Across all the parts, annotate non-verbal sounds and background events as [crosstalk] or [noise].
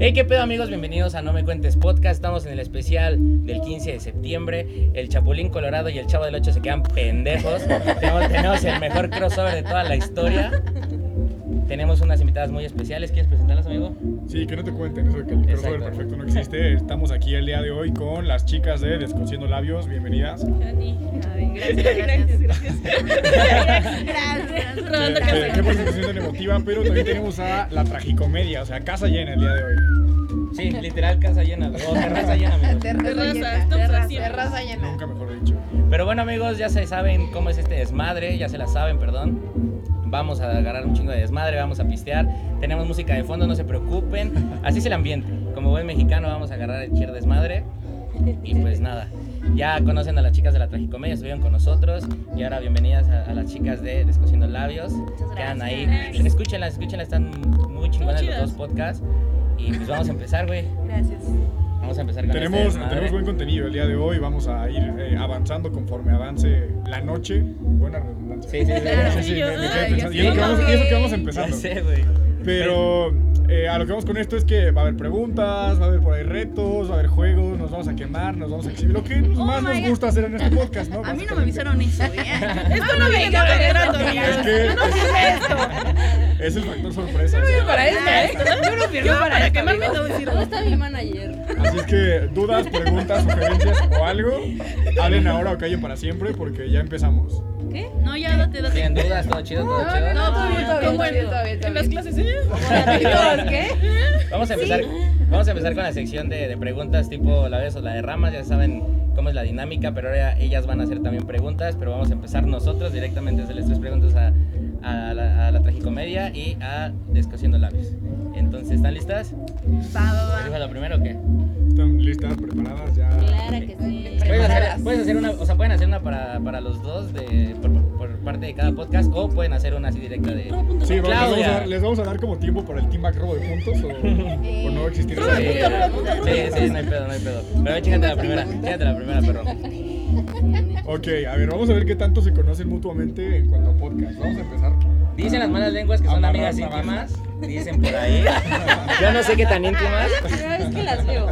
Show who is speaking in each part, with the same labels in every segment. Speaker 1: Hey, qué pedo amigos, bienvenidos a No Me Cuentes Podcast. Estamos en el especial del 15 de septiembre. El Chapulín Colorado y el Chavo del 8 se quedan pendejos. tenemos, tenemos el mejor crossover de toda la historia. Tenemos unas invitadas muy especiales. ¿Quieres presentarlas, amigo?
Speaker 2: Sí, que no te cuenten eso de que el
Speaker 1: Exacto.
Speaker 2: crossover perfecto no
Speaker 1: [laughs]
Speaker 2: existe. Estamos aquí el día de hoy con las chicas de Descosiendo Labios. Bienvenidas.
Speaker 3: Johnny. Ay,
Speaker 4: [laughs]
Speaker 3: gracias,
Speaker 5: Gracias,
Speaker 3: gracias.
Speaker 5: gracias.
Speaker 3: Gracias.
Speaker 2: Qué
Speaker 3: Rodando
Speaker 2: qué- qué
Speaker 3: Casablanca.
Speaker 2: presentación tan emotiva, pero también tenemos a la tragicomedia, o sea, casa llena el día de hoy.
Speaker 1: Sí, literal, casa llena. O terraza llena, amigos.
Speaker 3: Terraza,
Speaker 5: llena,
Speaker 3: estamos
Speaker 5: terraza,
Speaker 3: haciendo.
Speaker 5: terraza llena.
Speaker 2: Nunca mejor dicho.
Speaker 1: Pero bueno, amigos, ya se saben cómo es este desmadre, ya se la saben, perdón. Vamos a agarrar un chingo de desmadre, vamos a pistear. Tenemos música de fondo, no se preocupen. Así es el ambiente. Como buen mexicano, vamos a agarrar el chier desmadre. Y pues nada, ya conocen a las chicas de la Tragicomedia, estuvieron con nosotros. Y ahora bienvenidas a, a las chicas de Descosiendo Labios. Quedan ahí.
Speaker 3: gracias.
Speaker 1: Escúchenlas, escúchenlas, están muy chingonas los
Speaker 3: chidas.
Speaker 1: dos podcasts. Y pues vamos a empezar, güey.
Speaker 5: Gracias.
Speaker 1: Vamos a empezar con este
Speaker 2: Tenemos,
Speaker 1: desmadre.
Speaker 2: tenemos buen contenido el día de hoy. Vamos a ir eh, avanzando conforme avance la noche. Buena redundancia.
Speaker 1: Sí, sí, sí. Claro.
Speaker 2: sí, me- me quedé
Speaker 3: Ay,
Speaker 2: pensando.
Speaker 1: ya
Speaker 2: Y eso que
Speaker 1: sé.
Speaker 2: vamos- y eso que
Speaker 1: [laughs]
Speaker 2: vamos
Speaker 1: Ya
Speaker 2: empezando.
Speaker 1: sé, güey.
Speaker 2: Pero eh, a lo que vamos con esto es que va a haber preguntas, va a haber por ahí retos, va a haber juegos, nos vamos a quemar, nos vamos a exhibir. Lo que
Speaker 5: Oh
Speaker 2: más
Speaker 5: my
Speaker 2: nos
Speaker 5: God.
Speaker 2: gusta hacer en este podcast, ¿no?
Speaker 5: A mí no me
Speaker 2: Básicamente.
Speaker 5: avisaron eso, ¿eh?
Speaker 3: [laughs] Esto no viene en
Speaker 5: Ah,
Speaker 3: contrato,
Speaker 5: no,
Speaker 3: amigos.
Speaker 2: Es
Speaker 5: [laughs]
Speaker 2: que
Speaker 3: No sirve esto.
Speaker 2: es el factor sorpresa. o sea.
Speaker 3: Para esto,
Speaker 5: Ah,
Speaker 3: esto. Yo no firmé para esto,
Speaker 5: quemarme
Speaker 3: amigos.
Speaker 5: no
Speaker 6: ¿Dónde está
Speaker 2: [laughs]
Speaker 6: mi manager?
Speaker 2: Así es que dudas, preguntas, sugerencias o algo, hablen ahora o callen para siempre porque ya empezamos.
Speaker 5: ¿Qué?
Speaker 3: No, ya date, date.
Speaker 1: Tienen dudas, todo chido, todo chido.
Speaker 5: No, todo bien, todo bien,
Speaker 3: ¿Cómo
Speaker 5: todo
Speaker 3: en-
Speaker 5: bien, todo bien, todo
Speaker 3: En las
Speaker 5: bien.
Speaker 3: clases, ¿eh?
Speaker 5: ¿Todos qué?
Speaker 1: Vamos a empezar, vamos a empezar con la sección de, de preguntas tipo la vez o la de ramas, ya saben cómo es la dinámica, pero ahora ellas van a hacer también preguntas, pero vamos a empezar nosotros directamente a hacerles tres preguntas a, a la, a la tragicomedia y a Descosiendo Labios. Entonces, ¿están listas?
Speaker 5: Va, va,
Speaker 1: ¿Dijo la primera o qué?
Speaker 2: ¿Están listas, preparadas ya?
Speaker 6: Claro que sí.
Speaker 1: Pueden hacer,
Speaker 5: Preparadas.
Speaker 1: puedes hacer una, o sea, pueden hacer una para, para los dos de, por, por parte de cada podcast o pueden hacer una así directa de...
Speaker 2: Sí, vamos, les, vamos
Speaker 1: Claudia.
Speaker 2: a, les vamos a dar como tiempo para el Team Back robo de puntos o, o no existir.
Speaker 1: Sí,
Speaker 2: esa-
Speaker 1: sí, sí, no hay pedo, no hay pedo. Pero ve, chécate la primera, chécate la primera, perro.
Speaker 2: Ok, a ver, vamos a ver qué tanto se conocen mutuamente en cuanto a podcast. Vamos a empezar.
Speaker 1: Dicen las malas lenguas que son
Speaker 2: Amarrar
Speaker 1: amigas
Speaker 2: navajas.
Speaker 1: íntimas. Dicen por ahí. [laughs] Yo no sé qué tan íntimas.
Speaker 6: Es la primera vez que las veo.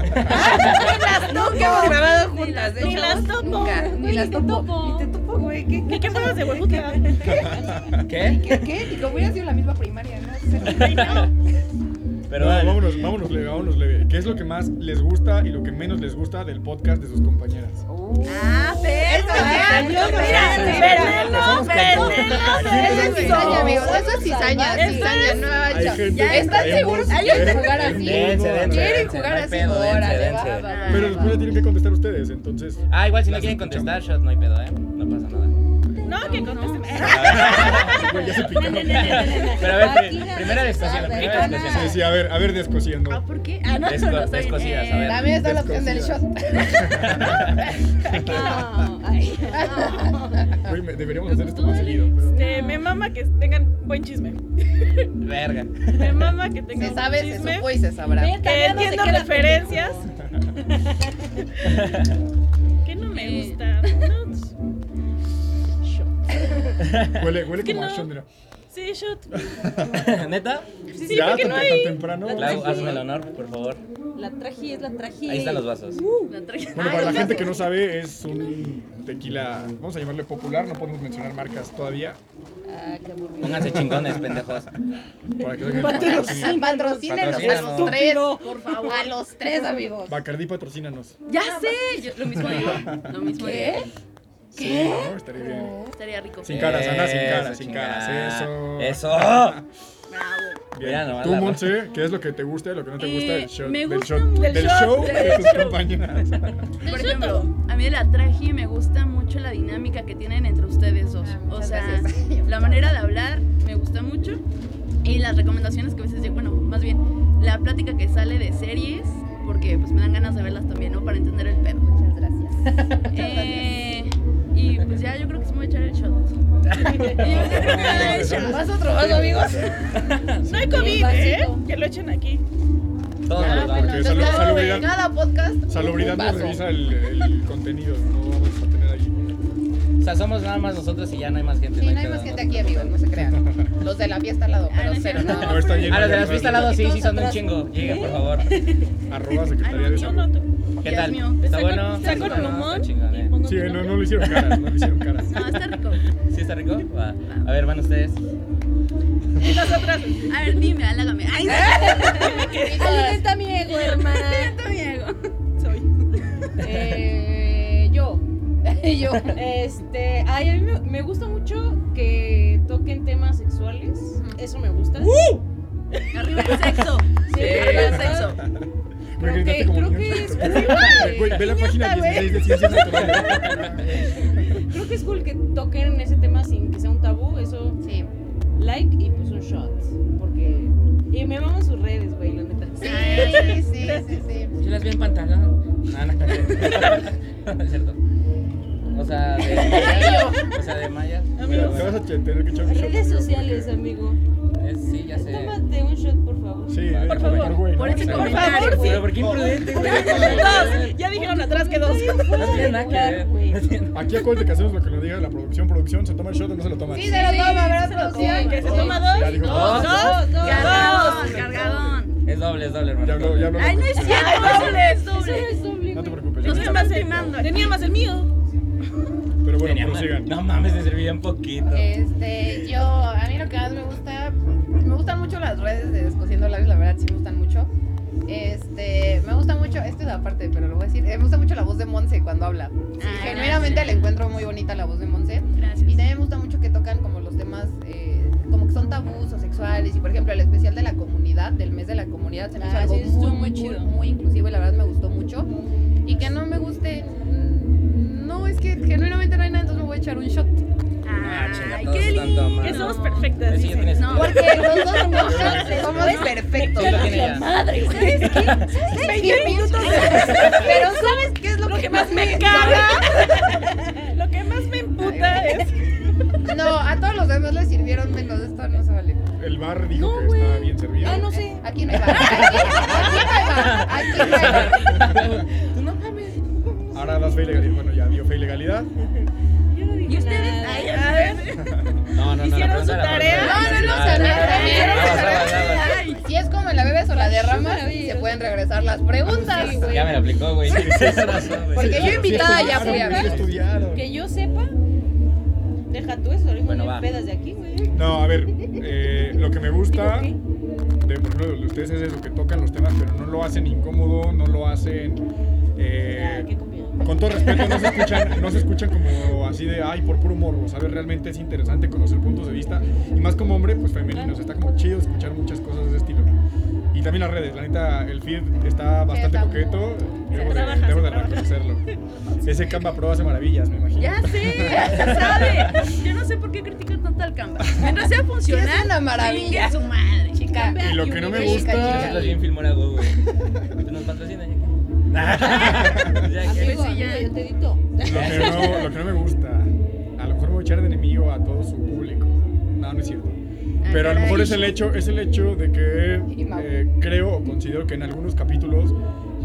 Speaker 5: Nunca hemos grabado juntas,
Speaker 4: [laughs]
Speaker 3: Ni las topo.
Speaker 5: Nunca, ni las
Speaker 6: Ni te topo.
Speaker 5: topo. Ni te topo, güey. ¿Qué,
Speaker 3: Ni
Speaker 5: qué,
Speaker 3: que fueras de huevuta.
Speaker 4: [laughs]
Speaker 1: ¿Qué?
Speaker 5: qué, qué? Ni que hubiera sido la misma primaria, ¿no?
Speaker 1: [laughs] Pero
Speaker 2: No,
Speaker 1: bueno,
Speaker 2: vámonos, vámonos leve, vámonos leve. ¿Qué es lo que más les gusta y lo que menos les gusta del podcast de sus compañeras?
Speaker 5: Ah, pero.
Speaker 3: Mira, veneno,
Speaker 5: Eso es
Speaker 3: veneno.
Speaker 5: cizaña, amigos. Eso es
Speaker 6: Salvar.
Speaker 5: cizaña, cizaña, nueva
Speaker 2: Hay
Speaker 5: hacha.
Speaker 2: gente-
Speaker 5: Ya están
Speaker 2: hay
Speaker 5: seguros que
Speaker 2: muchos-
Speaker 5: quieren jugar así.
Speaker 1: dense, dense,
Speaker 5: Quieren
Speaker 1: dense,
Speaker 5: jugar
Speaker 1: no hay
Speaker 5: así.
Speaker 1: pedo, dense,
Speaker 5: Órale,
Speaker 1: dense.
Speaker 5: va, va, va.
Speaker 2: Pero después le tienen que contestar ustedes, entonces.
Speaker 1: Ah, igual si no
Speaker 2: Las
Speaker 1: quieren
Speaker 2: escuchamos.
Speaker 1: contestar, shot, no hay pedo, ¿eh? No pasa nada.
Speaker 3: No, que contésteme.
Speaker 2: Güey, ya se picaron.
Speaker 1: Pero a ver, pri- primera descosiendo, primera
Speaker 2: Sí,
Speaker 1: descosiendo.
Speaker 2: sí, a ver, a ver, descosiendo.
Speaker 3: Ah, ¿por qué? Ah, no,
Speaker 1: Desco-
Speaker 3: no soy.
Speaker 1: descosidas, a ver.
Speaker 5: También está la opción del shot.
Speaker 3: eh,
Speaker 4: [laughs]
Speaker 6: No,
Speaker 3: [laughs]
Speaker 6: ay,
Speaker 2: Güey, me- deberíamos
Speaker 3: Me
Speaker 2: hacer esto
Speaker 3: gustó,
Speaker 2: más seguido.
Speaker 3: [laughs]
Speaker 2: pero-
Speaker 3: Este, me mama que tengan buen chisme.
Speaker 1: Verga.
Speaker 3: Me mama que tengan
Speaker 5: Se
Speaker 3: buen
Speaker 5: sabe, se
Speaker 3: chisme.
Speaker 5: supo y pues, se sabrá.
Speaker 3: Que
Speaker 6: Todavía pues, no se
Speaker 3: entiendo
Speaker 6: queda
Speaker 3: referencias. que no me
Speaker 6: Eh.
Speaker 3: gusta. No,
Speaker 2: Huele, huele
Speaker 3: Es que
Speaker 2: como
Speaker 3: no.
Speaker 2: acción, mira.
Speaker 3: sí, shot.
Speaker 1: [laughs] ¿Neta?
Speaker 3: Sí, sí,
Speaker 2: ya,
Speaker 3: porque
Speaker 2: tan,
Speaker 3: no
Speaker 2: tan
Speaker 3: hay.
Speaker 2: temprano.
Speaker 1: Clau, hazme el honor, por favor.
Speaker 6: la traje, es la traje.
Speaker 1: Ahí están los vasos.
Speaker 4: Uh. [laughs]
Speaker 2: Bueno, para la gente que no sabe, es un tequila, vamos a llamarle popular, no podemos mencionar marcas todavía.
Speaker 6: Ah, qué aburrido.
Speaker 1: Pónganse chingones, pendejos.
Speaker 2: Para que [laughs] Patrocínanos.
Speaker 5: Patrocínenos a los
Speaker 1: Patrocínanos.
Speaker 5: tres, por favor. A los tres, amigos.
Speaker 2: Bacardí, patrocínanos.
Speaker 5: Ya sé.
Speaker 6: Yo- Lo mismo digo. Lo mismo digo.
Speaker 5: ¿Qué?
Speaker 2: Sí, ¿no? Estaría bien.
Speaker 3: Estaría rico.
Speaker 2: Sin caras, Ana, sin
Speaker 1: Eso,
Speaker 2: caras, sin
Speaker 1: chingada.
Speaker 2: caras. Eso. Ah,
Speaker 1: Eso. Mira
Speaker 2: Bien.
Speaker 1: nomás
Speaker 2: Tú,
Speaker 1: la-
Speaker 2: Monse, ¿qué es lo que te gusta y lo que no te gusta
Speaker 3: Eh,
Speaker 2: del show?
Speaker 3: me
Speaker 2: del
Speaker 3: gusta
Speaker 2: show,
Speaker 3: mucho-
Speaker 2: del
Speaker 3: del
Speaker 2: show
Speaker 3: show,
Speaker 2: de
Speaker 3: del
Speaker 2: tus
Speaker 3: show.
Speaker 2: compañeras.
Speaker 4: Por ejemplo, a mí de la traje me gusta mucho la dinámica que tienen entre ustedes dos.
Speaker 5: Ah,
Speaker 4: o
Speaker 5: muchas
Speaker 4: sea,
Speaker 5: gracias. [laughs]
Speaker 4: la manera de hablar me gusta mucho. Y las recomendaciones que a veces llego, bueno, más bien la plática que sale de series, porque pues me dan ganas de verlas también, ¿no? Para entender
Speaker 5: [laughs]
Speaker 4: el pedo.
Speaker 6: Muchas gracias.
Speaker 4: Eh, y pues ya yo creo que se me voy a echar
Speaker 5: [laughs]
Speaker 4: el shot. yo creo que me voy a echar el shot.
Speaker 5: ¿Vas otro vaso, amigos?
Speaker 3: No hay COVID, ¿eh? Que lo echen aquí.
Speaker 1: Todos
Speaker 2: Ah,
Speaker 1: los vasos.
Speaker 2: porque
Speaker 5: Entonces,
Speaker 2: salud-
Speaker 5: cada-
Speaker 2: salubridad-
Speaker 5: Cada podcast.
Speaker 2: Salubridad
Speaker 5: un
Speaker 2: nos
Speaker 5: vaso.
Speaker 2: revisa el, el contenido, no vamos a tener ahí
Speaker 1: sea, somos nada más nosotros y ya no hay más gente.
Speaker 7: Sí, no hay
Speaker 1: pedo,
Speaker 7: más gente aquí, amigos, no se crean. Los de la fiesta al lado,
Speaker 4: Ah,
Speaker 7: pero
Speaker 4: no es
Speaker 7: cero,
Speaker 4: cierto.
Speaker 7: nada
Speaker 2: A ver,
Speaker 7: más.
Speaker 2: está lleno.
Speaker 1: A los Ah, de
Speaker 2: ya
Speaker 1: la
Speaker 2: ves,
Speaker 1: fiesta al lado sí, sí,
Speaker 6: Todos
Speaker 1: son un
Speaker 6: atrás.
Speaker 1: chingo. Lleguen, por favor.
Speaker 2: Arroba
Speaker 6: Ah,
Speaker 2: Secretaría de
Speaker 3: Yo
Speaker 2: Salud.
Speaker 3: no, tú.
Speaker 1: ¿Qué
Speaker 4: Dios
Speaker 1: tal?
Speaker 4: mío.
Speaker 1: ¿Está
Speaker 3: Está
Speaker 1: bueno?
Speaker 3: con, está con
Speaker 1: bueno,
Speaker 3: limón.
Speaker 1: está chingón, eh.
Speaker 3: y pongo
Speaker 2: Sí,
Speaker 3: mi
Speaker 2: no,
Speaker 3: nombre.
Speaker 2: no le hicieron caras, no le hicieron caras.
Speaker 4: No, está rico.
Speaker 1: ¿Sí está rico? Va. A ver, van ustedes.
Speaker 3: Y nosotras.
Speaker 4: A ver, dime, hágame.
Speaker 5: [laughs]
Speaker 4: Ay,
Speaker 6: Alimenta mi ego, hermana.
Speaker 4: siento mi ego.
Speaker 3: Soy.
Speaker 6: Eh, yo.
Speaker 5: Yo.
Speaker 6: Este, ay, a mí me, me gusta mucho que toquen temas sexuales. Eso me gusta.
Speaker 4: Arriba el sexo.
Speaker 6: Sí,
Speaker 4: Arriba el
Speaker 6: la verdad,
Speaker 4: sexo.
Speaker 2: Me
Speaker 6: Creo que,
Speaker 2: gritaste como
Speaker 6: creo
Speaker 2: niño.
Speaker 6: que es
Speaker 2: Güey,
Speaker 6: cool.
Speaker 2: ve la
Speaker 6: Niño
Speaker 2: página
Speaker 6: está, güey.
Speaker 2: 16 de Ciencias Naturales.
Speaker 6: Creo que es cool que toquen ese tema sin que sea un tabú. Eso,
Speaker 7: Sí.
Speaker 6: like y pues un shot. Porque. Y me maman sus redes, güey, la neta.
Speaker 7: Sí, sí, sí, sí.
Speaker 1: Yo las vi en [laughs] pantalón. Ah, No, no, no es cierto. O sea, de maya. O sea, de maya.
Speaker 2: Mira, Te vas a ch- tener que echar un shot,
Speaker 6: Redes
Speaker 2: amigo,
Speaker 6: sociales,
Speaker 2: porque-
Speaker 6: amigo.
Speaker 1: Es- sí, ya sé.
Speaker 6: Tómate un shot, por favor.
Speaker 2: Sí,
Speaker 1: Por
Speaker 2: por
Speaker 3: favor,
Speaker 2: favor, güey.
Speaker 4: por
Speaker 2: ¿no?
Speaker 4: ese
Speaker 2: Sí.
Speaker 1: Por
Speaker 4: comentario.
Speaker 1: Pero ¿por qué imprudente, güey?
Speaker 3: [laughs] Dos. Ya dijeron atrás que
Speaker 6: [laughs]
Speaker 3: [laughs] dos.
Speaker 1: No tiene nada que ver. No tiene-
Speaker 2: Aquí acuérdate que hacemos lo que nos diga la producción. Producción, ¿se toma el shot o no se lo toma?
Speaker 7: Sí, se lo toma, ¿verdad, producción?
Speaker 3: Que se toma dos.
Speaker 2: Ya dijo,
Speaker 1: Dos.
Speaker 3: Dos. Dos.
Speaker 4: Cargadón, cargadón.
Speaker 1: Es doble, es doble, hermano.
Speaker 2: Ya habló, ya habló.
Speaker 4: Ay, no es cierto.
Speaker 3: Dobles,
Speaker 6: Eso
Speaker 3: dobles.
Speaker 6: es doble,
Speaker 2: No te
Speaker 6: güey.
Speaker 2: preocupes.
Speaker 3: Nos
Speaker 2: ya no
Speaker 3: más
Speaker 2: está.
Speaker 3: el mando. Tenía más el mío.
Speaker 2: Pero bueno,
Speaker 1: Tenía-
Speaker 2: prosigan.
Speaker 1: No mames, se servía un poquito.
Speaker 7: Este, yo, a mí lo que más me gusta, me gustan mucho las redes de Descosiendo Labios, la verdad sí me gustan mucho. Este, me gusta mucho, esto es aparte, pero lo voy a decir, eh, me gusta mucho la voz de Monse cuando habla.
Speaker 4: Ah,
Speaker 7: Genuinamente
Speaker 4: gracias.
Speaker 7: le encuentro muy bonita la voz de Monse. Y
Speaker 4: Gracias.
Speaker 7: también me gusta mucho que tocan como los temas, eh, como que son tabús o sexuales. Y por ejemplo, el especial de la comunidad, del mes de la comunidad, se me hizo
Speaker 6: Ah,
Speaker 7: algo
Speaker 6: sí,
Speaker 7: muy,
Speaker 6: estuvo muy
Speaker 7: muy,
Speaker 6: chido.
Speaker 7: muy, muy inclusivo y la verdad me gustó mucho. Y que no me guste, mm, no, es que genuinamente no hay nada, entonces me voy a echar un shot.
Speaker 1: Ah, chinga,
Speaker 4: Ay,
Speaker 1: todos
Speaker 4: qué
Speaker 1: están tomando.
Speaker 4: lindo.
Speaker 3: Que somos
Speaker 4: No.
Speaker 3: perfectas.
Speaker 1: Eso ya
Speaker 3: dicen.
Speaker 1: tienes-
Speaker 4: No.
Speaker 7: Porque los dos no somos perfectos.
Speaker 1: Sí, lo tiene ya.
Speaker 5: Madre, güey.
Speaker 7: Pero ¿sabes qué es lo,
Speaker 3: Lo que más me caga. Lo que más me emputa es.
Speaker 7: No, a todos los demás les sirvieron menos esto, no se vale.
Speaker 2: El bar dijo
Speaker 6: No,
Speaker 2: que está
Speaker 6: güey.
Speaker 2: bien servido.
Speaker 6: Ah, no sé.
Speaker 7: Aquí no hay bar. Aquí no hay bar. Aquí no hay bar.
Speaker 2: Ahora das fe y legalidad. Bueno, ya dio fe y legalidad.
Speaker 6: ¿Y ustedes?
Speaker 3: Ay, a ver.
Speaker 1: No, no, no. la pregunta
Speaker 3: ¿Hicieron su
Speaker 1: era para
Speaker 3: tarea?
Speaker 1: ustedes.
Speaker 7: No, no, no,
Speaker 1: Ah,
Speaker 7: se
Speaker 1: ah, ah, ah, ah,
Speaker 7: arregla. Si es como la bebes o la derramas,
Speaker 6: Sí,
Speaker 7: se pueden regresar las preguntas.
Speaker 1: ah. Ya me la aplicó, güey. Tienes razón, güey.
Speaker 7: Porque yo invitada ya
Speaker 2: estudiaron,
Speaker 7: fui a
Speaker 2: sí
Speaker 7: ver.
Speaker 2: estudiaron.
Speaker 6: Que yo sepa. Deja tú eso, ahorita
Speaker 1: Bueno,
Speaker 6: no hay
Speaker 1: va.
Speaker 6: pedas de aquí, güey.
Speaker 2: No, a ver, eh, lo que me gusta
Speaker 6: Digo,
Speaker 2: de, por ejemplo, de ustedes es eso, que tocan los temas, pero no lo hacen incómodo, no lo hacen...
Speaker 6: Ah,
Speaker 2: Eh,
Speaker 6: qué copiado.
Speaker 2: con todo respeto, no se escuchan, no se escuchan como así de, ay, por puro morbo, ¿sabes? Realmente es interesante conocer puntos de vista, y más como hombre, pues femeninos, está como chido escuchar muchas cosas de ese estilo. Y también las redes, la neta, el feed está bastante
Speaker 7: está muy-
Speaker 2: coqueto,
Speaker 3: se
Speaker 2: debo de,
Speaker 3: trabaja,
Speaker 2: debo
Speaker 3: se
Speaker 2: de
Speaker 3: trabaja.
Speaker 2: reconocerlo. Ese Canva Pro hace maravillas, me imagino.
Speaker 4: Ya sé, se sabe. Yo no sé por qué critican tanto al Canva. Mientras sea funcional,
Speaker 7: Sí, es una maravilla.
Speaker 4: chingue su madre.
Speaker 7: Chica.
Speaker 2: Y lo que no me
Speaker 7: Chica,
Speaker 2: gusta...
Speaker 1: Nosotros bien filmora, güey. Pues Nos patrocinan ya que. [laughs] Ya que.
Speaker 6: Amigo,
Speaker 4: sí, ya.
Speaker 6: amigo, yo te edito.
Speaker 2: Lo que, no, lo que no me gusta, a lo mejor me voy a echar de enemigo a todo su público. No, no es cierto. Pero a lo mejor es el hecho, es el hecho de que
Speaker 7: Y Mau.
Speaker 2: eh, creo o considero que en algunos capítulos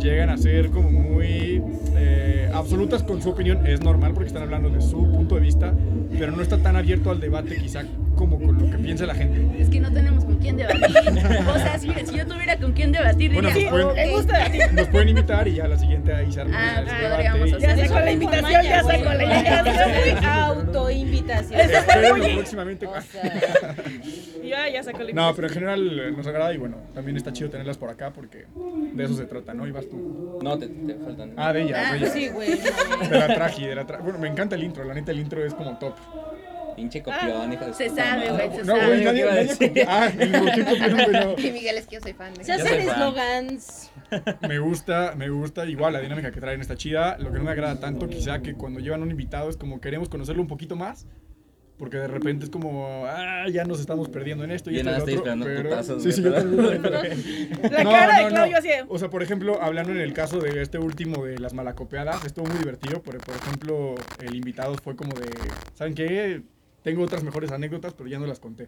Speaker 2: llegan a ser como muy eh, absolutas con su opinión. Es normal porque están hablando de su punto de vista, pero no está tan abierto al debate quizá como con lo que piensa la gente.
Speaker 4: Es que no tenemos con quién debatir. O sea, si, si yo tuviera con quién debatir,
Speaker 2: Bueno,
Speaker 4: diría. "Oh,
Speaker 2: nos pueden,
Speaker 3: Me gusta de ti.
Speaker 2: nos pueden invitar y ya la siguiente ahí se arma
Speaker 4: Ah,
Speaker 2: el
Speaker 4: pues
Speaker 2: debate
Speaker 4: podríamos
Speaker 2: y-
Speaker 4: hacer
Speaker 3: Ya sacó la
Speaker 6: Con
Speaker 3: invitación,
Speaker 6: maña,
Speaker 3: ya
Speaker 6: güey.
Speaker 3: sacó la invitación.
Speaker 6: Autoinvitación.
Speaker 3: Eso fue
Speaker 2: Espérenlo
Speaker 3: bullying.
Speaker 2: próximamente.
Speaker 6: O sea,
Speaker 3: Ya, ya sacó la
Speaker 2: No,
Speaker 3: invitación.
Speaker 2: pero en general eh, nos agrada y bueno, también está chido tenerlas por acá porque de eso se trata, ¿no? Ibas tú.
Speaker 1: No, te, te faltan.
Speaker 2: Ah, de ella,
Speaker 4: Ah,
Speaker 2: de ella.
Speaker 6: pues sí, güey. no,
Speaker 2: De la traje, de la traje. Bueno, me encanta el intro, la neta el intro es como top.
Speaker 1: Pinche copión, hijo de
Speaker 4: Se
Speaker 1: su
Speaker 4: sabe,
Speaker 1: puta madre.
Speaker 4: güey, se
Speaker 2: No,
Speaker 4: sabe
Speaker 2: güey, nadie,
Speaker 1: iba a
Speaker 2: nadie
Speaker 1: decir.
Speaker 2: copia- Ah, el logotipo,
Speaker 7: [laughs]
Speaker 2: pero,
Speaker 7: Y Miguel es que yo soy fan de
Speaker 6: Se
Speaker 1: Yo
Speaker 6: hacen
Speaker 1: soy fan.
Speaker 6: eslogans. Ah,
Speaker 2: pero me gusta, me gusta. Igual la dinámica que traen está chida. Lo que no me agrada tanto quizá que cuando llevan un invitado es como queremos conocerlo un poquito más. Porque de repente es como, ah, ya nos estamos perdiendo en esto y
Speaker 1: Yo
Speaker 2: esto
Speaker 1: nada,
Speaker 2: y lo
Speaker 1: estoy
Speaker 2: otro,
Speaker 1: esperando
Speaker 2: pero-
Speaker 1: putazos,
Speaker 2: Sí, sí, yo
Speaker 1: güey,
Speaker 2: también.
Speaker 1: pero-
Speaker 3: La cara de Claudio así de-
Speaker 2: O sea, por ejemplo, hablando en el caso de este último de las malacopeadas, estuvo muy divertido, porque por ejemplo, el invitado fue como de, ¿saben qué? Tengo otras mejores anécdotas, pero ya no las conté.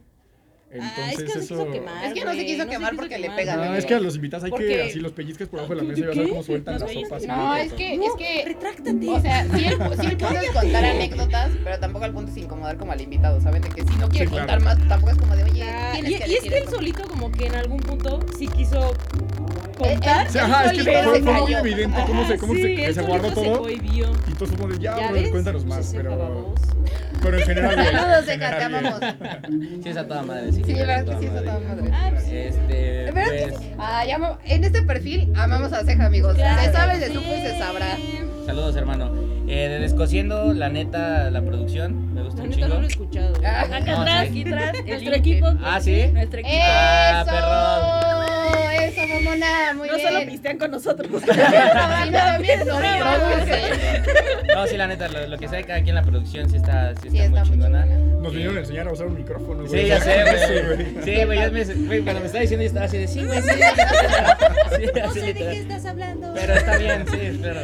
Speaker 2: Entonces,
Speaker 6: ah, es que no se
Speaker 2: eso...
Speaker 6: quiso quemar.
Speaker 7: Es que no se
Speaker 6: güey,
Speaker 7: quiso
Speaker 6: se
Speaker 7: quemar porque le pegan,
Speaker 2: No,
Speaker 7: güey.
Speaker 2: es que a los invitas hay que
Speaker 6: Porque-
Speaker 2: así los pellizques por abajo de la mesa
Speaker 6: ¿Qué?
Speaker 2: y vas a ver cómo
Speaker 6: ¿Qué?
Speaker 2: sueltan
Speaker 6: Los
Speaker 2: las sopas.
Speaker 6: pellizques.
Speaker 2: y
Speaker 7: No,
Speaker 2: todo
Speaker 7: es
Speaker 2: eso.
Speaker 7: que, es que,
Speaker 6: Retráctate.
Speaker 7: o sea, sí el, sí el punto es contar anécdotas, pero tampoco el punto es incomodar como al invitado, ¿saben? De que si no quieres
Speaker 2: Sí, claro.
Speaker 7: contar más, tampoco es como de, oye,
Speaker 6: Ah,
Speaker 7: tienes
Speaker 6: y,
Speaker 7: que
Speaker 6: y es
Speaker 7: decir
Speaker 6: que él
Speaker 7: esto.
Speaker 6: solito como que en algún punto sí quiso
Speaker 7: Eh,
Speaker 6: contar.
Speaker 7: eh,
Speaker 2: Sí, ajá, es que
Speaker 7: solito
Speaker 2: fue,
Speaker 7: se
Speaker 2: fue muy
Speaker 7: cayó.
Speaker 2: evidente cómo se, cómo
Speaker 6: Ajá,
Speaker 2: se-
Speaker 6: Ah, sí,
Speaker 2: que
Speaker 6: él
Speaker 2: se guardó
Speaker 6: solito se
Speaker 2: todo
Speaker 6: cohibió.
Speaker 2: y todos somos de ya,
Speaker 6: ¿Ya
Speaker 2: brother,
Speaker 6: ves?
Speaker 2: cuéntanos más,
Speaker 6: Ese
Speaker 2: pero,
Speaker 6: baboso.
Speaker 2: pero en general bien.
Speaker 7: [laughs] Saludos,
Speaker 2: en
Speaker 7: Eka, te
Speaker 2: general bien.
Speaker 7: amamos.
Speaker 1: Sí, es a toda madre. Sí,
Speaker 7: Sí, la
Speaker 1: es
Speaker 7: verdad que sí, eso está madre.
Speaker 6: Ah, pues,
Speaker 1: Este,
Speaker 7: ¿Verdad que
Speaker 1: pues,
Speaker 7: sí? Ah, ya amamos- en este perfil amamos a Ceja, amigos.
Speaker 6: Claro.
Speaker 7: Se sabe, se supo y se sabrá.
Speaker 1: saludos, hermano. Eh, de Descosiendo, la neta, la producción, me gusta
Speaker 6: La
Speaker 1: un
Speaker 6: neta no
Speaker 1: chingo.
Speaker 6: lo he escuchado. güey.
Speaker 7: Ah,
Speaker 1: No,
Speaker 3: Acá
Speaker 1: sí.
Speaker 3: atrás.
Speaker 4: Aquí atrás, el
Speaker 6: Nuestro
Speaker 4: link.
Speaker 6: equipo.
Speaker 1: Ah, ¿sí?
Speaker 4: Nuestro equipo.
Speaker 1: Ah,
Speaker 7: ¡Eso! ¡Eso, mamona! Muy
Speaker 3: No
Speaker 7: bien.
Speaker 3: solo pistean con nosotros. [laughs]
Speaker 7: Sí, nada bien, nos produce.
Speaker 1: No, sí, la neta, lo, lo que sabe cada quien en la producción sí está, sí está
Speaker 7: Sí,
Speaker 1: muy
Speaker 7: está muy
Speaker 1: chingona.
Speaker 7: chingona.
Speaker 2: Nos vinieron a enseñar a usar un micrófono, güey.
Speaker 1: Sí, ya sé,
Speaker 2: [laughs] Sí,
Speaker 1: güey. Sí, güey, yo me, güey, cuando me estaba diciendo yo estaba así de sí,
Speaker 7: [laughs]
Speaker 1: güey, sí. Sí,
Speaker 5: No
Speaker 1: así
Speaker 5: sé de
Speaker 1: literal.
Speaker 5: qué estás hablando.
Speaker 1: Pero está bien, sí, claro.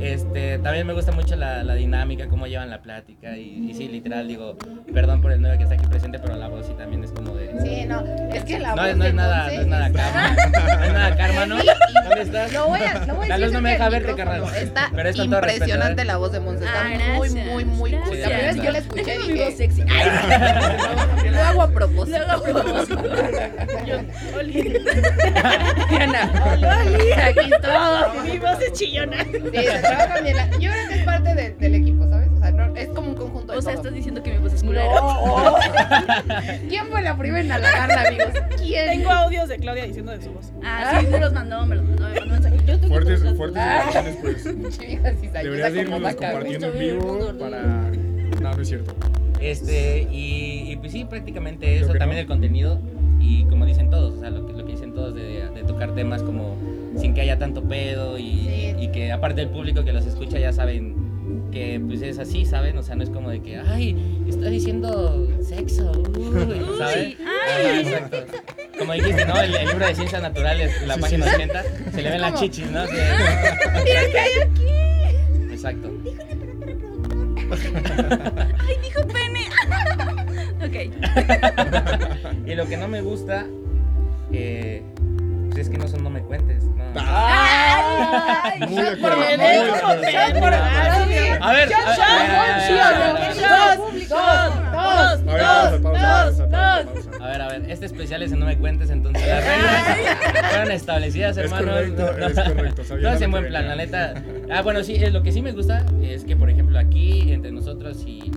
Speaker 1: Este, también me gusta mucho la, la dinámica, cómo llevan la plática y, y sí, literal, digo, perdón por el 9 que está aquí presente, pero la voz sí también es como de...
Speaker 7: Sí, no, es que la
Speaker 1: no,
Speaker 7: voz
Speaker 1: es- no
Speaker 7: de
Speaker 1: es nada, no
Speaker 7: Monse
Speaker 1: es nada karma,
Speaker 7: [laughs]
Speaker 1: no es nada karma, ¿no? ¿Dónde estás?
Speaker 7: Lo voy a, lo voy a
Speaker 1: La
Speaker 7: decir
Speaker 1: luz no me deja
Speaker 7: cerca del
Speaker 1: verte,
Speaker 7: micrófono.
Speaker 1: carnal.
Speaker 7: Está
Speaker 1: Pero es con todo respeto,
Speaker 7: impresionante
Speaker 1: ¿eh?
Speaker 7: la voz de Monse. Está
Speaker 4: Ah,
Speaker 7: muy,
Speaker 4: gracias.
Speaker 7: muy, muy cool.
Speaker 4: Gracias.
Speaker 7: La primera vez que yo la
Speaker 4: Es
Speaker 7: escuché
Speaker 4: un amigo
Speaker 7: dije,
Speaker 4: sexy. Ay,
Speaker 7: lo hago a propósito.
Speaker 4: luego [laughs] propósito.
Speaker 7: Diana, aquí todo.
Speaker 3: Mi voz es chillona.
Speaker 7: Sí, se trabaja bien. la- Yo creo que es parte de- del equipo, ¿sabes? O sea, no, es como un conjunto de
Speaker 4: O sea,
Speaker 7: todo.
Speaker 4: estás diciendo que mi voz es culera.
Speaker 7: No. ¿Quién fue la primera en halagarla, amigos? ¿Quién?
Speaker 3: Tengo audios de Claudia diciendo de su voz.
Speaker 4: Ah, sí, me los mandó, me los mandó, me mandó mensaje. Yo tengo
Speaker 2: Fuertes,
Speaker 4: contrato.
Speaker 2: fuertes
Speaker 7: Ah.
Speaker 2: declaraciones,
Speaker 1: [laughs]
Speaker 2: pues.
Speaker 7: [laughs] Chivas y Sayuda
Speaker 2: Deberías
Speaker 7: como
Speaker 2: irnos
Speaker 7: vaca, güey.
Speaker 2: compartiendo en
Speaker 6: Justo vi el
Speaker 2: vivo
Speaker 6: mundo
Speaker 2: para... No, no es cierto.
Speaker 1: Este, y, y pues sí, prácticamente
Speaker 2: Creo
Speaker 1: eso,
Speaker 2: que
Speaker 1: también
Speaker 2: no.
Speaker 1: el contenido y como dicen todos, o sea, lo que, lo que dicen todos de, de tocar temas como sin que haya tanto pedo y,
Speaker 7: Sí.
Speaker 1: y que aparte el público que los escucha ya saben que pues es así, ¿saben? O sea, no es como de que, ay, está diciendo sexo, uy",
Speaker 4: [laughs]
Speaker 1: ¿saben?
Speaker 4: Uy,
Speaker 1: Ah,
Speaker 4: ay.
Speaker 1: exacto. Como dijiste, ¿no? El, el libro de ciencias naturales, la
Speaker 2: Sí,
Speaker 1: página
Speaker 2: sí, sí.
Speaker 1: 80, se le ven las
Speaker 7: como-
Speaker 1: chichis, ¿no? Mira aquí. Exacto.
Speaker 4: [laughs] Ok.
Speaker 1: Y lo que no me gusta eh, pues es que no son no me cuentes. no.
Speaker 7: Ay,
Speaker 2: Muy
Speaker 7: shot
Speaker 2: de acuerdo,
Speaker 7: por
Speaker 2: muy
Speaker 7: el
Speaker 2: de
Speaker 7: ego,
Speaker 2: acuerdo.
Speaker 7: shot por el
Speaker 6: Ah,
Speaker 1: A
Speaker 7: ego.
Speaker 1: ver, a ver, a ver,
Speaker 7: Shot, shot,
Speaker 2: A ver, pausa, pausa, pausa, pausa, pausa.
Speaker 1: a ver, a ver, este especial es en no me cuentes, entonces las reglas fueron establecidas,
Speaker 2: Es
Speaker 1: hermano.
Speaker 2: correcto,
Speaker 1: No,
Speaker 2: es
Speaker 1: no.
Speaker 2: correcto, sabía
Speaker 1: Todo es
Speaker 2: lo
Speaker 1: en
Speaker 2: que
Speaker 1: buen plan, la
Speaker 2: venía.
Speaker 1: neta. Ah, bueno, sí, eh, lo que sí me gusta es que, por ejemplo, aquí entre nosotros y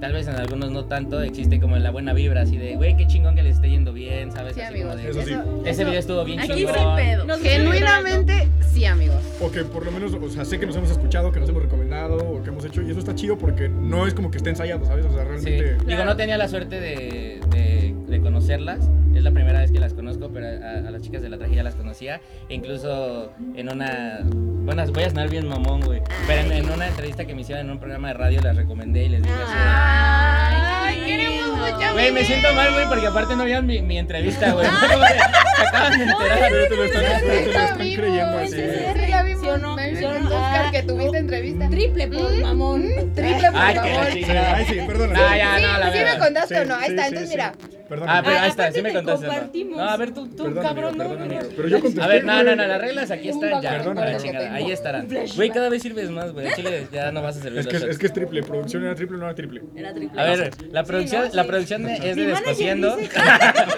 Speaker 1: tal vez en algunos no tanto, existe como la buena vibra, así de, güey, qué chingón que les esté yendo bien, ¿sabes?
Speaker 7: Sí,
Speaker 1: Así como
Speaker 7: amigos.
Speaker 1: de,
Speaker 2: Eso sí.
Speaker 1: Ese video estuvo bien
Speaker 4: Aquí
Speaker 1: chingón.
Speaker 4: sin pedo.
Speaker 6: Nos
Speaker 7: Genuinamente, sí, amigos.
Speaker 2: O que por lo menos, o sea, sé que nos hemos escuchado, que nos hemos recomendado, o que hemos hecho, y eso está chido porque no es como que esté ensayado, ¿sabes? O sea,
Speaker 1: Sí.
Speaker 2: realmente.
Speaker 1: Digo, no tenía la suerte de, de- de conocerlas. Es la primera vez que las conozco, pero a, a las chicas de la traje ya las conocía. E incluso en una. Bueno, voy a sonar bien mamón, güey. Pero en, en una entrevista que me hicieron en un programa de radio las recomendé y les dije así.
Speaker 4: Ah.
Speaker 7: Ay, queremos mucho.
Speaker 1: Güey, me siento mal, güey, porque aparte no vieron mi, mi entrevista, güey. [laughs] Fue como de, Se acaban de enterar.
Speaker 2: Pero te lo están,
Speaker 7: Sí,
Speaker 1: Este,
Speaker 2: pero te lo
Speaker 7: la
Speaker 2: están
Speaker 7: vimos.
Speaker 2: creyendo así.
Speaker 7: Sí,
Speaker 2: de-
Speaker 7: sí, la vimos.
Speaker 6: ¿Sí o no?
Speaker 7: Me
Speaker 6: ¿Sí o
Speaker 7: vimos,
Speaker 6: no?
Speaker 7: Oscar,
Speaker 6: Ah,
Speaker 7: que tuviste entrevista.
Speaker 6: Triple por
Speaker 7: Mm.
Speaker 6: mamón.
Speaker 7: Triple, por
Speaker 1: Ay, que la
Speaker 7: favor.
Speaker 1: chingada.
Speaker 2: Sí, Ay, sí, perdona.
Speaker 1: No, Ah, ya, no, la
Speaker 7: Sí, sí
Speaker 1: verdad.
Speaker 7: me contaste
Speaker 2: Sí,
Speaker 7: o no. Ahí
Speaker 2: sí,
Speaker 7: está,
Speaker 2: sí,
Speaker 7: entonces
Speaker 2: sí.
Speaker 7: mira.
Speaker 2: Perdona.
Speaker 1: Ah, pero ahí
Speaker 6: Ay,
Speaker 1: está,
Speaker 6: aparte
Speaker 1: sí me
Speaker 6: te
Speaker 1: contaste. ¿no?
Speaker 6: compartimos.
Speaker 1: No, a ver, tú, tú,
Speaker 2: Perdón,
Speaker 6: cabrón,
Speaker 2: amigo,
Speaker 6: no,
Speaker 2: perdón,
Speaker 6: no,
Speaker 2: amigo.
Speaker 6: no.
Speaker 2: Pero yo contesté.
Speaker 1: A ver, no, no,
Speaker 2: güey.
Speaker 1: no, las reglas aquí
Speaker 7: Un
Speaker 1: están ya.
Speaker 7: bacán,
Speaker 1: a la
Speaker 7: lo que
Speaker 1: chingada,
Speaker 7: tengo.
Speaker 1: Ahí estarán. Güey, cada vez sirves más, güey. al Chile, ya no vas a servir
Speaker 2: Es que,
Speaker 1: los
Speaker 2: es, es que es triple, producción era triple o no era triple.
Speaker 4: Era triple.
Speaker 1: A ver, la producción,
Speaker 6: no,
Speaker 1: la
Speaker 6: sí.
Speaker 1: producción de- es de
Speaker 6: Mi manager
Speaker 1: Descosiendo. [laughs]
Speaker 6: dice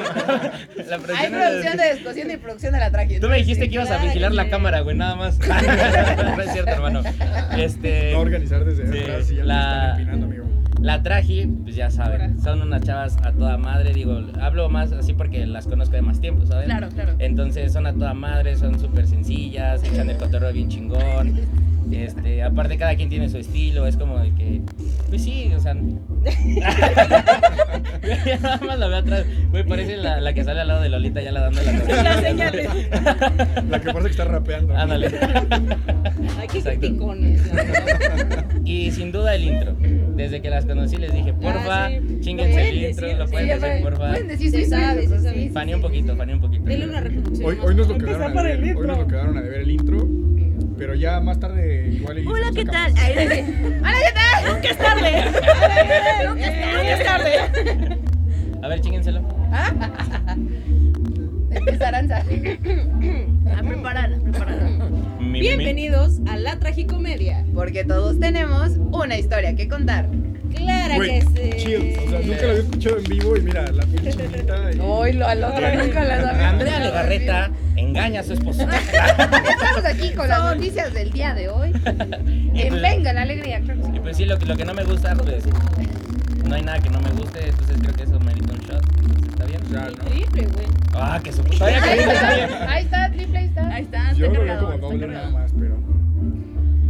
Speaker 1: la
Speaker 7: Hay
Speaker 1: producción es
Speaker 7: producción de
Speaker 1: de...
Speaker 7: descosiendo y producción de la traje.
Speaker 1: Tú me dijiste que ibas a
Speaker 6: Claro,
Speaker 1: vigilar la
Speaker 6: sí.
Speaker 1: cámara, güey, nada
Speaker 6: [laughs]
Speaker 1: más. no es cierto, hermano. Este,
Speaker 2: No organizar desde
Speaker 1: sí,
Speaker 2: atrás y ya
Speaker 1: la-
Speaker 2: te están empinando, amigo.
Speaker 1: la traje, pues ya saben, son unas chavas a toda madre, digo, hablo más así porque las conozco de más tiempo, ¿saben?
Speaker 4: Claro, claro.
Speaker 1: Entonces son a toda madre, son súper sencillas, echan el cotorreo bien chingón. Este, aparte cada quien tiene su estilo, es como de que, pues sí, o sea, [laughs] Güey, nada más la veo atrás, güey, parece la, la que sale al lado de Lolita ya la dando la
Speaker 3: Las señales.
Speaker 2: La que parece que está rapeando.
Speaker 1: Ándale.
Speaker 6: Ay, qué
Speaker 1: Exacto.
Speaker 6: criticones. la verdad.
Speaker 1: Y sin duda el intro. Desde que las conocí les dije, porfa,
Speaker 6: Ah, sí.
Speaker 1: chinguense
Speaker 6: Lo
Speaker 1: el
Speaker 6: pueden
Speaker 1: intro,
Speaker 6: decir,
Speaker 1: lo
Speaker 6: sí,
Speaker 1: pueden
Speaker 6: ya
Speaker 1: decir, porfa.
Speaker 7: Pueden decir sí,
Speaker 6: Se sabe,
Speaker 7: sí,
Speaker 6: se
Speaker 7: sí,
Speaker 6: sabe.
Speaker 7: sí,
Speaker 1: Fanee
Speaker 7: sí,
Speaker 1: un
Speaker 7: sí,
Speaker 1: poquito,
Speaker 7: sí.
Speaker 1: fanee un poquito.
Speaker 6: Dele una reproducción.
Speaker 2: Hoy,
Speaker 6: más.
Speaker 2: hoy nos lo
Speaker 3: Empezar
Speaker 2: quedaron a
Speaker 3: por
Speaker 2: deber,
Speaker 3: el
Speaker 2: hoy
Speaker 3: intro.
Speaker 2: nos lo quedaron a deber el intro, pero ya más tarde igual y
Speaker 4: Hola,
Speaker 2: lo
Speaker 4: ¿qué tal?
Speaker 2: sacamos.
Speaker 4: Ay, [laughs]
Speaker 3: Nunca es tarde. Nunca es tarde.
Speaker 1: A ver, chíquenselo.
Speaker 7: Empieza Aranza.
Speaker 4: A preparar, a preparar.
Speaker 1: Mi, mi, mi.
Speaker 6: Bienvenidos a la tragicomedia.
Speaker 7: Porque todos tenemos una historia que contar.
Speaker 6: Clara
Speaker 2: Güey,
Speaker 6: que eh,
Speaker 2: chill. O sea,
Speaker 6: sí.
Speaker 2: nunca lo había escuchado en vivo y mira, la piel chinita y...
Speaker 7: Hoy lo al otro nunca las había
Speaker 1: Andrea
Speaker 7: escuchado.
Speaker 1: Legarreta engaña a su
Speaker 6: [laughs]
Speaker 1: esposa.
Speaker 7: Estamos aquí con las noticias del día de hoy.
Speaker 1: [laughs] Y
Speaker 7: En
Speaker 1: pues-
Speaker 7: Venga la Alegría, creo que sí.
Speaker 1: Y pues sí, lo, que- lo que no me gusta, pues no hay nada que no me guste, entonces creo que eso merita un shot. Entonces está bien.
Speaker 2: Ya, ¿no?
Speaker 6: Triple, güey.
Speaker 1: Ah, que su todavía que
Speaker 7: Ahí
Speaker 1: dice está bien.
Speaker 7: está, ahí está, triple, ahí está.
Speaker 4: Ahí está,
Speaker 2: Yo
Speaker 4: está
Speaker 2: lo veo
Speaker 4: cargado.
Speaker 2: como
Speaker 4: Está
Speaker 2: doble nada
Speaker 4: cargado.
Speaker 2: más, pero...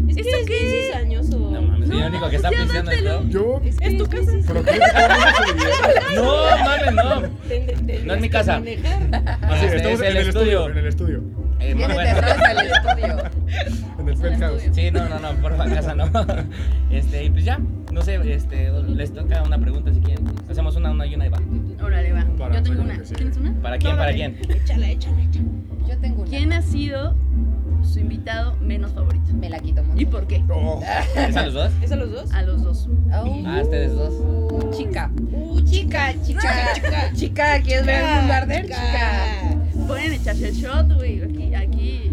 Speaker 6: Es que
Speaker 4: ¿Esto
Speaker 6: eres
Speaker 4: qué?
Speaker 6: bien cizañoso.
Speaker 1: No mames, soy el único que está [laughs]
Speaker 4: Ya
Speaker 1: pisteando el
Speaker 4: dátelo.
Speaker 1: show.
Speaker 2: Yo...
Speaker 6: Es tu casa.
Speaker 2: procuro tener mucha seguridad.
Speaker 1: [laughs] No mames, no.
Speaker 6: Ten- ten-
Speaker 1: No es mi casa.
Speaker 6: manejar.
Speaker 1: Ah,
Speaker 2: Sí,
Speaker 1: este
Speaker 2: estamos
Speaker 1: es
Speaker 2: en el estudio. En el estudio.
Speaker 1: Eh, muy
Speaker 7: Viene
Speaker 1: bueno.
Speaker 7: terraza al estudio.
Speaker 2: En el penthouse.
Speaker 1: Sí, no, no, no, por casa no. Este, y pues ya, no sé, este, les toca una pregunta si quieren. Hacemos una, una y una y va.
Speaker 4: Órale, va.
Speaker 2: Para,
Speaker 4: Yo tengo
Speaker 2: yo
Speaker 4: una.
Speaker 2: creo que sí.
Speaker 4: ¿Tienes una?
Speaker 1: ¿Para quién? ¿Para quién?
Speaker 6: Échala, échala, échala.
Speaker 7: Yo tengo una.
Speaker 4: ¿Quién ha sido su invitado menos favorito?
Speaker 7: Me la quito, Monse.
Speaker 4: ¿Y por qué?
Speaker 2: Oh,
Speaker 1: ¿Es a los dos?
Speaker 6: ¿Es a los dos?
Speaker 4: A los dos.
Speaker 7: Oh.
Speaker 1: Ah, ustedes dos.
Speaker 7: Chica.
Speaker 6: Uh,
Speaker 7: Chica, chica, chica, chica, ¿quieres ver el mundo arder? Chica.
Speaker 4: Pueden echarse el shot, güey. Aquí, aquí.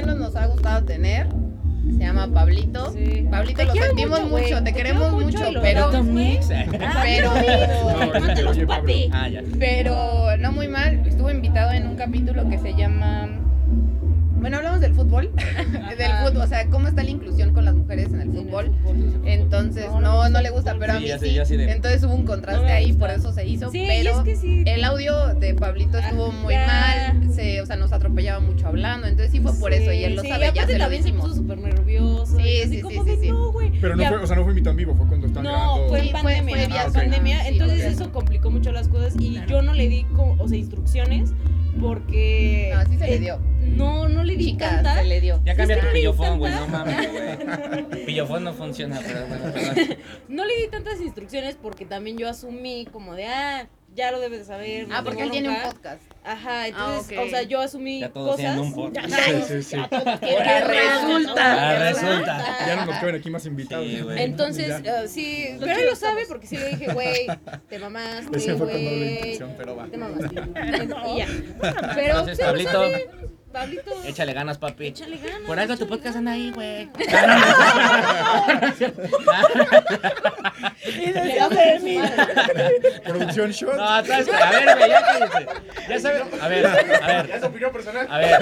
Speaker 7: nos ha gustado tener se llama Pablito.
Speaker 6: Sí.
Speaker 7: Pablito,
Speaker 6: Te
Speaker 7: lo
Speaker 6: quiero
Speaker 7: sentimos
Speaker 6: mucho, güey.
Speaker 7: mucho, te
Speaker 6: quiero
Speaker 7: queremos mucho,
Speaker 6: y lo
Speaker 7: pero-
Speaker 6: adoro, güey.
Speaker 1: [laughs]
Speaker 6: [laughs]
Speaker 7: Pero,
Speaker 2: No, es que, oye, Pablo,
Speaker 1: Ah, ya.
Speaker 7: pero no muy mal. Estuvo invitado en un capítulo que se llama. Bueno, hablamos del fútbol. [laughs] del fútbol, o sea, cómo está la inclusión con las mujeres en el fútbol. Entonces,
Speaker 6: No, no
Speaker 7: no,
Speaker 6: me
Speaker 7: no
Speaker 6: gusta
Speaker 7: le
Speaker 6: el
Speaker 7: gusta,
Speaker 6: fútbol.
Speaker 7: pero a
Speaker 1: Sí,
Speaker 7: mí
Speaker 1: ya sé,
Speaker 7: sí.
Speaker 1: ya sé de-
Speaker 7: Entonces hubo un contraste
Speaker 6: No me
Speaker 7: ahí,
Speaker 6: gusta.
Speaker 7: por eso se hizo.
Speaker 6: Sí, y
Speaker 7: pero
Speaker 6: es que sí.
Speaker 7: el audio de Pablito estuvo muy
Speaker 6: ya.
Speaker 7: mal. Se, o sea, nos atropellaba mucho hablando. Entonces sí fue por eso y él lo
Speaker 6: sí,
Speaker 7: sabe, ya
Speaker 6: aparte
Speaker 7: se lo
Speaker 6: también se
Speaker 7: dijimos.
Speaker 6: puso súper nervioso.
Speaker 7: Sí,
Speaker 6: y así
Speaker 7: sí,
Speaker 6: como
Speaker 7: sí,
Speaker 6: que
Speaker 7: sí, sí.
Speaker 6: no, güey.
Speaker 2: Pero no
Speaker 6: Ya-
Speaker 2: fue, o sea, no fue invitado en vivo, fue cuando estaban
Speaker 6: No,
Speaker 2: grabando.
Speaker 6: fue en
Speaker 7: Sí, fue-
Speaker 6: pandemia.
Speaker 7: fue
Speaker 6: ¿no?
Speaker 7: vía
Speaker 6: Fue
Speaker 2: Zoom.
Speaker 6: pandemia.
Speaker 7: Ah, sí,
Speaker 6: entonces
Speaker 7: ok.
Speaker 6: eso complicó mucho las cosas y
Speaker 4: Claro.
Speaker 6: yo no le di, co- o sea, instrucciones porque...
Speaker 7: No, sí se le
Speaker 6: eh,
Speaker 7: dio.
Speaker 6: No, no le di
Speaker 7: Chicas,
Speaker 6: tanta.
Speaker 7: se le dio.
Speaker 1: Ya cambia
Speaker 6: Es que
Speaker 1: tu
Speaker 6: no le
Speaker 1: pillofón, güey. No
Speaker 6: encanta.
Speaker 1: mames, güey. Pillofón no funciona, pero bueno, perdón.
Speaker 6: No le di tantas instrucciones porque también yo asumí como de, ah, ya lo debes de saber. no
Speaker 7: Ah, porque
Speaker 6: tengo
Speaker 7: él tiene un Ah,
Speaker 6: bronca".
Speaker 7: podcast.
Speaker 6: Ajá, entonces,
Speaker 4: ok.
Speaker 6: o sea, yo asumí
Speaker 1: Ya todos
Speaker 6: cosas.
Speaker 1: tienen un podcast.
Speaker 2: Sí, sí, sí.
Speaker 7: [laughs]
Speaker 1: Ahora
Speaker 7: resulta.
Speaker 1: Ah, resulta.
Speaker 2: Ya no nos caben aquí más invitados.
Speaker 1: Sí, güey.
Speaker 6: Entonces,
Speaker 2: Ya.
Speaker 6: eh, sí, pero él lo sabe porque sí le dije, güey, te mamaste,
Speaker 2: Ese fue con doble
Speaker 6: güey.
Speaker 2: intención, pero va.
Speaker 1: [laughs]
Speaker 6: Te mamaste. Y ya. Pero
Speaker 1: Entonces,
Speaker 6: sí lo
Speaker 1: Pablito,
Speaker 6: sabe, Pablito,
Speaker 1: échale ganas, papi.
Speaker 6: échale ganas.
Speaker 1: Por algo tu
Speaker 6: échale
Speaker 1: podcast anda
Speaker 6: ganas.
Speaker 1: ahí, güey.
Speaker 6: Le da permiso.
Speaker 2: Producción shot.
Speaker 1: No, sabes que, a ver, güey, ya cállate. Ya sabes, a ver, a ver,
Speaker 8: es opinión personal.
Speaker 1: a ver.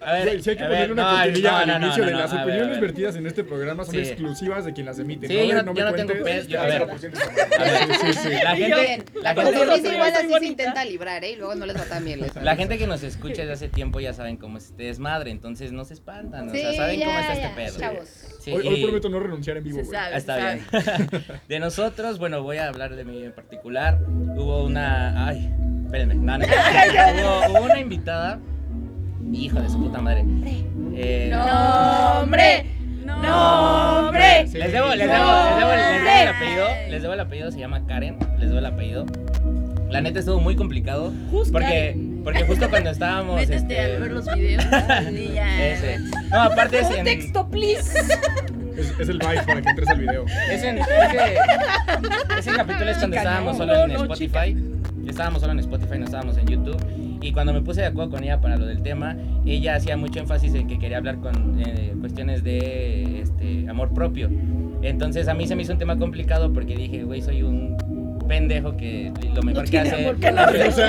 Speaker 1: A ver,
Speaker 2: Güey, sí hay que
Speaker 1: a ver,
Speaker 2: ponerle una
Speaker 1: no,
Speaker 2: cortinilla
Speaker 1: no,
Speaker 2: al
Speaker 1: no, no,
Speaker 2: inicio de
Speaker 1: no,
Speaker 2: las
Speaker 1: a ver,
Speaker 2: opiniones
Speaker 1: a ver.
Speaker 2: vertidas en este programa son
Speaker 1: Sí.
Speaker 2: exclusivas de quien las emite.
Speaker 1: Sí, yo
Speaker 2: hables,
Speaker 1: no,
Speaker 2: me
Speaker 1: yo no tengo
Speaker 2: cuentes.
Speaker 1: pez, yo- a ver, a ver,
Speaker 2: Sí, sí, sí.
Speaker 1: la gente, la
Speaker 7: Porque
Speaker 1: gente,
Speaker 7: sí, igual así se intenta librar, ¿eh? Y luego no les va tan bien. les-
Speaker 1: la gente que nos escucha desde hace tiempo ya saben cómo es este desmadre, entonces no se espantan, o sea,
Speaker 7: Sí,
Speaker 1: saben cómo
Speaker 7: ya,
Speaker 1: está este
Speaker 7: ya,
Speaker 1: pedo.
Speaker 7: Chavos.
Speaker 1: Sí,
Speaker 2: Hoy,
Speaker 1: y- ah,
Speaker 2: hoy prometo no renunciar en vivo,
Speaker 4: Se
Speaker 2: güey.
Speaker 4: sabe,
Speaker 1: Está
Speaker 4: se
Speaker 1: bien. [laughs]
Speaker 4: sabe.
Speaker 1: De nosotros, bueno, voy a hablar de mí en particular. Hubo una. Ay, espérenme. No, no.
Speaker 7: [laughs]
Speaker 1: hubo, hubo una invitada. Hijo de su puta madre. Eh,
Speaker 7: ¡Nombre!
Speaker 4: No.
Speaker 7: ¡Nombre!
Speaker 2: Sí.
Speaker 1: Les debo, les debo, les debo, les debo el apellido. Les debo el apellido, se llama Karen. Les debo el apellido. La neta estuvo muy complicado.
Speaker 6: Justo.
Speaker 1: Porque, porque justo cuando estábamos.
Speaker 4: Métete
Speaker 1: este,
Speaker 4: a ver los
Speaker 1: [laughs]
Speaker 4: videos. y ya.
Speaker 1: ese. No, aparte es en.
Speaker 6: Contexto, please.
Speaker 2: Es, es el vibe para que entres al video.
Speaker 1: Es en- ese, ese capítulo es cuando estábamos solo en Spotify. Estábamos solo en Spotify, no estábamos en YouTube. Y cuando me puse de acuerdo con ella para lo del tema, ella hacía mucho énfasis en que quería hablar con eh, cuestiones de este, amor propio. Entonces a mí se me hizo un tema complicado porque dije, güey, soy un pendejo que lo mejor que
Speaker 6: tiene
Speaker 1: hace.
Speaker 6: amor propio.
Speaker 1: No, [laughs] sí.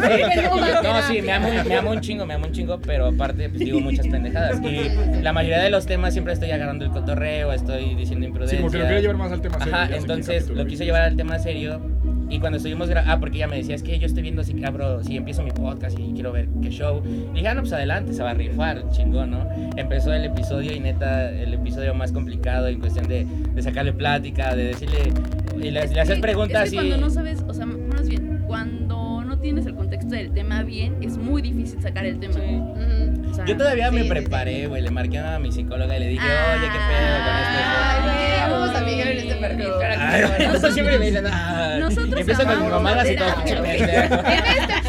Speaker 6: Pero va a
Speaker 1: No, sí,
Speaker 6: terapia.
Speaker 1: me amo, me amo un chingo, me amo un chingo, pero aparte pues digo muchas
Speaker 4: [laughs]
Speaker 1: pendejadas. Y la mayoría de los temas siempre estoy agarrando el cotorreo, estoy diciendo
Speaker 2: Sí,
Speaker 1: imprudencias.
Speaker 2: como que lo quería llevar más al tema serio.
Speaker 1: Ajá,
Speaker 2: ya sé qué
Speaker 1: entonces
Speaker 2: capítulo
Speaker 1: lo
Speaker 2: vi.
Speaker 1: quise llevar al tema serio. Y cuando estuvimos gra- ah, porque ella me decía, es que yo estoy viendo si abro, si empiezo mi podcast y quiero ver qué show. Y dije, ah, no, pues adelante, se va a rifar, chingón, ¿no? Empezó el episodio y neta, el episodio más complicado en cuestión de, de sacarle plática, de decirle, y le,
Speaker 4: Es
Speaker 1: le haces
Speaker 4: que-
Speaker 1: preguntas
Speaker 4: es que
Speaker 1: y...
Speaker 4: cuando no sabes, o sea, más bien, cuando tienes el contexto del tema bien, es muy difícil sacar el tema.
Speaker 7: Ujú.
Speaker 4: O sea,
Speaker 1: Yo todavía me
Speaker 7: sí, sí,
Speaker 1: preparé, güey. Le marqué a mi psicóloga y le dije, oye, qué pedo con este.
Speaker 4: Ah, Ay,
Speaker 1: pedo?"
Speaker 7: Ay, güey, vamos a Miguel en este perfil. claro que
Speaker 1: Ay,
Speaker 7: sí,
Speaker 1: güey,
Speaker 7: bueno.
Speaker 1: entonces siempre me dicen, ah,
Speaker 4: Nosotros
Speaker 1: empieza con mis
Speaker 4: amamos
Speaker 1: mamadas y
Speaker 4: la
Speaker 1: todo, pinche
Speaker 4: terapia.
Speaker 1: pendejo.
Speaker 7: [laughs]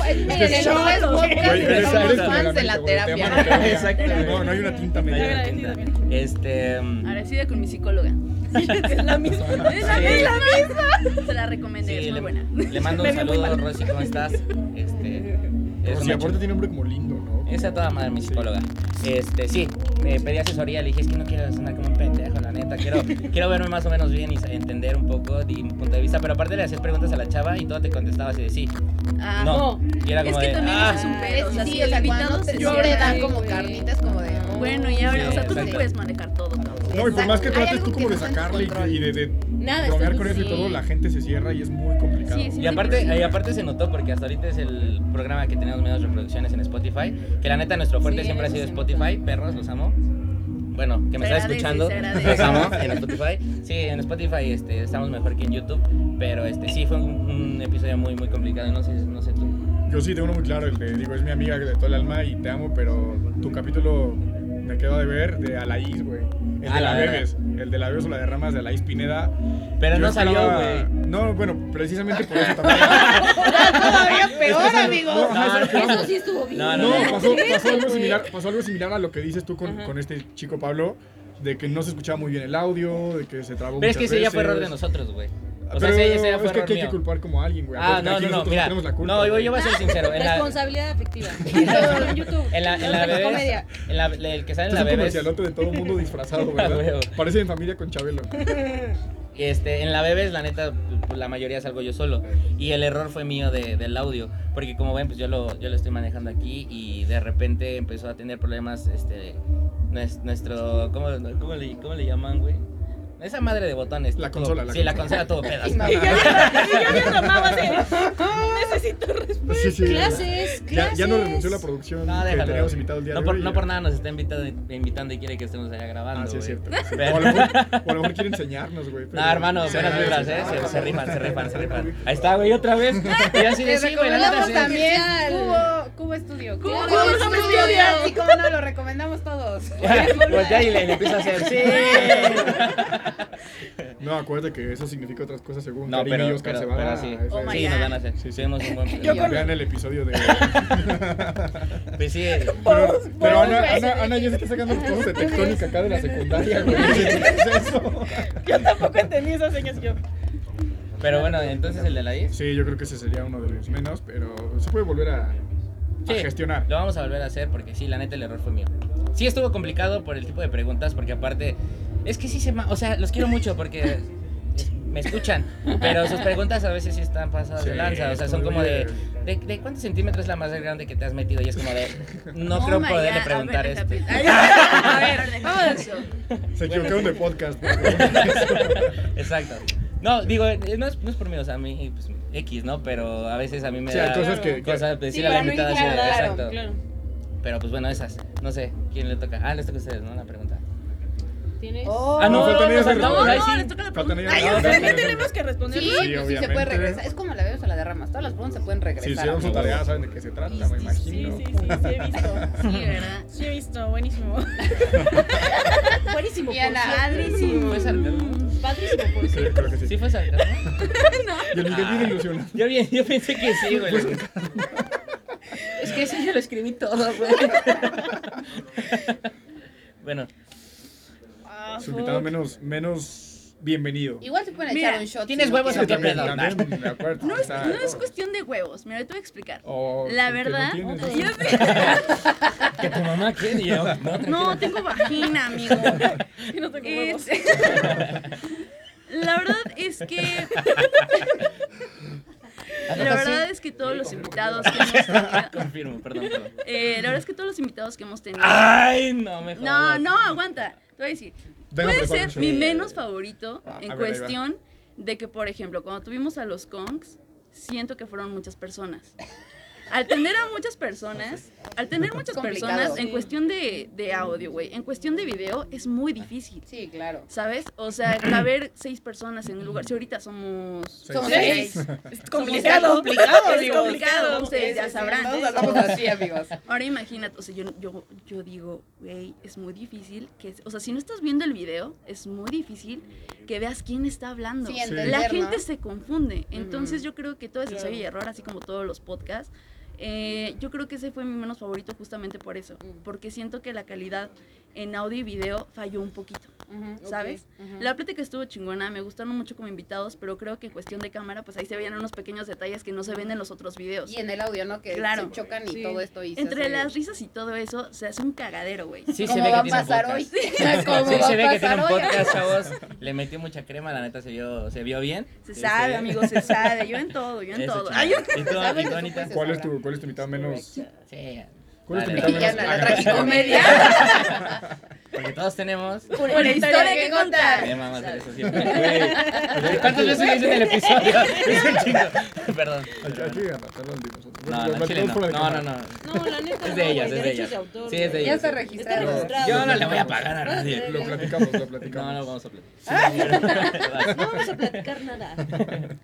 Speaker 7: En este, pues, miren,
Speaker 2: Es que
Speaker 7: en
Speaker 2: sí.
Speaker 7: este podcast
Speaker 2: Güey, eres-
Speaker 7: somos
Speaker 2: eres
Speaker 7: fans de la
Speaker 2: tolerante, güey, te
Speaker 7: terapia.
Speaker 2: aman la terapia.
Speaker 1: Exacto.
Speaker 2: No, no hay una tinta
Speaker 1: No, yo
Speaker 2: media.
Speaker 1: no
Speaker 3: Agradecida,
Speaker 1: entiendo. Este. mm,
Speaker 4: Agradecida con
Speaker 1: [laughs]
Speaker 4: mi psicóloga.
Speaker 3: La misma.
Speaker 4: Es la
Speaker 1: Sí.
Speaker 4: misma. Se la recomendé,
Speaker 1: sí,
Speaker 4: es muy
Speaker 1: le,
Speaker 4: buena.
Speaker 1: le mando
Speaker 3: Me
Speaker 1: un
Speaker 3: vio muy
Speaker 1: saludo,
Speaker 3: mal.
Speaker 1: Rosy, ¿cómo estás? Este. es
Speaker 2: O
Speaker 1: una
Speaker 2: sea, aparte tiene nombre como lindo, ¿no?
Speaker 1: Esa toda madre, mi psicóloga. Este, sí, me pedí asesoría, le dije, es que no quiero sonar como un pendejo, la neta, quiero, quiero verme más o menos bien y sa- entender un poco de mi punto de vista, pero aparte le hacías preguntas a la chava y todo te contestaba así de sí,
Speaker 4: Ah,
Speaker 1: no. Y era
Speaker 4: Es
Speaker 1: como
Speaker 4: que
Speaker 1: de,
Speaker 4: también
Speaker 1: "Ah".
Speaker 4: ese es un
Speaker 7: Es
Speaker 4: pedo. O
Speaker 7: que
Speaker 4: sea,
Speaker 7: sí,
Speaker 4: si
Speaker 7: o
Speaker 4: el
Speaker 7: sea,
Speaker 4: invitado
Speaker 7: cuando
Speaker 4: se
Speaker 7: te llore
Speaker 4: cierra,
Speaker 7: dan como
Speaker 4: güey.
Speaker 7: carnitas como de... oh,
Speaker 4: Bueno, y ahora,
Speaker 1: Sí,
Speaker 4: o sea, tú no
Speaker 1: exacto.
Speaker 4: puedes manejar todo, cabrón.
Speaker 2: No, y por más que
Speaker 7: Exacto. Hay
Speaker 2: trates tú
Speaker 7: algo
Speaker 2: como
Speaker 7: que
Speaker 2: de
Speaker 7: no está en tu
Speaker 2: sacarle y- y de, de
Speaker 6: Nada,
Speaker 2: bromear
Speaker 6: está-
Speaker 2: con eso y
Speaker 6: sí.
Speaker 2: todo, la gente se cierra y es muy complicado.
Speaker 4: Sí, sí.
Speaker 1: Y aparte, y aparte se notó porque hasta ahorita es el programa que tenemos menos reproducciones en Spotify. Que la neta, nuestro fuerte
Speaker 6: Sí,
Speaker 1: siempre ha
Speaker 6: eso
Speaker 1: sido
Speaker 6: se
Speaker 1: Spotify. Perros, los amo. Bueno, que me
Speaker 4: Se
Speaker 1: está
Speaker 4: agradece,
Speaker 1: escuchando,
Speaker 4: se agradece.
Speaker 1: los amo
Speaker 4: [laughs]
Speaker 1: en Spotify. Sí, en Spotify este, estamos mejor que en YouTube. Pero este sí, fue un, un episodio muy, muy complicado. No sé, no sé tú.
Speaker 2: Yo sí tengo uno muy claro, el de, digo, es mi amiga de todo el alma y te amo, pero tu capítulo me quedó de ver de Alaís, güey. El
Speaker 1: Ah,
Speaker 2: de la
Speaker 1: la verga.
Speaker 2: bebes, el de la bebes o la derramas de Alaís Pineda.
Speaker 1: Pero
Speaker 2: Yo
Speaker 1: no salió,
Speaker 2: esperaba-
Speaker 1: güey.
Speaker 2: No, bueno, precisamente
Speaker 1: [laughs]
Speaker 2: por eso también.
Speaker 7: Todavía peor,
Speaker 2: No,
Speaker 7: amigos.
Speaker 1: Ah,
Speaker 2: ajá, es lo peor.
Speaker 5: Eso sí estuvo bien.
Speaker 1: No,
Speaker 2: No,
Speaker 1: no,
Speaker 2: pasó, pasó algo similar, pasó algo similar a lo que dices tú con, con este chico Pablo, de que no se escuchaba muy bien el audio, de que se trabó
Speaker 1: Pero es que
Speaker 2: muchas
Speaker 1: ese ya fue
Speaker 2: veces.
Speaker 1: error de nosotros, güey. O sea,
Speaker 2: Pero
Speaker 1: ese, ese ya fue
Speaker 2: es que
Speaker 1: error
Speaker 2: aquí hay que
Speaker 1: mío.
Speaker 2: culpar como a alguien, güey.
Speaker 1: Ah,
Speaker 2: Aparte,
Speaker 1: no,
Speaker 2: aquí
Speaker 1: no, no,
Speaker 2: nosotros
Speaker 1: mira.
Speaker 2: tenemos la culpa,
Speaker 1: No, yo,
Speaker 2: güey.
Speaker 1: yo voy a ser sincero. En la,
Speaker 5: Responsabilidad
Speaker 1: [laughs]
Speaker 5: afectiva. en YouTube.
Speaker 1: en la, en la
Speaker 5: Los de
Speaker 1: bebés-
Speaker 5: comedia.
Speaker 1: en la- el que sale en la
Speaker 2: Este es un
Speaker 1: bebés.
Speaker 2: comercialote de
Speaker 1: [laughs]
Speaker 2: todo mundo disfrazado,
Speaker 1: huevo.
Speaker 2: ¿verdad? Parece en familia con Chabelo.
Speaker 1: Este, en la bebés, la neta, pues, la mayoría salgo yo solo. Y el error fue mío de- del audio. Porque como ven, pues yo lo, yo lo estoy manejando aquí y de repente empezó a tener problemas, este, nues- nuestro, ¿cómo, cómo le, cómo le llaman, güey? Esa madre de botones.
Speaker 2: La
Speaker 1: todo-
Speaker 2: consola, la
Speaker 1: Sí, la
Speaker 2: consola.
Speaker 1: consola todo pedazo.
Speaker 2: [laughs]
Speaker 3: Y yo bien mamaba así. Necesito
Speaker 2: Sí, sí.
Speaker 5: Clases,
Speaker 2: Ya,
Speaker 5: clases.
Speaker 2: ya no renunció la producción
Speaker 1: No,
Speaker 2: que
Speaker 1: déjalo.
Speaker 2: teníamos invitado el día
Speaker 1: no,
Speaker 2: de
Speaker 1: por,
Speaker 2: hoy.
Speaker 1: no por nada nos está invitando, invitando y quiere que estemos allá grabando.
Speaker 2: Ah, sí, es
Speaker 1: güey.
Speaker 2: cierto.
Speaker 1: Pero- [laughs]
Speaker 2: O a lo mejor, o a lo mejor quiere enseñarnos, güey. pero-
Speaker 1: No, hermano, buenas
Speaker 2: Sí,
Speaker 1: vibras,
Speaker 2: sí,
Speaker 1: ¿eh?
Speaker 2: sí,
Speaker 1: Se,
Speaker 2: sí.
Speaker 1: se rifan, se rifan, se
Speaker 2: [laughs]
Speaker 1: rifan. Ahí está, güey, otra vez. Y así de
Speaker 7: Les
Speaker 1: sí, güey, la neta,
Speaker 7: recomendamos
Speaker 1: sí.
Speaker 7: también
Speaker 5: Genial.
Speaker 7: Cubo, Cubo Estudio.
Speaker 5: Cubo
Speaker 3: Estudio.
Speaker 7: Sí, cómo no, lo recomendamos todos.
Speaker 4: [laughs]
Speaker 1: Pues ya y le, le empieza a hacer, sí.
Speaker 2: No, acuérdate que eso significa otras cosas según
Speaker 1: No,
Speaker 2: Karina y
Speaker 1: pero,
Speaker 2: Oscar
Speaker 1: pero,
Speaker 2: se van
Speaker 1: pero
Speaker 2: a-
Speaker 1: sí.
Speaker 2: eso
Speaker 4: Oh
Speaker 2: es-
Speaker 4: my
Speaker 1: Sí,
Speaker 4: God.
Speaker 1: nos van a hacer.
Speaker 2: Sí, sí.
Speaker 1: Tuvimos un buen
Speaker 2: Y Vean el episodio
Speaker 4: [laughs]
Speaker 2: de...
Speaker 1: Pues sí,
Speaker 2: Pero, pero
Speaker 7: vos,
Speaker 2: Ana,
Speaker 7: güey.
Speaker 2: Ana, Ana ya se está sacando cosas de tectónica acá de la secundaria,
Speaker 4: [laughs]
Speaker 2: güey. ¿Qué es eso?
Speaker 3: Yo tampoco entendí esas señas yo.
Speaker 1: pero bueno, entonces el de la IF.
Speaker 2: Sí, yo creo que ese sería uno de los menos, pero se puede volver a, a
Speaker 1: Sí.
Speaker 2: gestionar.
Speaker 1: Lo vamos a volver a hacer porque sí, la neta el error fue mío. Sí estuvo complicado por el tipo de preguntas porque aparte es que sí se, ma- o sea, los quiero mucho porque es- me escuchan, pero sus preguntas a veces sí están pasadas de
Speaker 2: Sí,
Speaker 1: lanza, o sea,
Speaker 2: es
Speaker 1: son
Speaker 2: como
Speaker 1: como
Speaker 2: de-
Speaker 1: de, de, de cuántos centímetros es la más grande que te has metido y es como de no
Speaker 4: Oh
Speaker 1: creo
Speaker 4: my
Speaker 1: poderle
Speaker 4: God,
Speaker 1: preguntar
Speaker 4: a ver,
Speaker 1: esto. [laughs]
Speaker 4: recapit- A ver, vamos.
Speaker 2: Se equivocaron de
Speaker 1: [laughs]
Speaker 2: podcast. güey.
Speaker 1: Exacto. No, digo, eh, no es, no es por mí, o sea, a mí, pues, X, ¿no? pero a veces a mí me
Speaker 2: Sí,
Speaker 1: da
Speaker 2: hay cosas que-
Speaker 1: cosas
Speaker 6: Sí,
Speaker 1: decir a la
Speaker 6: para no
Speaker 1: invitada, así de-
Speaker 6: iniciar, claro,
Speaker 1: exacto.
Speaker 6: claro.
Speaker 1: Pero pues bueno, esas. No sé quién le toca. Ah, les toca a ustedes, ¿no? La pregunta.
Speaker 6: Tienes...
Speaker 7: Oh,
Speaker 1: Ah, no, faltan ellos
Speaker 4: No,
Speaker 1: Vamos,
Speaker 4: no,
Speaker 1: ahí sí.
Speaker 4: le toca la
Speaker 2: Faltan ellos.
Speaker 4: pregunta.
Speaker 2: Ah,
Speaker 3: También tenemos que responder.
Speaker 7: Sí,
Speaker 2: Sí,
Speaker 7: pues sí se
Speaker 2: obviamente.
Speaker 7: puede regresar. Es como la bebes o la derramas. Todas las preguntas se pueden regresar.
Speaker 2: Si hicieron su
Speaker 7: amigos.
Speaker 2: tarea, saben de qué se trata, me
Speaker 3: Sí, sí,
Speaker 2: imagino.
Speaker 3: sí, sí, sí, he visto.
Speaker 4: Sí, ¿verdad?
Speaker 3: Sí, he visto, buenísimo.
Speaker 7: Y Ana,
Speaker 4: Padrísimo.
Speaker 1: ¿Fue sarcasmo?
Speaker 6: Padrísimo,
Speaker 1: [laughs]
Speaker 6: por
Speaker 2: Sí, creo que sí.
Speaker 1: Sí Ah. fue sarcasmo.
Speaker 2: Y el Miguel viene ilusionado.
Speaker 1: Yo, bien, yo pensé que sí, güey. es que ese yo lo escribí todo, güey. bueno,
Speaker 3: Ah,
Speaker 2: Su invitado menos, menos bienvenido.
Speaker 7: Igual se pueden
Speaker 4: Mira,
Speaker 7: echar un shot.
Speaker 1: ¿tienes
Speaker 7: si
Speaker 1: huevos
Speaker 7: quieren
Speaker 1: o qué
Speaker 7: beber.
Speaker 1: pedo?
Speaker 2: También, de acuerdo.
Speaker 4: No es,
Speaker 2: está-
Speaker 4: no es cuestión de huevos, mira, te voy a explicar.
Speaker 2: O
Speaker 4: La
Speaker 2: que no
Speaker 4: verdad,
Speaker 2: tienes. [laughs]
Speaker 4: yo te-
Speaker 1: que tu mamá quiere yo. No,
Speaker 4: no tengo vagina, amigo.
Speaker 3: fuck, no
Speaker 1: [laughs]
Speaker 3: tengo huevos.
Speaker 4: Es- La verdad es que la verdad es que todos los invitados
Speaker 1: [laughs]
Speaker 4: que hemos tenido,
Speaker 1: Confirmo, perdón, perdón.
Speaker 4: eh, la verdad es que todos los invitados que hemos tenido.
Speaker 1: Ay, no, mejor.
Speaker 4: No, no, aguanta. Te voy a decir.
Speaker 2: Venga,
Speaker 4: puede
Speaker 2: prepara un
Speaker 4: ser
Speaker 2: shot.
Speaker 4: mi menos favorito
Speaker 2: Ah,
Speaker 4: en
Speaker 2: a ver, ahí va.
Speaker 4: cuestión de que, por ejemplo, cuando tuvimos a los Kongs, siento que fueron muchas personas. al tener a muchas
Speaker 2: [laughs]
Speaker 4: personas, al tener muchas
Speaker 7: Complicado.
Speaker 4: personas en
Speaker 7: Sí.
Speaker 4: cuestión de, de audio, güey, en cuestión de video es muy difícil.
Speaker 7: Sí, claro.
Speaker 4: ¿Sabes? O sea, caber seis personas en un lugar. Si ahorita somos.
Speaker 2: Seis.
Speaker 7: Somos
Speaker 3: Seis.
Speaker 7: seis.
Speaker 3: Es complicado. complicado,
Speaker 4: Es
Speaker 3: digo.
Speaker 4: complicado, ustedes ya
Speaker 7: Sí, sí,
Speaker 4: sabrán.
Speaker 7: Todos hablamos
Speaker 4: [laughs]
Speaker 7: así, amigos.
Speaker 4: Ahora imagínate, o sea, yo, yo, yo digo, güey, es muy difícil que, o sea, si no estás viendo el video, es muy difícil que veas quién está hablando.
Speaker 7: Sí,
Speaker 2: entender,
Speaker 4: La
Speaker 7: ¿no?
Speaker 4: gente se confunde. Entonces
Speaker 7: Ujú.
Speaker 4: yo creo que todo es ensayo y
Speaker 3: Claro.
Speaker 4: error, así como todos los podcasts. Eh, yo creo que ese fue mi menos favorito justamente por eso,
Speaker 7: Mm.
Speaker 4: porque siento que la calidad en audio y video falló un poquito.
Speaker 7: Ujú,
Speaker 4: ¿Sabes?
Speaker 7: ujú.
Speaker 4: La plática estuvo chingona, me gustaron mucho como invitados, pero creo que en cuestión de cámara, pues ahí se veían unos pequeños detalles que no se ven en los otros videos.
Speaker 7: Y en el audio, ¿no? Que
Speaker 4: Claro.
Speaker 7: se chocan y
Speaker 5: Sí.
Speaker 7: todo esto. Y se
Speaker 4: Entre
Speaker 7: hace-
Speaker 4: las risas y todo eso, se hace un cagadero, güey.
Speaker 1: Sí, se
Speaker 7: ¿Cómo
Speaker 1: ve
Speaker 7: va
Speaker 1: que
Speaker 7: a
Speaker 1: tiene
Speaker 7: pasar hoy?
Speaker 1: podcast.
Speaker 7: [laughs] ¿Cómo
Speaker 1: [laughs] Sí,
Speaker 7: va
Speaker 1: se ve que
Speaker 7: a
Speaker 1: tiene
Speaker 7: pasar
Speaker 1: un
Speaker 7: hoy?
Speaker 1: podcast, chavos. Le metió mucha crema, la neta se vio, se vio bien.
Speaker 4: Se
Speaker 1: Este,
Speaker 4: sabe, amigo, se sabe. Yo en todo, yo en
Speaker 1: eso,
Speaker 4: todo.
Speaker 1: chingón.
Speaker 4: Ay, yo-
Speaker 1: ¿Y tú,
Speaker 7: Saben
Speaker 1: y tú,
Speaker 7: sus
Speaker 1: Anita?
Speaker 2: [laughs]
Speaker 7: jueces.
Speaker 2: ¿Cuál es tu, cuál es tu mitad menos?
Speaker 1: Sí.
Speaker 2: ¿Cuál es tu
Speaker 1: Vale.
Speaker 2: mitad menos?
Speaker 7: Mexicana, la
Speaker 2: agradable?
Speaker 7: tragicomedia.
Speaker 1: [laughs] Porque todos tenemos.
Speaker 4: Una historia
Speaker 1: Me
Speaker 4: que contar.
Speaker 1: mamas de eso siempre. ¿Cuántas veces dicen el episodio? [laughs] Es un chingo. Perdón.
Speaker 2: Hay hay que adaptarlo al de nosotros.
Speaker 1: No,
Speaker 2: Lo-
Speaker 1: no,
Speaker 2: lo-
Speaker 1: en Chile
Speaker 2: lo-
Speaker 1: no.
Speaker 2: fuera de
Speaker 1: No,
Speaker 2: cámara.
Speaker 1: no, no.
Speaker 3: No, la neta.
Speaker 1: Es de
Speaker 3: no,
Speaker 1: ellas,
Speaker 3: güey,
Speaker 1: es de
Speaker 3: derechos
Speaker 1: ellas.
Speaker 3: autor,
Speaker 1: Sí, es de
Speaker 3: güey.
Speaker 7: Ya
Speaker 1: ellas.
Speaker 7: está
Speaker 3: Está
Speaker 7: registrado.
Speaker 2: registrado.
Speaker 1: Yo
Speaker 3: registrado.
Speaker 1: no le voy a pagar a nadie.
Speaker 2: Lo platicamos, lo
Speaker 1: No, [laughs]
Speaker 2: platicamos. [laughs]
Speaker 1: no vamos a platicar.
Speaker 6: [laughs]
Speaker 5: No vamos a platicar nada.
Speaker 1: [laughs]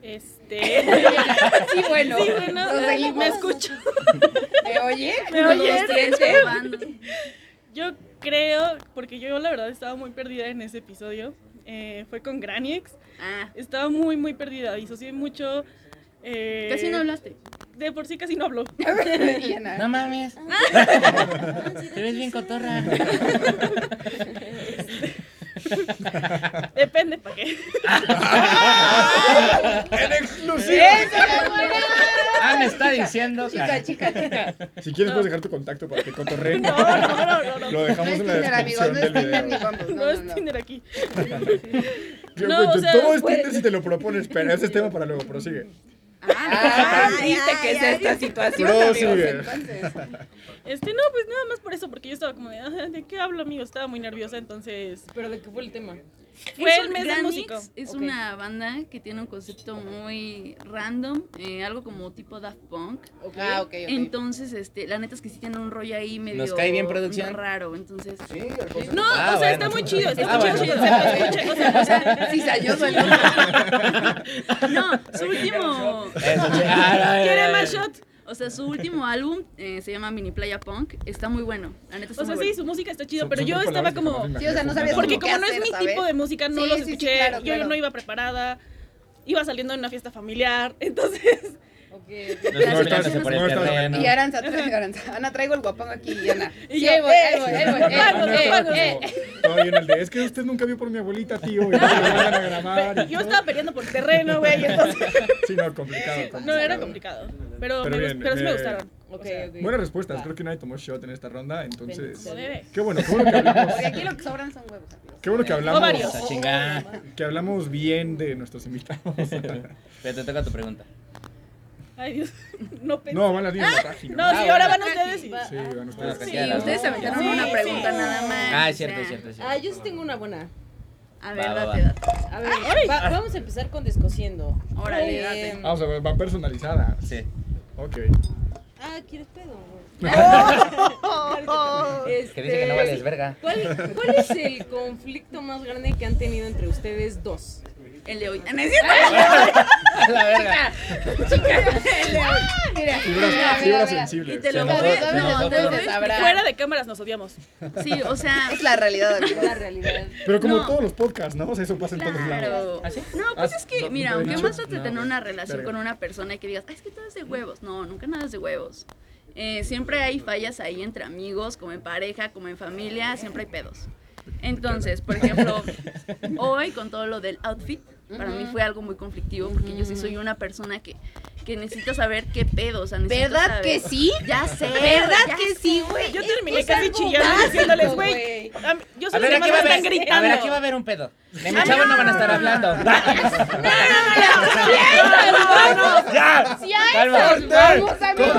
Speaker 3: Este.
Speaker 7: [laughs] Sí, bueno.
Speaker 3: Sí, bueno,
Speaker 7: Nos seguimos.
Speaker 3: me escucho.
Speaker 7: ¿Me oye?
Speaker 3: ¿Me oyen?
Speaker 4: probando.
Speaker 3: Yo creo, porque yo la verdad estaba muy perdida en ese episodio. eh, fue con Graniex.
Speaker 4: Ah,
Speaker 3: Estaba muy, muy perdida. Disocié mucho. eh,
Speaker 4: casi no hablaste.
Speaker 3: De por sí casi no habló.
Speaker 7: Diana.
Speaker 1: No mames. Te ves bien cotorra.
Speaker 3: Depende para qué.
Speaker 2: ¡En exclusiva!
Speaker 1: Ah, me está diciendo.
Speaker 7: Chica, chica, chica.
Speaker 2: Si quieres, puedes dejar tu contacto para que [laughs] cotorreen.
Speaker 3: No, no, no, no. No,
Speaker 2: Lo
Speaker 7: No
Speaker 2: dejamos
Speaker 7: es
Speaker 2: en la
Speaker 7: Tinder, amigos.
Speaker 2: descripción
Speaker 7: No es
Speaker 2: del
Speaker 7: Tinder ni
Speaker 2: video.
Speaker 7: Bumble.
Speaker 3: No
Speaker 7: No,
Speaker 3: es
Speaker 7: no, no.
Speaker 3: Tinder aquí.
Speaker 2: Yo,
Speaker 3: No,
Speaker 2: güey,
Speaker 3: o
Speaker 2: tú-
Speaker 3: sea, pues.
Speaker 2: todo es
Speaker 3: güey.
Speaker 2: Tinder si te lo propones, pero ese es tema para luego, prosigue.
Speaker 7: Ah,
Speaker 4: ay,
Speaker 7: viste que es
Speaker 4: ay,
Speaker 7: esta
Speaker 4: ay.
Speaker 7: situación, amigos.
Speaker 2: Prosigue.
Speaker 7: Entonces,
Speaker 3: Este, no, pues nada más por eso, porque yo estaba como de, "Ah, ¿de qué hablo, amigo? Estaba muy nerviosa, entonces.
Speaker 5: Pero de qué fue el tema.
Speaker 3: Fue
Speaker 4: Es
Speaker 3: el
Speaker 4: un-
Speaker 3: mes
Speaker 4: Gran
Speaker 3: del músico.
Speaker 4: Mix Es
Speaker 7: Ok.
Speaker 4: una banda que tiene un concepto muy random, eh, algo como tipo Daft Punk.
Speaker 7: Ah, ok, ok.
Speaker 4: Entonces, este, la neta es que sí tiene un rollo ahí medio
Speaker 1: cae bien producción.
Speaker 4: raro, entonces
Speaker 7: [laughs]
Speaker 3: No,
Speaker 1: Ah,
Speaker 3: o sea,
Speaker 1: bueno.
Speaker 3: está muy chido, está
Speaker 1: Ah,
Speaker 3: muy
Speaker 1: bueno.
Speaker 3: chido. O sea, lo escuché, o sea, o sea,
Speaker 7: Sí, yo soy
Speaker 4: No, su último
Speaker 1: Ah,
Speaker 3: quiere más shots.
Speaker 4: O sea, su último álbum eh, se llama Mini Playa Punk, está muy bueno. La neta está
Speaker 3: O sea,
Speaker 4: muy
Speaker 3: sí,
Speaker 4: bueno.
Speaker 3: su música está chida, pero yo estaba como.
Speaker 7: Sí, o sea, no sabías
Speaker 3: Porque
Speaker 7: ¿Qué
Speaker 3: como no es
Speaker 7: hacer,
Speaker 3: mi
Speaker 7: sabes?
Speaker 3: tipo de música, no
Speaker 7: Sí,
Speaker 3: los
Speaker 7: sí, sí,
Speaker 3: escuché.
Speaker 7: claro,
Speaker 3: yo
Speaker 7: claro.
Speaker 3: no iba preparada. Iba saliendo de una fiesta familiar. [laughs] Entonces,
Speaker 2: No estás-
Speaker 1: peleándose por
Speaker 2: no
Speaker 1: el
Speaker 2: estás-
Speaker 1: terreno.
Speaker 7: Y Aranza, tra- Aranza, Ana, traigo el guapán aquí, y Ana.
Speaker 3: Y
Speaker 7: Sí,
Speaker 3: yo,
Speaker 7: ahí voy,
Speaker 3: eh,
Speaker 7: ahí voy, ahí voy, eh,
Speaker 3: vamos,
Speaker 7: eh,
Speaker 3: vamos.
Speaker 7: eh.
Speaker 2: Todavía en el de, es que usted nunca vio por mi abuelita, tío. Y no se lo van a grabar. y todo.
Speaker 3: yo estaba peleando por terreno, güey. Entonces,
Speaker 2: Sí, no, complicado. complicado.
Speaker 3: no era complicado. Pero,
Speaker 2: Pero
Speaker 3: me gust-
Speaker 2: bien,
Speaker 3: pero sí me
Speaker 2: eh,
Speaker 3: gustaron.
Speaker 5: Ok, ok.
Speaker 2: Buenas respuestas, creo que nadie tomó shot en esta ronda, entonces...
Speaker 3: Como debe.
Speaker 2: Qué bueno, qué bueno que hablamos, [laughs]
Speaker 7: Porque aquí lo que sobran son huevos, amigos.
Speaker 2: qué bueno que
Speaker 3: Ovarios.
Speaker 2: hablamos,
Speaker 1: A chingar.
Speaker 2: que hablamos bien de nuestros invitados.
Speaker 1: Pero te toca tu pregunta.
Speaker 3: Ay, Dios. [laughs] No pensé.
Speaker 2: No, van las 10 de la página.
Speaker 3: No, sí, ahora van ustedes y.
Speaker 2: Sí, van
Speaker 1: Ah,
Speaker 2: ustedes.
Speaker 1: sí.
Speaker 4: Y ustedes se aventaron
Speaker 3: Sí,
Speaker 4: una
Speaker 3: sí.
Speaker 4: pregunta nada más.
Speaker 1: Ah,
Speaker 4: o
Speaker 1: es cierto,
Speaker 4: sea,
Speaker 1: es cierto. es cierto.
Speaker 5: Ah, yo sí tengo una buena.
Speaker 4: A ver,
Speaker 1: Va, va,
Speaker 4: date,
Speaker 1: va.
Speaker 4: date.
Speaker 5: A ver,
Speaker 1: Ah,
Speaker 5: va- vamos a empezar con Descosiendo.
Speaker 4: Órale, date.
Speaker 5: Eh,
Speaker 2: Ah, o sea, va personalizada.
Speaker 1: Sí.
Speaker 2: Ok.
Speaker 5: Ah, ¿quieres pedo?
Speaker 1: [laughs]
Speaker 5: [laughs]
Speaker 1: Oh. Que dice que no vales
Speaker 6: [laughs]
Speaker 1: verga.
Speaker 5: ¿Cuál, ¿Cuál es el conflicto más grande que han tenido entre ustedes dos?
Speaker 4: El de hoy. [laughs]
Speaker 1: [laughs]
Speaker 4: Ah, no es cierto.
Speaker 1: A la verga.
Speaker 7: [laughs] Mira,
Speaker 2: Fibras,
Speaker 7: mira, mira,
Speaker 2: fibras
Speaker 7: mira.
Speaker 4: Y
Speaker 2: sensibles.
Speaker 4: te lo
Speaker 1: Se
Speaker 4: voy
Speaker 1: enojó,
Speaker 4: a
Speaker 1: se enojó,
Speaker 4: no, te
Speaker 1: pero-
Speaker 4: lo voy a
Speaker 7: Sabrá.
Speaker 4: explicar.
Speaker 3: Fuera de cámaras nos odiamos.
Speaker 4: Sí, o sea,
Speaker 7: Es la realidad, [laughs] amigos.
Speaker 5: La realidad.
Speaker 2: Pero como
Speaker 4: No.
Speaker 2: todos los podcasts, ¿no? O sea, eso pasa en todos lados.
Speaker 4: Claro. No, pues
Speaker 2: Ah,
Speaker 4: es que,
Speaker 2: no,
Speaker 4: mira,
Speaker 2: no he
Speaker 4: aunque
Speaker 2: dicho.
Speaker 4: más trate de
Speaker 2: No,
Speaker 4: tener
Speaker 2: güey.
Speaker 4: una relación
Speaker 2: Verga.
Speaker 4: con una persona y que digas, "Ay, es que todo es de huevos. No, nunca nada es de huevos. Eh, siempre hay fallas ahí entre amigos, como en pareja, como en familia, siempre hay pedos. Entonces, por
Speaker 2: [laughs]
Speaker 4: ejemplo, hoy con todo lo del outfit, para mí fue algo muy conflictivo porque yo sí soy una persona que, que necesita saber qué pedos. O sea, necesito
Speaker 7: ¿Verdad que
Speaker 4: saber.
Speaker 7: sí?
Speaker 4: Ya sé. ya
Speaker 7: ¿Verdad que
Speaker 4: sé.
Speaker 7: sí, güey?
Speaker 3: Yo terminé
Speaker 7: Es
Speaker 3: casi
Speaker 7: algo
Speaker 3: chillando
Speaker 7: básico,
Speaker 3: diciéndoles, güey. a mí- Yo
Speaker 1: A
Speaker 3: soy
Speaker 1: ver,
Speaker 3: la
Speaker 1: aquí
Speaker 3: más
Speaker 1: va a
Speaker 3: están
Speaker 1: haber, a ver, aquí va a
Speaker 3: gritando.
Speaker 1: haber un pedo. De mi chavo Ah, no van a estar hablando. ¡Ya!
Speaker 7: Sí, a
Speaker 1: Calma.
Speaker 7: esos vamos, amigos.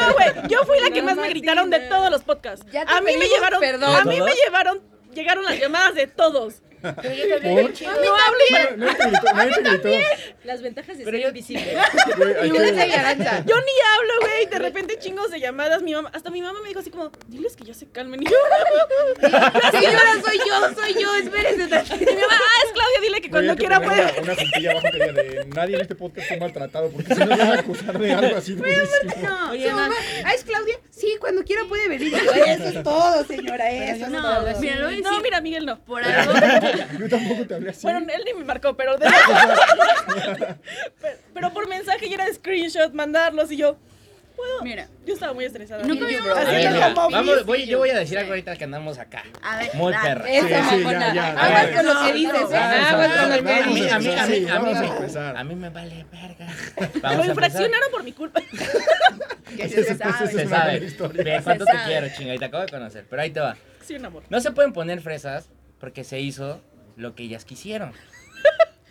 Speaker 3: No, güey. Yo fui la que
Speaker 5: No,
Speaker 3: más me
Speaker 5: Martina.
Speaker 3: gritaron de todos los podcasts.
Speaker 7: Ya te
Speaker 3: A mí me
Speaker 7: pedimos
Speaker 3: llevaron.
Speaker 7: perdón.
Speaker 3: A mí me
Speaker 1: ¿Todos?
Speaker 3: llevaron. Llegaron las llamadas de todos.
Speaker 1: Pero yo también
Speaker 2: ¿Por?
Speaker 1: soy chido.
Speaker 2: No, nadie te gritó, nadie te gritó.
Speaker 5: Las ventajas de
Speaker 1: Pero
Speaker 5: ser
Speaker 1: yo-
Speaker 5: invisible.
Speaker 2: Güey, hay
Speaker 7: Y
Speaker 2: que-
Speaker 7: una Aranza.
Speaker 3: Yo ni hablo, güey, de repente chingos de llamadas, mi mamá, hasta mi mamá me dijo así como, diles que ya se calmen, y yo, [laughs]
Speaker 5: Señora, soy yo, soy yo, espérense.
Speaker 3: y mi mamá, ah, es Claudia, dile que
Speaker 2: Güey,
Speaker 3: cuando
Speaker 2: hay que
Speaker 3: quiera
Speaker 2: poner
Speaker 3: puede,
Speaker 2: Una, una puntilla abajo que diga de nadie en este podcast fue maltratado, porque si no van a acusar de algo así durísimo.
Speaker 4: No,
Speaker 7: Su mamá, Ah, es Claudia. Sí, cuando quiera puede venir. Y yo, Eso es todo, señora. Eso es todo.
Speaker 4: no, mira, lo voy a
Speaker 3: no,
Speaker 4: decir
Speaker 3: mira, Miguel, no,
Speaker 4: por
Speaker 2: [laughs]
Speaker 4: algo.
Speaker 2: Yo tampoco te hablé así.
Speaker 3: bueno, él ni me marcó, pero, de- pero, pero por mensaje ya era screenshot, mandarlos, y yo,
Speaker 4: Mira,
Speaker 3: yo estaba muy estresada,
Speaker 4: nunca había
Speaker 1: A
Speaker 3: Así
Speaker 1: ver,
Speaker 3: que
Speaker 1: mira,
Speaker 3: como
Speaker 1: vamos, voy- yo voy a decir algo ahorita que andamos acá.
Speaker 4: a ver.
Speaker 1: Muy
Speaker 4: la-
Speaker 1: perra.
Speaker 2: sí,
Speaker 7: Eso,
Speaker 2: sí,
Speaker 7: mamona.
Speaker 2: ya, ya.
Speaker 7: Aguas
Speaker 1: ya.
Speaker 7: con lo que dices.
Speaker 2: no,
Speaker 7: ¿eh?
Speaker 1: ah,
Speaker 7: Aguas con lo que
Speaker 1: A mí,
Speaker 7: dices.
Speaker 1: a mí, a mí, a mí,
Speaker 2: Vamos a
Speaker 1: me-
Speaker 2: empezar.
Speaker 1: a mí me vale verga.
Speaker 3: lo
Speaker 1: Vamos a empezar.
Speaker 3: infraccionaron por mi culpa,
Speaker 4: Que se
Speaker 2: Entonces,
Speaker 1: Se
Speaker 4: sabe.
Speaker 2: Es
Speaker 1: [laughs]
Speaker 2: una
Speaker 1: sabe.
Speaker 2: buena historia.
Speaker 1: Ve
Speaker 4: Se
Speaker 1: cuánto te
Speaker 4: sabe.
Speaker 1: quiero, chinga, y te acabo de conocer. Pero ahí te va.
Speaker 3: sí, un amor,
Speaker 1: No se pueden poner fresas porque se hizo lo que ellas [laughs] quisieron.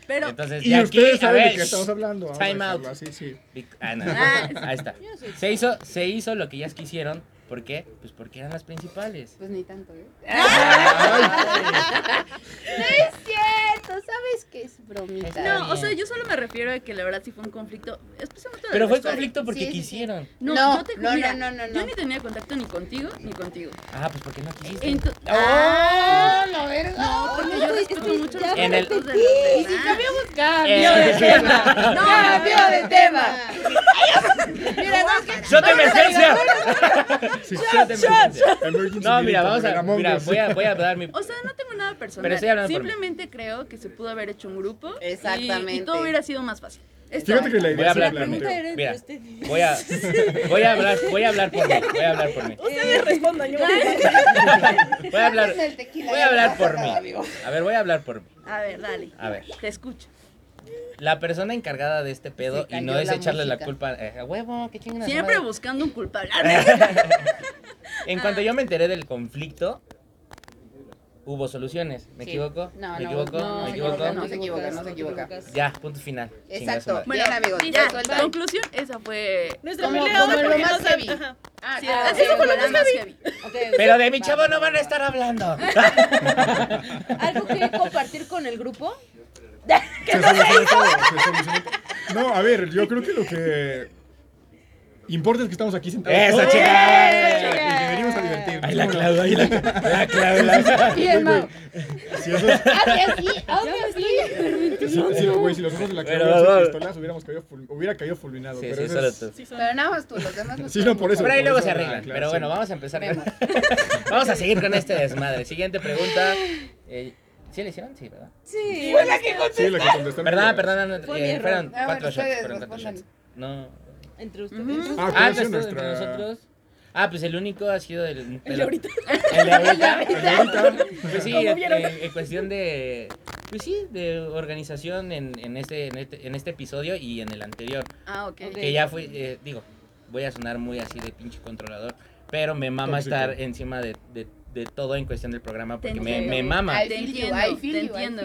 Speaker 4: Pero,
Speaker 1: Entonces,
Speaker 2: Y
Speaker 1: de aquí,
Speaker 2: ustedes
Speaker 1: a
Speaker 2: saben de
Speaker 1: ver.
Speaker 2: qué estamos hablando. vamos a
Speaker 1: time out.
Speaker 2: dejarlo así, sí.
Speaker 1: Vic- ah,
Speaker 7: [laughs]
Speaker 1: no.
Speaker 4: Ah.
Speaker 1: Ahí está. Se hizo, se hizo lo que ellas quisieron. ¿Por qué? Pues porque eran las
Speaker 7: [laughs]
Speaker 1: principales.
Speaker 7: Pues ni tanto, ¿eh? Ah,
Speaker 6: Cierto, sabes que es bromita.
Speaker 4: no, o
Speaker 1: bien.
Speaker 4: sea, yo solo me refiero a que la verdad sí fue un conflicto. Especialmente de
Speaker 1: Pero
Speaker 4: la
Speaker 1: fue
Speaker 4: historia.
Speaker 1: conflicto porque
Speaker 7: Sí, sí, sí.
Speaker 1: quisieron.
Speaker 4: No,
Speaker 7: No,
Speaker 4: yo te,
Speaker 7: no,
Speaker 4: mira,
Speaker 7: no, no, no,
Speaker 4: Yo
Speaker 7: no.
Speaker 4: ni tenía contacto ni contigo ni contigo.
Speaker 1: Ah, pues porque no quisiste.
Speaker 4: Ento-
Speaker 7: ¡Ah! la verga!
Speaker 4: no, porque yo respeto mucho los
Speaker 1: En el-
Speaker 4: contactos de los demás.
Speaker 7: Ah,
Speaker 1: Eh, [laughs]
Speaker 4: No,
Speaker 7: ¡Cambio de tema! Mira, no, es que
Speaker 1: ¡Shot de emergencia!
Speaker 2: Sí.
Speaker 1: ¡Shot de emergencia!
Speaker 2: Emergency
Speaker 1: No, mira,
Speaker 2: vehicle,
Speaker 1: vamos a.
Speaker 2: Among
Speaker 1: Mira,
Speaker 2: Us.
Speaker 1: voy a, voy a dar
Speaker 7: Oh,
Speaker 1: mi.
Speaker 4: O sea, no tengo nada personal.
Speaker 1: Pero estoy hablando por mí.
Speaker 4: Simplemente creo que se pudo haber hecho un grupo. y- Y,
Speaker 7: Exactamente.
Speaker 4: todo hubiera sido más fácil.
Speaker 2: Fíjate que la
Speaker 1: Voy a
Speaker 2: idea
Speaker 1: hablar
Speaker 2: es
Speaker 1: por mí.
Speaker 5: pregunta
Speaker 2: planteó.
Speaker 5: era entre
Speaker 1: Mira,
Speaker 5: ustedes.
Speaker 1: voy a, voy a hablar, voy a hablar por mí. Voy a hablar por mí.
Speaker 3: ustedes respondan, yo,
Speaker 1: Voy a hablar,
Speaker 7: Sáquenme el tequila,
Speaker 1: voy
Speaker 7: ya
Speaker 1: a
Speaker 7: no
Speaker 1: hablar
Speaker 7: pasa
Speaker 1: por
Speaker 7: nada,
Speaker 1: mí.
Speaker 7: amigo.
Speaker 1: A ver, voy a hablar por mí.
Speaker 4: A ver, dale.
Speaker 1: A ver.
Speaker 4: Te escucho.
Speaker 1: La persona encargada de este pedo
Speaker 7: Se
Speaker 1: y no
Speaker 7: cayó
Speaker 1: es
Speaker 7: la
Speaker 1: echarle la
Speaker 7: música.
Speaker 1: culpa eh, a huevo, qué chingada.
Speaker 4: Siempre buscando un culpable.
Speaker 1: En cuanto yo me enteré del conflicto, hubo soluciones. ¿Me
Speaker 7: Sí.
Speaker 1: equivoco?
Speaker 7: No,
Speaker 1: ¿Me
Speaker 7: no,
Speaker 1: equivoco?
Speaker 7: no,
Speaker 1: ¿Me
Speaker 7: se
Speaker 1: equivoco?
Speaker 7: equivoca, no se equivoca, no se equivoca.
Speaker 1: Ya, punto final. Chinga su
Speaker 7: Exacto.
Speaker 1: madre.
Speaker 7: Bien, amigos,
Speaker 4: sí,
Speaker 7: ya
Speaker 4: ya,
Speaker 7: suelta.
Speaker 4: conclusión, esa fue.
Speaker 3: nuestra
Speaker 7: Como-
Speaker 3: pelea,
Speaker 7: como
Speaker 3: hoy,
Speaker 7: lo
Speaker 3: porque
Speaker 7: más
Speaker 3: no sabe-
Speaker 7: heavy.
Speaker 3: ajá.
Speaker 4: Ah, sí,
Speaker 5: ah,
Speaker 4: esa
Speaker 5: ok,
Speaker 4: fue la
Speaker 5: bueno,
Speaker 4: más
Speaker 5: más
Speaker 4: heavy.
Speaker 1: Pero de mi chavo no van a estar hablando.
Speaker 5: ¿Algo que compartir con el grupo?
Speaker 2: Se solucionó todo, se solucionó todo. No, a ver, yo creo que lo que importa es que estamos aquí sentados.
Speaker 1: Eso,
Speaker 2: todos.
Speaker 1: chicas.
Speaker 2: Y que venimos a
Speaker 1: [laughs]
Speaker 2: divertirnos.
Speaker 1: Ahí la clavo, ahí la la clavo, la-
Speaker 7: Bien, Mau.
Speaker 2: Si eso es-
Speaker 5: Pero
Speaker 2: Si, si, güey, si los ojos de la
Speaker 1: Pero,
Speaker 2: Claudia hubieran sido
Speaker 1: va, va.
Speaker 2: pistolas, hubiéramos caído ful- hubiera caído fulminado.
Speaker 1: Sí,
Speaker 2: pero
Speaker 1: sí,
Speaker 2: eso
Speaker 1: solo
Speaker 2: es-
Speaker 1: tú.
Speaker 3: Sí, son-
Speaker 7: Pero nada más tú, los demás no
Speaker 2: Sí, no, por eso.
Speaker 1: Por ahí luego
Speaker 2: eso
Speaker 1: se
Speaker 2: era,
Speaker 1: arreglan.
Speaker 2: claro,
Speaker 1: Pero
Speaker 2: sí.
Speaker 1: bueno, vamos a empezar.
Speaker 7: Vemos.
Speaker 1: [laughs] Vamos a seguir con este desmadre. Siguiente pregunta. Eh, ¿Sí le hicieron? Sí, ¿verdad?
Speaker 5: Sí.
Speaker 2: Sí, la que contestaron.
Speaker 1: Perdón, perdón, no,
Speaker 5: Fue
Speaker 1: eh,
Speaker 5: mi error.
Speaker 1: fueron
Speaker 7: Ah,
Speaker 1: cuatro
Speaker 7: bueno,
Speaker 1: shots.
Speaker 7: ustedes pues,
Speaker 1: Fueron cuatro
Speaker 7: respondan.
Speaker 1: shots. No.
Speaker 5: Entre ustedes.
Speaker 4: Ujú.
Speaker 2: Ah,
Speaker 1: Ah,
Speaker 2: ah
Speaker 1: entonces
Speaker 2: nuestra...
Speaker 1: entre nosotros. Ah, pues el único ha sido el. El,
Speaker 3: ahorita.
Speaker 1: [laughs] El de ahorita. Pues sí,
Speaker 3: Como
Speaker 1: eh,
Speaker 3: vieron.
Speaker 1: en, cuestión de. Pues sí, de organización en, en, este, en, este, en este episodio y en el anterior.
Speaker 4: Ah, ok.
Speaker 1: Que ya fue. eh, digo, voy a sonar muy así de pinche controlador. Pero me mama
Speaker 2: Tóxico.
Speaker 1: estar encima de, de, de todo en cuestión del programa porque
Speaker 4: Te
Speaker 1: me,
Speaker 4: entiendo.
Speaker 1: me mama.
Speaker 4: Te entiendo, te entiendo.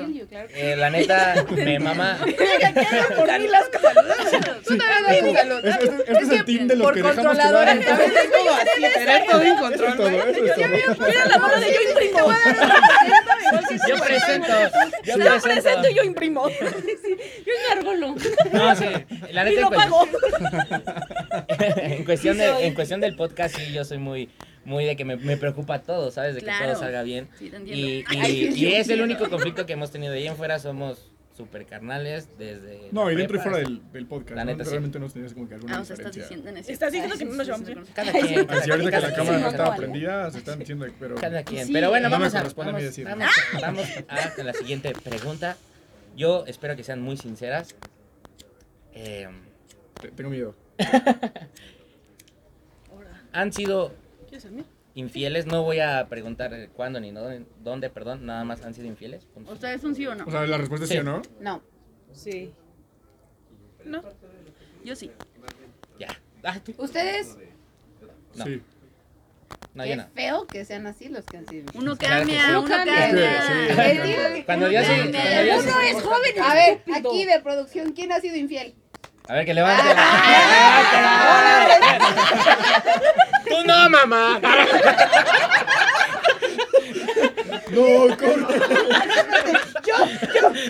Speaker 1: Eh, la neta, me mama.
Speaker 7: por mí las cosas. Tú también das salud.
Speaker 2: Es, es, este es el team de los
Speaker 7: Por
Speaker 2: que dejamos que lo
Speaker 7: controladora.
Speaker 2: hagan.
Speaker 7: Entonces es como así, pero es todo en
Speaker 2: Eso es
Speaker 7: control.
Speaker 2: todo, eso es todo.
Speaker 3: Mira la mano de yo imprimo,
Speaker 1: Yo presento. Yo
Speaker 3: la
Speaker 1: presento.
Speaker 3: presento y yo imprimo,
Speaker 5: Yo engargolo.
Speaker 1: No, sí. La
Speaker 3: y
Speaker 1: neta,
Speaker 3: lo
Speaker 1: en, cues-
Speaker 3: pago.
Speaker 1: [laughs] en cuestión de, en cuestión del podcast, sí, yo soy muy, muy de que me, me preocupa todo, ¿sabes? De que
Speaker 4: Claro.
Speaker 1: todo salga bien.
Speaker 4: Sí, te entiendo.
Speaker 1: Y, y-
Speaker 4: [laughs] Ay, sí,
Speaker 1: y
Speaker 4: yo
Speaker 1: es el
Speaker 4: entiendo.
Speaker 1: único conflicto que hemos tenido. De ahí en fuera somos super carnales desde.
Speaker 2: No, y
Speaker 1: la
Speaker 2: dentro y
Speaker 1: prepa,
Speaker 2: fuera
Speaker 1: hasta-
Speaker 2: del, del podcast.
Speaker 1: La
Speaker 2: ¿no?
Speaker 1: neta, sí.
Speaker 2: Realmente no tenías como que alguna
Speaker 4: Ah, o sea, estás
Speaker 2: diferencia.
Speaker 4: diciendo.
Speaker 3: Estás diciendo que no nos llevamos bien.
Speaker 1: Cada
Speaker 4: [laughs]
Speaker 1: quien.
Speaker 2: Así ahorita que la
Speaker 1: cada
Speaker 2: cámara
Speaker 1: quien,
Speaker 2: no
Speaker 1: cada
Speaker 2: estaba
Speaker 1: quien.
Speaker 2: prendida, se están diciendo que- pero...
Speaker 1: Cada quien.
Speaker 5: Sí.
Speaker 1: Pero bueno,
Speaker 2: No me
Speaker 1: vamos, a,
Speaker 2: corresponde a mí
Speaker 1: vamos,
Speaker 2: decir.
Speaker 1: vamos, vamos a con la siguiente pregunta. Yo espero que sean muy sinceras. Eh,
Speaker 2: Te- Tengo miedo.
Speaker 1: ¿Han sido
Speaker 3: ¿Quieres ser mía?
Speaker 1: infieles? No voy a preguntar eh, cuándo ni dónde, dónde, perdón. Nada más han sido infieles. Punto.
Speaker 4: ¿Ustedes un sí o no?
Speaker 2: O sea, la respuesta es sí o no.
Speaker 7: No.
Speaker 5: Sí.
Speaker 3: No.
Speaker 4: Yo sí.
Speaker 1: Ya. Ah, tú.
Speaker 7: Ustedes,
Speaker 1: No,
Speaker 2: Sí.
Speaker 1: no, yo
Speaker 7: qué
Speaker 1: no.
Speaker 7: feo que sean así los que han sido.
Speaker 4: Uno
Speaker 1: Claro que
Speaker 4: cambia,
Speaker 1: sí.
Speaker 4: uno
Speaker 7: Uno
Speaker 4: cambia.
Speaker 2: cambia, sí.
Speaker 4: Ay,
Speaker 7: El día-
Speaker 1: Cuando yo sí.
Speaker 4: Uno
Speaker 1: cuando yo sí-
Speaker 7: Uno es joven. A ver, aquí de producción, ¿quién ha sido infiel?
Speaker 1: A ver, que levante la- que levante la- Tú no, mamá.
Speaker 2: [laughs] No, corta.
Speaker 7: Te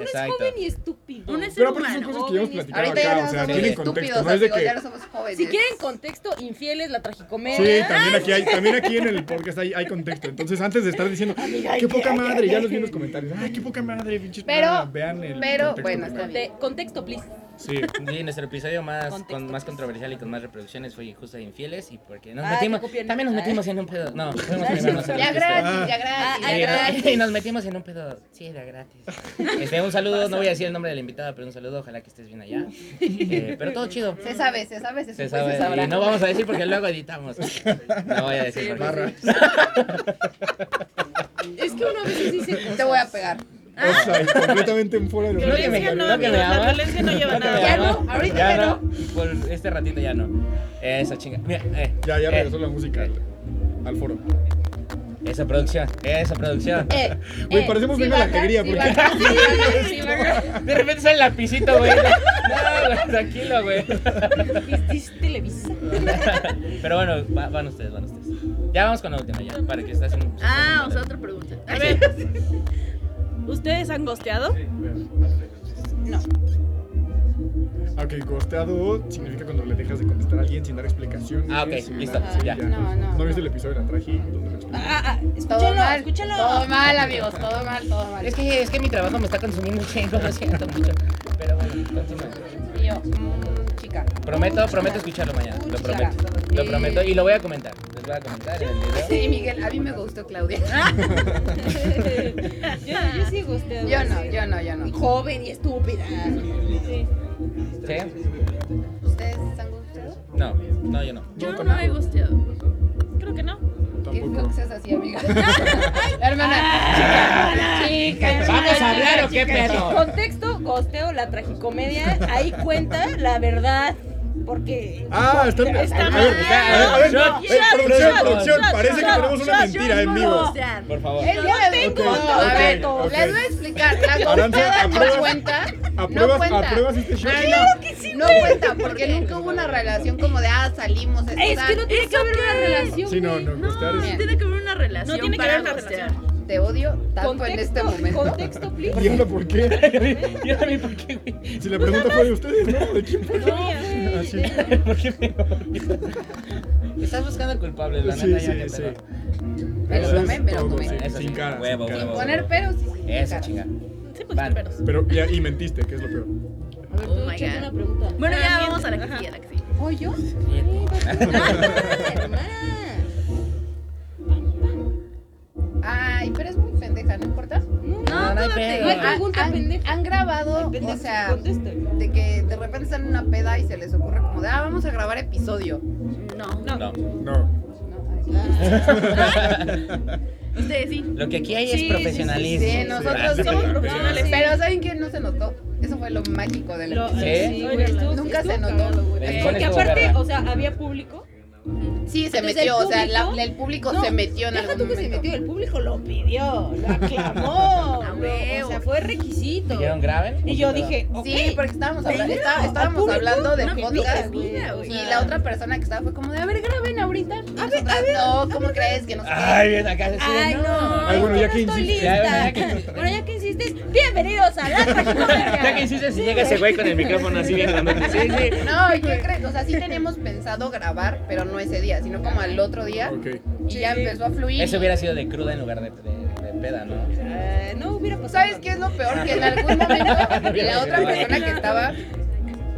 Speaker 1: Exacto.
Speaker 6: joven y estúpido.
Speaker 4: Un es ser
Speaker 2: Pero aparte son
Speaker 4: humano.
Speaker 2: cosas que ya hemos
Speaker 6: jóvenes.
Speaker 2: platicado
Speaker 7: Ahorita ya
Speaker 2: acá,
Speaker 7: no
Speaker 2: o sea,
Speaker 7: somos
Speaker 2: tienen
Speaker 7: estúpidos,
Speaker 2: contexto, no es de
Speaker 7: amigos, ya
Speaker 2: que...
Speaker 7: no somos jóvenes.
Speaker 6: Si quieren contexto, infieles, la tragicomedia.
Speaker 2: Sí, también aquí, hay, también aquí en el podcast hay, hay contexto. Entonces, antes de estar diciendo, qué poca madre, ya los vi en los comentarios. Ay, qué poca madre, pinches.
Speaker 7: Pero-
Speaker 2: nada, vean el
Speaker 7: pero,
Speaker 2: contexto primero.
Speaker 7: bueno, está bien.
Speaker 6: Conte- contexto, please.
Speaker 2: Sí,
Speaker 1: Sí, nuestro episodio más,
Speaker 6: Contexto,
Speaker 1: con- más
Speaker 6: pues.
Speaker 1: controversial y con más reproducciones fue Injusta e Infieles y porque nos
Speaker 6: Ah,
Speaker 1: metimos,
Speaker 6: te copié, ¿no?
Speaker 1: también nos
Speaker 6: Ah.
Speaker 1: metimos en un pedo, no, fuimos
Speaker 6: Gracias,
Speaker 1: primeros
Speaker 6: Sara.
Speaker 1: en
Speaker 7: Ya
Speaker 1: este.
Speaker 7: gratis,
Speaker 2: Ah.
Speaker 7: ya
Speaker 6: Ah,
Speaker 7: gratis.
Speaker 6: ah,
Speaker 1: Sí,
Speaker 7: ya
Speaker 1: no-
Speaker 7: gratis.
Speaker 1: y nos metimos en un pedo, sí, era gratis. Este, un saludo, no voy a decir el nombre de la invitada, pero un saludo, ojalá que estés bien allá. Eh, pero todo chido.
Speaker 7: Se sabe, se sabe, se,
Speaker 1: Se
Speaker 7: supo y
Speaker 1: sabe,
Speaker 7: se pues, sabrá.
Speaker 1: y no vamos a decir porque luego editamos. No voy a decir
Speaker 4: Sí,
Speaker 1: porque-
Speaker 2: barra.
Speaker 6: Es que uno a veces dice
Speaker 7: Te voy a pegar.
Speaker 2: O sea,
Speaker 7: Ah.
Speaker 2: y completamente en fuera de
Speaker 1: Creo
Speaker 2: lo
Speaker 1: que me-
Speaker 3: Violencia no,
Speaker 1: creo que me
Speaker 3: amigos, la
Speaker 1: ama.
Speaker 3: violencia no lleva
Speaker 1: Creo que
Speaker 3: nada.
Speaker 1: me
Speaker 7: Ya
Speaker 1: ama.
Speaker 7: no, ahorita
Speaker 1: Ya
Speaker 7: ya
Speaker 1: no. Por este ratito ya no. Esa chinga. Mira, eh,
Speaker 2: Ya, ya
Speaker 1: eh,
Speaker 2: regresó la música al, al foro.
Speaker 1: Esa producción, esa producción.
Speaker 7: Eh,
Speaker 2: Güey, parecemos Venga la Alegría,
Speaker 7: sí
Speaker 2: porque-
Speaker 7: baja, sí baja, sí baja.
Speaker 1: De repente sale el lapicito, güey. No, güey, tranquilo, güey.
Speaker 6: "Pistis Televisa.
Speaker 1: Pero bueno, va- van ustedes, van ustedes. Ya vamos con la última, ya, para que estás en un.
Speaker 4: Ah, o sea, otra pregunta.
Speaker 3: A ver, ¿ustedes han gosteado?
Speaker 2: Aunque ghosteado significa cuando le dejas de contestar a alguien sin dar explicaciones.
Speaker 1: Ah, ok,
Speaker 2: sin
Speaker 1: listo,
Speaker 2: nada, sí,
Speaker 1: ya.
Speaker 7: No, no,
Speaker 2: ¿No viste el
Speaker 7: no.
Speaker 2: episodio de la traji? donde lo explico?
Speaker 6: Ah, ah,
Speaker 7: Todo
Speaker 6: escúchalo,
Speaker 7: mal,
Speaker 6: escúchalo.
Speaker 7: todo mal, amigos, todo mal, todo mal.
Speaker 1: Es que, es que mi trabajo me está consumiendo un chingo, lo siento mucho. Pero bueno, continúa.
Speaker 7: Y yo, mm, chica.
Speaker 1: Prometo, prometo escucharlo mañana, lo prometo. Lo prometo y lo voy a comentar. Les voy a comentar en el video.
Speaker 7: Sí, Miguel, a mí me gustó Claudia.
Speaker 6: Yo, yo sí gusteo.
Speaker 7: Yo no, yo no, yo no.
Speaker 6: Joven y estúpida. Sí.
Speaker 1: ¿Sí?
Speaker 7: ¿Ustedes han gustado?
Speaker 1: No, no, yo no.
Speaker 4: Yo
Speaker 2: No,
Speaker 4: no he
Speaker 2: tampoco.
Speaker 4: gusteado.
Speaker 3: Creo que no.
Speaker 7: ¿Qué
Speaker 2: Tampoco.
Speaker 7: fluxes
Speaker 2: [laughs]
Speaker 7: así, amiga? Hermana,
Speaker 6: Ah,
Speaker 7: chica, chica,
Speaker 1: ¿Vamos
Speaker 7: chica,
Speaker 1: a hablar o qué
Speaker 7: chica,
Speaker 1: pedo?
Speaker 7: chica.
Speaker 6: Contexto, gosteo, la tragicomedia. Ahí cuenta la verdad. Porque.
Speaker 2: Ah, está bien.
Speaker 3: Está
Speaker 2: a
Speaker 3: mal.
Speaker 2: ver, a ver, a ver, eh,
Speaker 3: Shot,
Speaker 2: producción,
Speaker 3: shot,
Speaker 2: producción,
Speaker 3: shot,
Speaker 2: parece que
Speaker 3: shot,
Speaker 2: tenemos una
Speaker 3: shot,
Speaker 2: mentira en
Speaker 6: no.
Speaker 2: vivo.
Speaker 4: Gustear.
Speaker 1: Por favor.
Speaker 7: El día de
Speaker 6: tengo
Speaker 2: Ok,
Speaker 6: otro,
Speaker 7: A ver,
Speaker 2: ok, ok.
Speaker 7: les voy a explicar. La
Speaker 2: Aranza,
Speaker 7: gustada no
Speaker 2: ¿apruebas-
Speaker 7: cuenta. No
Speaker 2: ¿Apruebas,
Speaker 7: cuenta.
Speaker 2: apruebas este show?
Speaker 7: Ah, no, no cuenta, porque nunca hubo una relación como de, ah, salimos,
Speaker 6: Es que no
Speaker 7: están,
Speaker 6: tiene que haber una relación.
Speaker 2: Sí, no, no,
Speaker 4: No,
Speaker 2: ghostear es-
Speaker 4: sí tiene que haber una relación
Speaker 3: No tiene que
Speaker 4: para
Speaker 3: haber una
Speaker 4: ghostear.
Speaker 3: relación.
Speaker 7: te odio tanto en este
Speaker 6: Contexto,
Speaker 7: momento.
Speaker 6: contexto, please.
Speaker 2: Diablo, ¿por qué?
Speaker 1: [laughs] Yo también, ¿por qué, güey?
Speaker 2: Si la pregunta fue de ustedes, ¿no? ¿De quién fue? Ah, sí.
Speaker 1: ¿Por qué me Estás buscando al culpable, la
Speaker 2: Sí,
Speaker 1: neta,
Speaker 2: sí,
Speaker 1: ya qué
Speaker 2: sí.
Speaker 1: pedo.
Speaker 7: Me lo
Speaker 2: Eso es
Speaker 7: tomé, me lo
Speaker 2: todo,
Speaker 7: tomé.
Speaker 2: sí,
Speaker 1: Eso
Speaker 2: Sin
Speaker 1: sí,
Speaker 2: cara.
Speaker 1: huevo,
Speaker 2: sin
Speaker 7: Sin
Speaker 2: cara.
Speaker 1: huevo.
Speaker 7: poner peros y sin
Speaker 1: Eso,
Speaker 7: cara.
Speaker 1: chinga.
Speaker 3: Sí, pues
Speaker 1: Van.
Speaker 3: peros.
Speaker 2: Pero, y, y mentiste, que es lo peor.
Speaker 6: A ver,
Speaker 4: Oh
Speaker 6: tú
Speaker 4: my
Speaker 6: échate
Speaker 4: God.
Speaker 6: una pregunta.
Speaker 4: Bueno,
Speaker 3: Ah,
Speaker 4: ya vamos a la que
Speaker 3: mientras,
Speaker 4: sí, a la que sí.
Speaker 7: ¿O yo? Ay, pero es muy pendeja, ¿no importa?
Speaker 1: No,
Speaker 4: No,
Speaker 1: no hay
Speaker 4: tú date.
Speaker 1: pedo.
Speaker 4: Ay,
Speaker 7: Ah,
Speaker 6: pregunta
Speaker 7: han,
Speaker 6: pendeja.
Speaker 7: han grabado, o sea,
Speaker 6: contesta.
Speaker 7: de que de repente están en una peda y se les ocurre como de, ah, vamos a grabar episodio.
Speaker 4: Ah, No.
Speaker 3: No.
Speaker 1: No.
Speaker 2: No.
Speaker 7: No, ay,
Speaker 2: [laughs]
Speaker 4: Ustedes sí.
Speaker 1: Lo que aquí hay
Speaker 3: Sí, sí,
Speaker 1: es profesionalismo.
Speaker 7: Sí, nosotros
Speaker 1: Ah,
Speaker 7: somos
Speaker 2: sí.
Speaker 7: profesionales.
Speaker 3: Sí.
Speaker 7: Pero ¿saben qué? No se notó. Eso fue lo mágico de la
Speaker 3: Lo-
Speaker 1: ¿Sí?
Speaker 3: güey,
Speaker 6: güey,
Speaker 3: estuvo-
Speaker 7: Nunca se
Speaker 6: estuvo
Speaker 7: notó.
Speaker 6: cagado, güey.
Speaker 1: Eh,
Speaker 6: Porque
Speaker 1: estuvo
Speaker 6: aparte,
Speaker 1: verga.
Speaker 6: o sea, había público.
Speaker 7: Sí, se
Speaker 6: Entonces,
Speaker 7: metió,
Speaker 6: ¿el
Speaker 7: o sea, la-
Speaker 6: público?
Speaker 7: el público
Speaker 6: No,
Speaker 7: se metió en
Speaker 6: deja
Speaker 7: algún
Speaker 6: tú que se
Speaker 7: momento.
Speaker 6: metió, el público lo pidió, lo
Speaker 7: [laughs]
Speaker 6: aclamó.
Speaker 4: A
Speaker 6: lo-
Speaker 4: huevo.
Speaker 6: o sea, fue requisito.
Speaker 1: ¿Dijeron graben?
Speaker 6: Y yo dije, ok.
Speaker 7: Sí, porque estábamos hablando,
Speaker 6: Pero,
Speaker 7: está- estábamos
Speaker 6: apúrate,
Speaker 7: hablando de
Speaker 6: no, que
Speaker 7: podcast
Speaker 6: pidas, güey, o
Speaker 7: y
Speaker 6: sea.
Speaker 7: la otra persona que estaba fue como de, a ver, graben ahorita. A
Speaker 6: ver, a ver,
Speaker 7: No, ¿cómo crees que no sé qué?
Speaker 1: Ay, bien, acá se
Speaker 6: Ay,
Speaker 7: Ah,
Speaker 6: no.
Speaker 2: Ay, bueno,
Speaker 6: es
Speaker 2: ya que
Speaker 6: no estoy
Speaker 2: insistes.
Speaker 1: Ya,
Speaker 6: lista.
Speaker 1: ya que insistes.
Speaker 6: Bueno, ya que insistes,
Speaker 7: [laughs]
Speaker 6: bienvenidos a la tragicomedia.
Speaker 1: Ya que insistes, si llega ese güey con el micrófono así bien grandote. Sí, sí.
Speaker 7: No, ¿qué crees? O sea, sí teníamos pensado grabar, pero no ese día, sino como al otro día.
Speaker 2: Ok.
Speaker 7: Y ya empezó a fluir.
Speaker 1: Eso hubiera sido de cruda en lugar de, de- de peda, ¿no?
Speaker 6: Eh, no hubiera pasado.
Speaker 7: ¿Sabes qué es lo peor? Que en algún
Speaker 3: [laughs]
Speaker 7: momento la otra persona que estaba...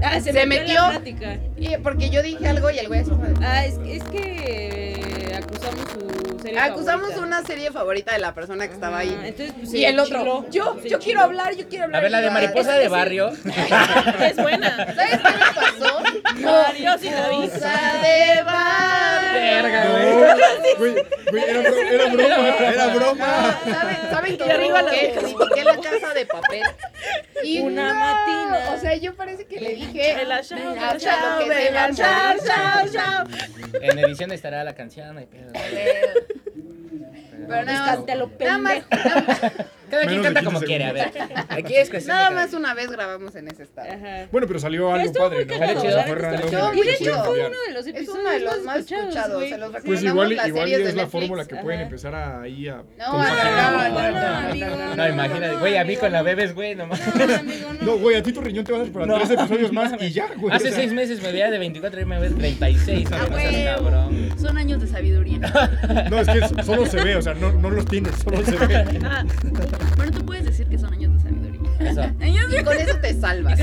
Speaker 6: Ah, se,
Speaker 7: Se
Speaker 6: metió. en la
Speaker 7: metió.
Speaker 6: plática.
Speaker 7: y- Porque yo dije algo y el güey así fue de,
Speaker 6: Ah, es, es que eh, acusamos su serie
Speaker 7: Acusamos
Speaker 6: favorita.
Speaker 7: una serie favorita de la persona que estaba ahí.
Speaker 6: Ah, entonces, pues,
Speaker 7: Y
Speaker 6: se
Speaker 7: el otro,
Speaker 6: chiló.
Speaker 7: yo-
Speaker 6: Se
Speaker 7: yo
Speaker 6: chiló.
Speaker 7: quiero hablar, yo quiero
Speaker 1: A ver, la de mariposa de barrio.
Speaker 3: Es buena.
Speaker 7: ¿Sabes qué me pasó?
Speaker 3: No, yo sí la vi.
Speaker 7: Mariposa de barrio.
Speaker 1: Verga, güey.
Speaker 2: No, güey, güey, era, bro- era broma, era broma.
Speaker 7: ¿Saben, saben que
Speaker 3: Y arriba la
Speaker 7: critiqué,
Speaker 3: boca.
Speaker 7: critiqué la casa de papel? Y
Speaker 6: Una
Speaker 7: no,
Speaker 6: matina.
Speaker 7: O sea, yo parece que le dije.
Speaker 3: De la chao,
Speaker 7: "Ah,
Speaker 3: de la
Speaker 7: chao,
Speaker 3: chao,
Speaker 7: que
Speaker 3: de
Speaker 7: se
Speaker 3: la
Speaker 7: la
Speaker 3: chao,
Speaker 7: chao,
Speaker 3: chao, chao.
Speaker 1: En edición estará la canción. ay, pedo.
Speaker 7: Pero nada más.
Speaker 6: Descártalo,
Speaker 7: Nada más, [laughs]
Speaker 6: pendejo.
Speaker 7: nada más-
Speaker 1: [laughs] Cada quien
Speaker 2: Menos de
Speaker 1: canta
Speaker 2: 15
Speaker 1: como quiere, a ver. Aquí es cuestión
Speaker 7: Nada
Speaker 1: de
Speaker 7: más
Speaker 1: cada-
Speaker 7: una vez grabamos en ese estado.
Speaker 3: Ajá.
Speaker 2: Bueno, pero salió algo
Speaker 3: estuvo
Speaker 2: padre,
Speaker 3: muy
Speaker 2: ¿no?
Speaker 3: cagado,
Speaker 2: Fue
Speaker 3: la neta,
Speaker 2: random,
Speaker 7: estuvo
Speaker 2: era
Speaker 7: muy
Speaker 2: chido
Speaker 7: chido.
Speaker 2: cambiar.
Speaker 6: de los
Speaker 7: Es uno de Pues los más escuchados,
Speaker 6: güey.
Speaker 7: se los recomendamos
Speaker 2: Pues igual,
Speaker 7: las
Speaker 2: igual
Speaker 7: series
Speaker 2: es
Speaker 7: de
Speaker 2: la
Speaker 7: Netflix.
Speaker 2: fórmula que pueden
Speaker 3: Ajá.
Speaker 2: empezar a- ahí a...
Speaker 7: No,
Speaker 2: compartir.
Speaker 7: no, no,
Speaker 1: no,
Speaker 7: no, amigo,
Speaker 1: No, imagínate,
Speaker 6: no,
Speaker 1: güey, a mí
Speaker 6: amigo,
Speaker 1: con la
Speaker 6: no.
Speaker 1: bebes, güey, [laughs] nomás.
Speaker 6: amigo, no.
Speaker 2: No, güey, a ti tu riñón te va a dar para
Speaker 1: No.
Speaker 2: tres episodios más y ya, güey.
Speaker 1: Hace
Speaker 2: o sea,
Speaker 1: seis meses me veía de 24 y me ves 36.
Speaker 4: Ah,
Speaker 1: güey, no seas
Speaker 4: güey.
Speaker 1: cabrón.
Speaker 4: Son años
Speaker 1: [laughs]
Speaker 4: de sabiduría.
Speaker 2: No, es que solo se ve, o sea, no, no los tienes, solo se
Speaker 7: [laughs]
Speaker 2: ve.
Speaker 4: Bueno, tú puedes decir que son años de sabiduría.
Speaker 1: Eso.
Speaker 4: Años de...
Speaker 7: Y con eso te salvas.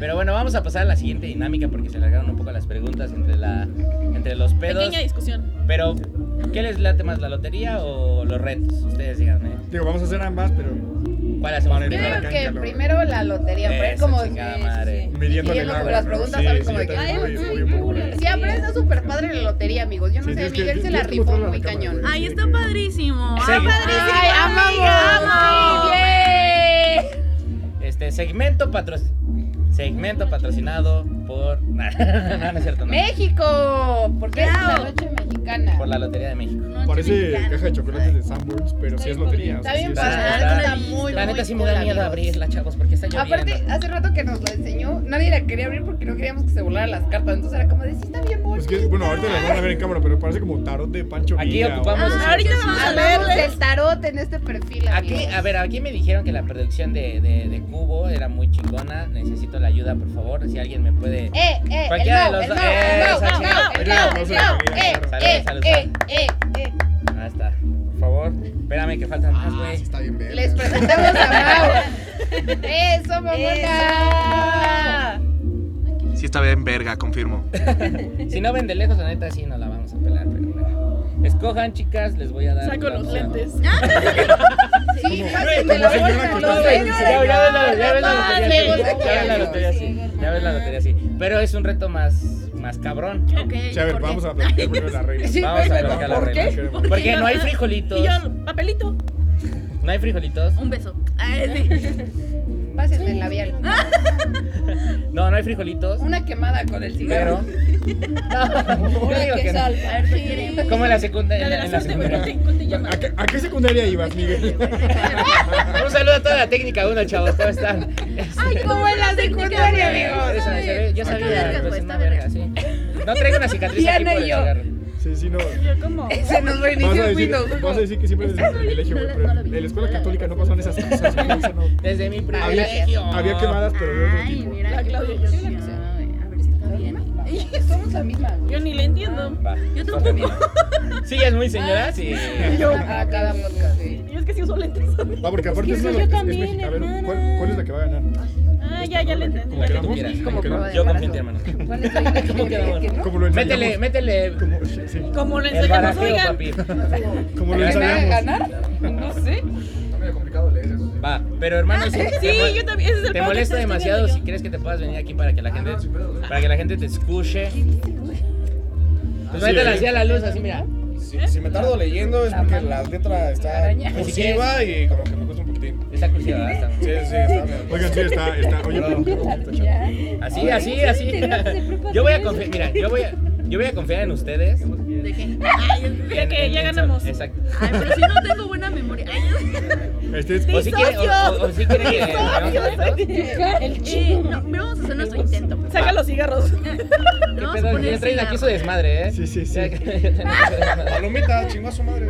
Speaker 1: Pero bueno, vamos a pasar a la siguiente dinámica porque se alargaron un poco las preguntas entre, la, entre los pedos.
Speaker 3: Pequeña discusión.
Speaker 1: Pero, ¿qué les late más, la lotería o los retos? Ustedes díganme.
Speaker 2: Digo, vamos a hacer ambas, pero
Speaker 1: ¿Cuál hacemos
Speaker 2: Para
Speaker 7: Yo
Speaker 1: primero?
Speaker 2: entrar
Speaker 7: creo
Speaker 2: acá en
Speaker 7: que
Speaker 2: calor.
Speaker 7: primero la lotería, pero es
Speaker 1: Eso,
Speaker 7: como...
Speaker 1: chingada
Speaker 7: sí, sí,
Speaker 1: madre.
Speaker 7: sí.
Speaker 2: midiéndole el
Speaker 7: Siguiendo
Speaker 2: agua.
Speaker 7: con las
Speaker 2: ¿no?
Speaker 7: preguntas,
Speaker 2: Sí,
Speaker 7: ¿sabes?
Speaker 2: sí,
Speaker 7: Como
Speaker 2: yo
Speaker 7: de que,
Speaker 2: también
Speaker 7: ay,
Speaker 2: voy-
Speaker 7: ujú,
Speaker 2: voy por ahí.
Speaker 7: Sí, aparte está súper padre la lotería, amigos. Yo no
Speaker 2: Sí,
Speaker 7: sé,
Speaker 2: tienes que-
Speaker 7: Miguel se
Speaker 2: tienes
Speaker 7: la
Speaker 2: que
Speaker 7: rifó
Speaker 2: mostrarla a
Speaker 7: muy
Speaker 2: la cámara,
Speaker 7: cañón.
Speaker 2: güey.
Speaker 4: Ahí está padrísimo.
Speaker 1: Sí.
Speaker 4: Ah, padrísimo.
Speaker 7: ¡Ay, amamos!
Speaker 4: ¡Amo!
Speaker 7: ¡Bien!
Speaker 1: Este segmento patro- segmento patrocinado por [laughs] no, no es cierto, no.
Speaker 7: ¡México! Porque es la
Speaker 4: Claro.
Speaker 7: noche mexicana.
Speaker 1: por la Lotería de México.
Speaker 4: Noche
Speaker 2: Parece
Speaker 4: mexicana. Ah,
Speaker 2: caja de chocolates de Sanborns, pero sí es lotería. o sea,
Speaker 7: Está bien
Speaker 2: sí es-
Speaker 1: padre.
Speaker 7: pasada,
Speaker 1: está-
Speaker 7: está muy,
Speaker 1: Ah, La neta
Speaker 7: muy
Speaker 1: sí me da
Speaker 7: cool,
Speaker 1: miedo
Speaker 7: amigos.
Speaker 1: abrirla, chavos, porque está lloviendo.
Speaker 7: Aparte, hace rato que nos la enseñó, nadie la quería abrir porque no queríamos que se volaran las cartas. Entonces era como de, sí, está bien bonita.
Speaker 2: Pues que, bueno, ahorita la van a ver en cámara, pero parece como tarot de Pancho
Speaker 1: Aquí
Speaker 2: Villa, o-
Speaker 1: ocupamos-
Speaker 4: Ah,
Speaker 3: Ahorita vamos a
Speaker 7: Amamos
Speaker 3: verles.
Speaker 7: el tarot en este perfil, amigos.
Speaker 1: Aquí, a ver, aquí me dijeron que la producción de, de- de Cubo era muy chingona. Necesito la ayuda, por favor. Si alguien me puede.
Speaker 7: Eh, eh,
Speaker 1: Cualquiera
Speaker 7: el no,
Speaker 1: de
Speaker 7: el
Speaker 1: los
Speaker 7: no,
Speaker 1: dos. Eh,
Speaker 7: el no,
Speaker 1: esa
Speaker 7: el no,
Speaker 1: chingada.
Speaker 7: el no, el no, eh,
Speaker 1: Saludos,
Speaker 7: eh,
Speaker 1: saludos.
Speaker 7: eh, eh, eh.
Speaker 1: Ah, está. Por favor. Espérame que faltan más,
Speaker 8: Ah, sí
Speaker 1: güey.
Speaker 8: está bien verga.
Speaker 7: Les presentamos a [laughs] Mau. Eh, Eso, mamona.
Speaker 8: Sí está bien verga, confirmo.
Speaker 1: Si no ven de lejos, la neta sí no la vamos a pelar, pero bueno. Escojan, chicas, les voy a dar.
Speaker 3: Saco
Speaker 1: la
Speaker 3: los
Speaker 1: opción.
Speaker 3: lentes.
Speaker 7: Sí,
Speaker 2: Como
Speaker 7: pásenme la
Speaker 2: señora
Speaker 7: bolsa,
Speaker 2: que
Speaker 7: los
Speaker 2: está-
Speaker 7: veo.
Speaker 1: Ya ves la- ya ves la
Speaker 7: Madre,
Speaker 1: lotería así,
Speaker 7: gusta
Speaker 1: ya ves
Speaker 7: que
Speaker 1: la
Speaker 7: amigos.
Speaker 1: lotería así, ya ves la lotería así. Pero es un reto más, más cabrón.
Speaker 4: Ok,
Speaker 2: Sí, a ver,
Speaker 4: ¿por qué?
Speaker 2: vamos a platicar primero de la regla.
Speaker 7: Sí,
Speaker 1: Vamos a
Speaker 7: pero
Speaker 1: platicar la
Speaker 7: ¿por
Speaker 1: regla.
Speaker 7: qué?
Speaker 1: Porque no hay frijolitos.
Speaker 3: Y yo, papelito.
Speaker 1: No hay frijolitos.
Speaker 4: Un beso. Ay, sí.
Speaker 7: Pásenme el labial.
Speaker 1: No, no hay frijolitos.
Speaker 7: Una quemada con el
Speaker 1: Pero. [laughs]
Speaker 7: cigarro.
Speaker 1: No, yo digo que no.
Speaker 4: A ver, ¿qué quieren?
Speaker 1: Como en la secundaria.
Speaker 3: La de la
Speaker 1: en la
Speaker 3: suerte, güey.
Speaker 1: secundaria.
Speaker 3: ¿cuál te- cuál te llama?
Speaker 2: ¿A qué, a qué secundaria ibas,
Speaker 7: [laughs]
Speaker 2: Miguel?
Speaker 1: Un saludo a toda la técnica 1, chavos. ¿Cómo están? Este,
Speaker 7: Como en la secundaria,
Speaker 1: eso,
Speaker 7: amigos.
Speaker 1: se ve- Yo
Speaker 2: Está
Speaker 1: sabía.
Speaker 2: verga,
Speaker 1: pues,
Speaker 4: güey,
Speaker 1: una
Speaker 4: está verga.
Speaker 1: verga, sí. No traigo una cicatriz aquí
Speaker 7: Diana
Speaker 1: por
Speaker 7: y
Speaker 1: el
Speaker 7: yo.
Speaker 1: cigarro.
Speaker 2: Sí, sí, no.
Speaker 3: Yo como.
Speaker 7: Se
Speaker 2: Vas
Speaker 7: nos reinició
Speaker 2: a, decir,
Speaker 7: el Windows.
Speaker 2: vas a decir que siempre desde el privilegio, güey, pero en la escuela católica no pasaban esas cosas. güey, eso no.
Speaker 1: Desde mi
Speaker 2: Había,
Speaker 1: privilegio.
Speaker 2: había quemadas, pero de otro
Speaker 4: Ay,
Speaker 2: tipo.
Speaker 4: mira, qué producción. A ver si está bien.
Speaker 7: Somos la misma.
Speaker 3: Yo ni le entiendo.
Speaker 1: Va,
Speaker 4: Yo
Speaker 1: corta,
Speaker 4: tampoco. [laughs]
Speaker 1: mira. Sí, es muy señora, sí.
Speaker 7: A cada podcast. sí.
Speaker 3: Y es que si uso lentes.
Speaker 2: Ah, porque aparte es,
Speaker 3: que
Speaker 7: pues
Speaker 2: una- es-
Speaker 3: yo
Speaker 2: es
Speaker 3: también,
Speaker 2: México. A ver,
Speaker 3: hermana.
Speaker 2: ¿cuál, cuál es la que va a ganar?
Speaker 3: Ah, ya, ya le
Speaker 2: ¿Cómo
Speaker 3: entendí.
Speaker 1: La que
Speaker 3: ya le
Speaker 1: tú
Speaker 2: quedamos?
Speaker 1: quieras.
Speaker 2: ¿Cómo
Speaker 7: Como
Speaker 2: quedamos?
Speaker 7: prueba de
Speaker 1: Yo confío en ti,
Speaker 7: embarazo.
Speaker 1: hermano.
Speaker 7: ¿Cuál es la
Speaker 1: [laughs] ¿Cómo quedamos?
Speaker 7: que no?
Speaker 2: Como lo ensayamos.
Speaker 1: Métele, métele.
Speaker 2: Como, sí, sí.
Speaker 3: Como lo
Speaker 1: El
Speaker 3: enseñamos,
Speaker 1: barajeo,
Speaker 3: oigan.
Speaker 1: papi.
Speaker 2: Como lo
Speaker 1: ¿Me
Speaker 7: ¿Me van a
Speaker 2: ensayamos.
Speaker 7: ganar? No sé.
Speaker 8: Está medio complicado leer eso. sí.
Speaker 1: Va, pero hermano, si- te mol-
Speaker 3: Ah, Sí, yo también. Ese es el
Speaker 1: Te
Speaker 3: pedo que
Speaker 1: molesta
Speaker 3: estoy
Speaker 1: demasiado si
Speaker 3: teniendo
Speaker 1: crees que te puedas venir aquí para que la
Speaker 8: Ah,
Speaker 1: gente
Speaker 8: no, sin pedos.
Speaker 1: para que la gente te escuche. Pues
Speaker 2: Así
Speaker 1: métela
Speaker 2: es.
Speaker 1: así a la luz, así mira.
Speaker 8: Si, si me tardo leyendo es porque la letra está
Speaker 7: araña.
Speaker 8: cursiva y como que me cuesta un poquitín.
Speaker 1: Pues Está cursiva, ¿verdad? Está
Speaker 8: Sí,
Speaker 1: muy-
Speaker 8: sí, está bien.
Speaker 2: Oigan, sí, está, está. Oye, pero qué bonito, chaval.
Speaker 1: Así, así, así. Yo voy a confiar, mira, yo voy a, yo voy a confiar en ustedes.
Speaker 4: ¿De qué? Ay, yo-
Speaker 3: De que
Speaker 1: En-
Speaker 3: ya
Speaker 1: en-
Speaker 3: ganamos.
Speaker 1: Exacto.
Speaker 4: Ay, pero si no tengo buena memoria. Ay,
Speaker 2: Este es-
Speaker 1: O si quiere, o, o- o si quiere
Speaker 3: [laughs]
Speaker 1: que.
Speaker 4: yo- eh, no, mira, vamos a hacer nuestro intento.
Speaker 3: yo. Saca los cigarros.
Speaker 1: ¿Qué
Speaker 4: Vamos a
Speaker 1: pedo?
Speaker 4: poner
Speaker 1: Ya traen aquí su
Speaker 4: cigarro.
Speaker 1: desmadre, ¿eh?
Speaker 2: Sí, sí, sí.
Speaker 1: Ya- ya traen [laughs] su desmadre.
Speaker 8: Palomita, chingó a su madre.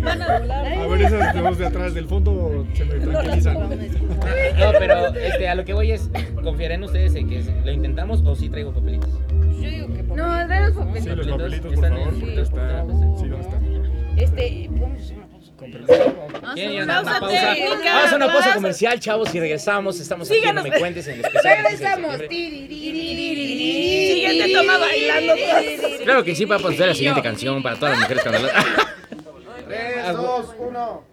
Speaker 3: Van a volar.
Speaker 2: A ver, esas dos de atrás del fondo se me tranquilizan.
Speaker 1: No, pero este, a lo que voy es, confiaré en ustedes en que lo intentamos o si traigo papelitos.
Speaker 5: Yo digo que por-
Speaker 7: No, trae los papeles.
Speaker 2: Sí, los papelitos, por
Speaker 1: Están-
Speaker 2: favor, porque está. Sí, ¿dónde está?
Speaker 5: Este, vamos a una pausa.
Speaker 4: Vamos a
Speaker 1: ¿Quién?
Speaker 4: hacer
Speaker 1: Ya,
Speaker 4: una
Speaker 1: una
Speaker 3: pausa
Speaker 1: pausa.
Speaker 3: técnica.
Speaker 1: Vamos a una pausa
Speaker 3: Pausa.
Speaker 1: comercial, chavos, y regresamos. Estamos aquí, no
Speaker 3: Síganos.
Speaker 1: me cuentes en el especial. del 15 de
Speaker 7: Regresamos.
Speaker 1: septiembre.
Speaker 3: Siguiente
Speaker 7: Siguiente
Speaker 3: toma bailando.
Speaker 1: Claro que sí, para poner la siguiente canción para todas las mujeres escandalosas.
Speaker 8: Tres, dos, uno.
Speaker 1: [laughs]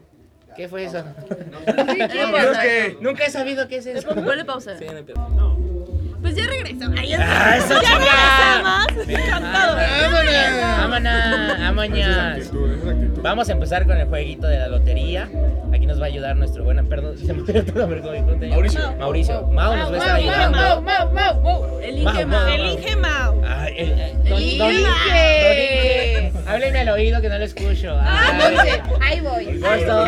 Speaker 1: ¿Qué fue eso?
Speaker 4: Ponle
Speaker 8: Pero es
Speaker 4: pausa.
Speaker 8: que.
Speaker 1: Nunca he sabido qué es eso.
Speaker 4: Eh, Ponle pausa.
Speaker 1: Sí, no te-
Speaker 4: Pues ya regresó. Ay, ya-
Speaker 1: ¡Ah, eso
Speaker 3: Ya
Speaker 1: chica!
Speaker 3: regresamos. Encantado.
Speaker 1: Ah, ¡Vámonos!
Speaker 2: Esa
Speaker 1: ¡Vámonos!
Speaker 2: es actitud, esa es actitud.
Speaker 1: Vamos a empezar con el jueguito de la lotería. Aquí nos va a ayudar nuestro buen. Perdón, [laughs] se me olvidó todo nombre, ¿cómo dijo?
Speaker 8: Mauricio.
Speaker 1: Mauricio. Mau nos va a estar
Speaker 7: Mau,
Speaker 1: ayudando.
Speaker 7: Mau, Mau, Mau, Mau.
Speaker 4: Elige
Speaker 1: Vamos,
Speaker 4: más.
Speaker 1: vamos.
Speaker 3: Elige Mao.
Speaker 1: Ay, eh, eh, don- don-
Speaker 4: Elige.
Speaker 1: don Inge. A Háblenme al oído que no lo escucho.
Speaker 7: Ah,
Speaker 1: Ay.
Speaker 7: Monse, ahí voy.
Speaker 1: Gordo.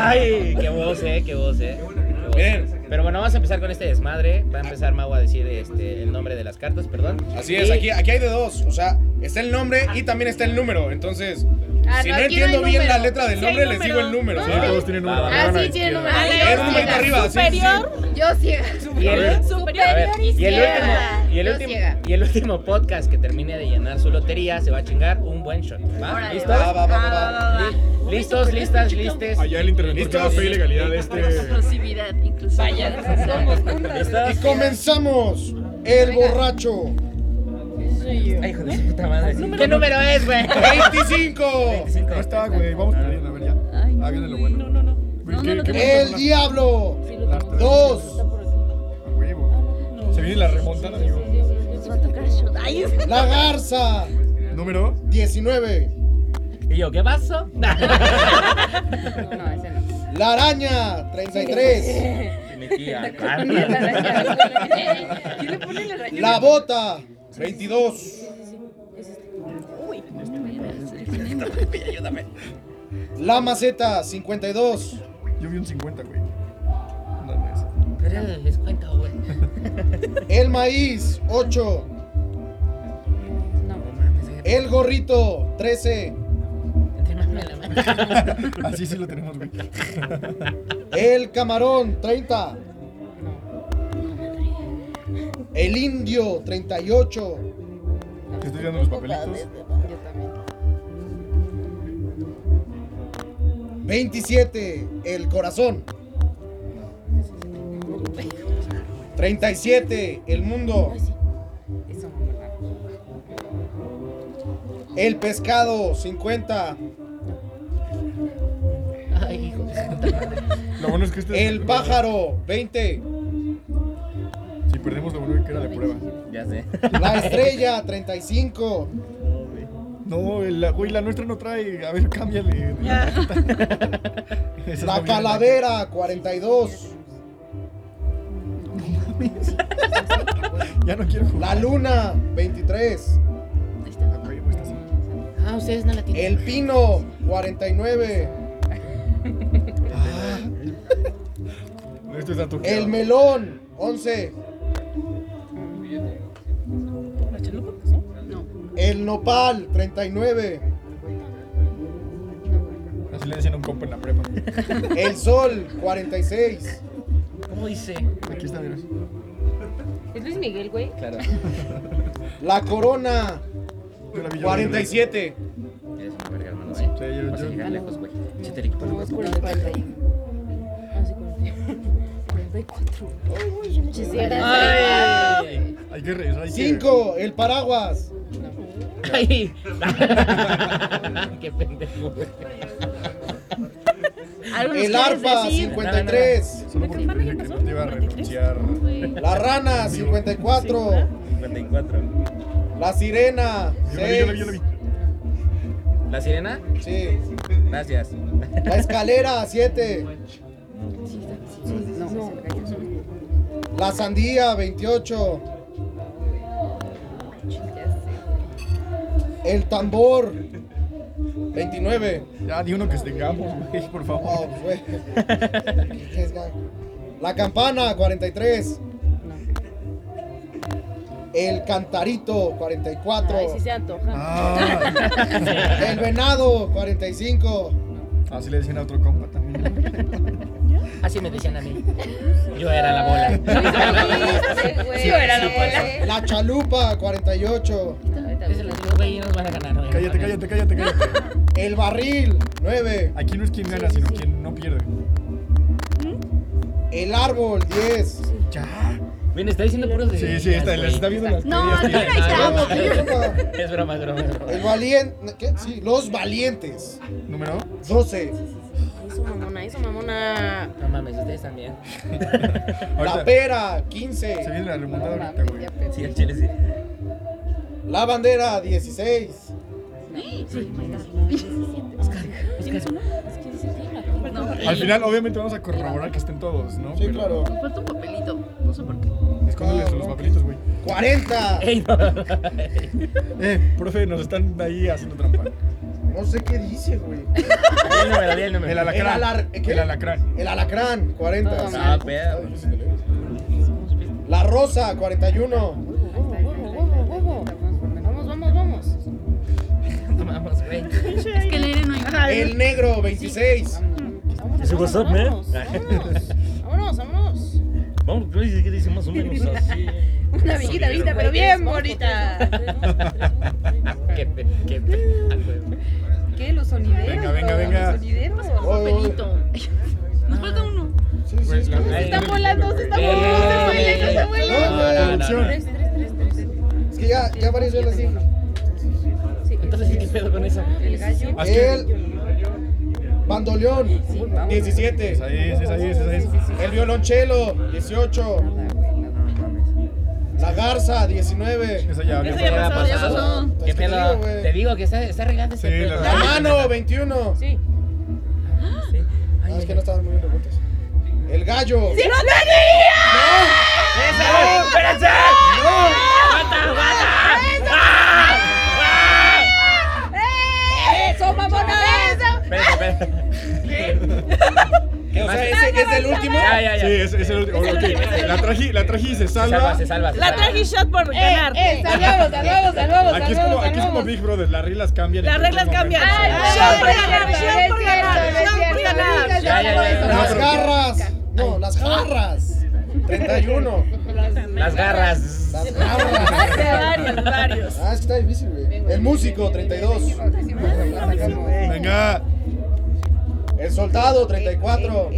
Speaker 1: Ay, qué voz, eh, qué voz, eh. Qué voz.
Speaker 8: Miren.
Speaker 1: Pero bueno, vamos a empezar con este desmadre. Va a empezar Mau a decir este, el nombre de las cartas, perdón.
Speaker 8: Así es,
Speaker 1: Y-
Speaker 8: aquí, aquí hay de dos. O sea, está el nombre y también está el número. Entonces,
Speaker 7: Ah,
Speaker 8: si
Speaker 7: no,
Speaker 8: no
Speaker 7: aquí no hay
Speaker 8: entiendo bien la
Speaker 7: número.
Speaker 8: letra del
Speaker 3: Sí hay
Speaker 8: nombre, les digo
Speaker 3: número.
Speaker 8: el número.
Speaker 2: Sí,
Speaker 8: ¿no?
Speaker 2: todos tienen
Speaker 1: Va,
Speaker 2: número.
Speaker 1: va,
Speaker 2: la
Speaker 7: Ah,
Speaker 2: mano
Speaker 7: sí, tiene
Speaker 2: izquierda.
Speaker 7: número.
Speaker 3: Ah,
Speaker 8: Era un número
Speaker 7: ciega.
Speaker 8: arriba. sí, sí, sí.
Speaker 3: Superior.
Speaker 7: Yo ciega.
Speaker 1: Y el,
Speaker 3: Superior
Speaker 1: a ver, y el último,
Speaker 7: izquierda.
Speaker 1: y el
Speaker 7: Yo
Speaker 1: último,
Speaker 7: ciega.
Speaker 1: y el último podcast que termine de llenar su lotería se va a chingar un buen shot. ¿va?
Speaker 4: Órale,
Speaker 1: ¿Listos?
Speaker 8: Va, va, va, va,
Speaker 4: Ah,
Speaker 8: va.
Speaker 1: Li- ¿Listos, listas, listes?
Speaker 2: Allá el interventor que va a pedir legalidad de este.
Speaker 4: Inclusividad, inclusividad.
Speaker 5: Somos juntas.
Speaker 1: ¿Listos?
Speaker 8: Y comenzamos. El borracho.
Speaker 1: Ay, hijo de su puta madre. ¿Qué número es, güey?
Speaker 8: 25.
Speaker 2: No está, güey. Vamos perdiendo, a ver ya.
Speaker 4: Ay,
Speaker 2: Háganlo bueno.
Speaker 3: No, no, no.
Speaker 2: Güey,
Speaker 4: No,
Speaker 2: ¿qué-
Speaker 4: no lo
Speaker 2: qué
Speaker 4: tengo.
Speaker 2: buenas
Speaker 8: El
Speaker 2: son
Speaker 8: diablo.
Speaker 2: las- las-
Speaker 8: Dos.
Speaker 2: A huevo. Se viene la remontada, amigo.
Speaker 4: Les va a tocar shot. Ay, es-
Speaker 8: La garza.
Speaker 2: Número.
Speaker 8: 19.
Speaker 1: Y yo, ¿qué pasó?
Speaker 7: No, ese no.
Speaker 8: La araña. 33.
Speaker 1: Mi tía,
Speaker 7: ¿Quién le pone la raya?
Speaker 8: La bota. 22. La maceta. 52.
Speaker 2: Yo vi un 50, güey. No, no es.
Speaker 1: Pero era de descuento, güey.
Speaker 8: El maíz. 8. El gorrito. 13.
Speaker 1: Te mame la mano.
Speaker 2: Así sí lo tenemos, güey.
Speaker 8: El camarón, 30. El indio, 38.
Speaker 2: Te estoy dando los papelitos.
Speaker 7: Yo también.
Speaker 8: 27. El corazón. 37. El mundo.
Speaker 7: Eso no, ¿verdad?
Speaker 8: El pescado, 50.
Speaker 1: Ay, hijo de su
Speaker 2: Lo bueno es que este.
Speaker 8: El pájaro, 20.
Speaker 2: Si perdemos, lo bueno es que era de prueba.
Speaker 1: Ya sé.
Speaker 2: [laughs]
Speaker 8: La estrella, 35.
Speaker 2: No, el- la- güey, la nuestra no trae. A ver, cámbiale. Esa está
Speaker 8: La
Speaker 2: bien.
Speaker 8: calavera, 42.
Speaker 2: Ya no quiero
Speaker 8: La
Speaker 2: jugar.
Speaker 8: luna, 23.
Speaker 2: Ah, güey, pues, está así.
Speaker 1: Ah, ustedes no la tienen.
Speaker 8: El pino, 49.
Speaker 2: Esto está tu
Speaker 8: El melón, 11.
Speaker 4: No.
Speaker 8: El nopal, 39.
Speaker 2: Así le decían a un compa en la prepa.
Speaker 8: El sol, 46.
Speaker 1: ¿Cómo dice?
Speaker 2: Aquí está, verás.
Speaker 5: ¿Es Luis Miguel, güey?
Speaker 1: Claro.
Speaker 8: La corona,
Speaker 2: Yo la vi, yo la vi, yo la vi.
Speaker 8: 47.
Speaker 1: Eres una verga, hermano, ¿eh?
Speaker 2: Sí, yo-
Speaker 1: Vas a
Speaker 2: yo-
Speaker 1: llegar lejos, güey. Échate el equipo.
Speaker 5: No, es 44. Ah, sí, 44.
Speaker 1: Ay.
Speaker 2: Hay que reír, hay que-
Speaker 8: 5. El paraguas.
Speaker 1: Ay. Qué pendejo, güey.
Speaker 4: ¿Algo nos
Speaker 8: El
Speaker 4: quieres
Speaker 8: arpa,
Speaker 4: decir?
Speaker 8: 53.
Speaker 2: Solo porque pensé que no te iba a renunciar.
Speaker 8: La rana, 54.
Speaker 1: 54.
Speaker 8: La sirena,
Speaker 2: Yo la vi, yo la vi, yo la vi.
Speaker 8: 6.
Speaker 1: ¿La sirena?
Speaker 8: Sí.
Speaker 1: Gracias.
Speaker 8: La escalera, 7.
Speaker 7: No, se me cayó.
Speaker 8: La sandía, 28. El tambor, 29.
Speaker 2: Ya, di uno que tengamos, güey, por
Speaker 8: Oh,
Speaker 2: favor.
Speaker 8: güey. [laughs] La campana, 43. El cantarito, 44.
Speaker 5: Ay, sí se antoja.
Speaker 2: Ah,
Speaker 8: El venado, 45.
Speaker 2: así le decían a otro compa también.
Speaker 1: Así me decían a mí. Yo era la bola.
Speaker 7: Sí, eh, era la bola.
Speaker 8: La chalupa, 48.
Speaker 1: Dice la chica, güey, nos van a ganar. güey,
Speaker 2: Cállate,
Speaker 1: nos van
Speaker 2: cállate, cállate, cállate.
Speaker 8: El barril, 9.
Speaker 2: Aquí no es quien gana, sino quien no pierde.
Speaker 8: El árbol, 10.
Speaker 2: Ya.
Speaker 1: a ganar. Bien, está diciendo puros de.
Speaker 2: Sí, sí, está, les está viendo las
Speaker 4: No,
Speaker 2: teorías.
Speaker 4: aquí no hay
Speaker 5: Ah,
Speaker 4: trampa.
Speaker 1: Ah, Es broma, es broma, es broma.
Speaker 8: El valiente. ¿qué? Sí, los valientes,
Speaker 2: Número.
Speaker 8: 12.
Speaker 5: Eso mamona, eso mamona.
Speaker 1: No mames, ustedes también.
Speaker 8: La
Speaker 2: Ahorita
Speaker 8: pera,
Speaker 2: se
Speaker 8: 15.
Speaker 2: viene la
Speaker 7: No
Speaker 2: remontada ahorita,
Speaker 7: mames,
Speaker 2: güey.
Speaker 7: ya perdí.
Speaker 1: Sí, el chile sí.
Speaker 8: La bandera, 16.
Speaker 4: Sí.
Speaker 1: No,
Speaker 2: Al final, obviamente, vamos a corroborar que estén todos, ¿no?
Speaker 8: Sí,
Speaker 2: Pero
Speaker 8: claro.
Speaker 4: Falta un papelito, no sé por qué.
Speaker 2: Escóndeles los papelitos, güey.
Speaker 8: ¡40!
Speaker 1: Ey, no.
Speaker 2: Eh, profe, nos están ahí haciendo trampa.
Speaker 8: No sé qué dice, güey.
Speaker 1: Di el número, di el número.
Speaker 2: El alacrán.
Speaker 8: El alar- ¿qué?
Speaker 2: El alacrán.
Speaker 8: El alacrán, 40.
Speaker 1: No,
Speaker 8: Ah,
Speaker 1: pedo.
Speaker 8: está difícil de leer. La rosa, 41.
Speaker 7: Vamos, vamos, vamos.
Speaker 1: No mames, güey.
Speaker 4: Es que el aire no hay nada.
Speaker 8: El negro, 26.
Speaker 9: Ese WhatsApp, ¿eh?
Speaker 7: Vámonos, vámonos.
Speaker 9: Vamos, ¿qué dice? ¿Qué dice? Más o menos así.
Speaker 6: Una amiguita bonita, pero bien bonita.
Speaker 1: Qué pe- qué pe- al huevo.
Speaker 6: ¿Qué? Los sonideros.
Speaker 2: Venga, venga, venga.
Speaker 6: Los sonideros.
Speaker 4: Papelito. Nos falta uno.
Speaker 8: Sí, sí,
Speaker 2: Pues, la-
Speaker 8: sí.
Speaker 2: la-
Speaker 6: Están volando, se están
Speaker 1: Eh,
Speaker 6: volando, se
Speaker 1: eh,
Speaker 6: vuelan,
Speaker 1: eh,
Speaker 6: se vuelan.
Speaker 1: no, no, no, no.
Speaker 2: Producción.
Speaker 8: Es que ya, ya varias veces las dije.
Speaker 1: Entonces, ¿qué pedo con eso?
Speaker 6: El gallo.
Speaker 2: Haz que-
Speaker 8: El bandoleón, 17.
Speaker 2: Es ahí, es ahí, es ahí. es.
Speaker 8: El violonchelo, 18. La garza, 19.
Speaker 2: Esa ya
Speaker 1: Eso ya
Speaker 2: había
Speaker 1: pasó, ya pasó.
Speaker 8: pasó.
Speaker 1: ¿Qué
Speaker 8: Es que te
Speaker 1: pedo?
Speaker 8: digo, güey.
Speaker 1: Te digo que está, está regando ese
Speaker 2: Sí,
Speaker 1: pedo.
Speaker 8: La
Speaker 2: Ah,
Speaker 8: mano, 21.
Speaker 1: Ay,
Speaker 8: Ah, es que no estaban muy bien revueltas. El gallo.
Speaker 1: ¡Esa! ¡Espérense! ¡No! ¡Aguanta, aguanta! ¡Ah!
Speaker 6: ¡Eso, mamona!
Speaker 1: ¡Ah! Espérate, espérate. ¿Qué?
Speaker 8: O sea, ese es el último.
Speaker 1: Ya, ya, ya.
Speaker 2: Sí, es, es el último. ok. La traje, la traje y se
Speaker 1: Se salva,
Speaker 2: salva.
Speaker 1: se salva. se
Speaker 3: La
Speaker 1: salva.
Speaker 3: traje shot por ganar.
Speaker 6: ¡Eh, salvamos, salvamos, salvamos!
Speaker 2: Aquí es como, aquí es como Big Brother, las reglas cambian. en
Speaker 3: Las
Speaker 2: cualquier
Speaker 3: reglas cambian.
Speaker 2: momento.
Speaker 6: Ay,
Speaker 3: Shot por
Speaker 6: ay,
Speaker 3: ganar,
Speaker 6: ay,
Speaker 3: shot por
Speaker 6: ay,
Speaker 3: ganar,
Speaker 6: ay,
Speaker 3: shot
Speaker 6: ay,
Speaker 3: por
Speaker 6: ay,
Speaker 3: ganar.
Speaker 6: ay,
Speaker 1: Ya, ya, ya, ya.
Speaker 7: Ah,
Speaker 8: Las garras. No, las jarras. 31.
Speaker 1: Las garras.
Speaker 8: Las garras.
Speaker 3: Varios, varios.
Speaker 8: Ah, es que está difícil, güey. El músico, 32.
Speaker 2: Venga.
Speaker 8: El soldado, 34.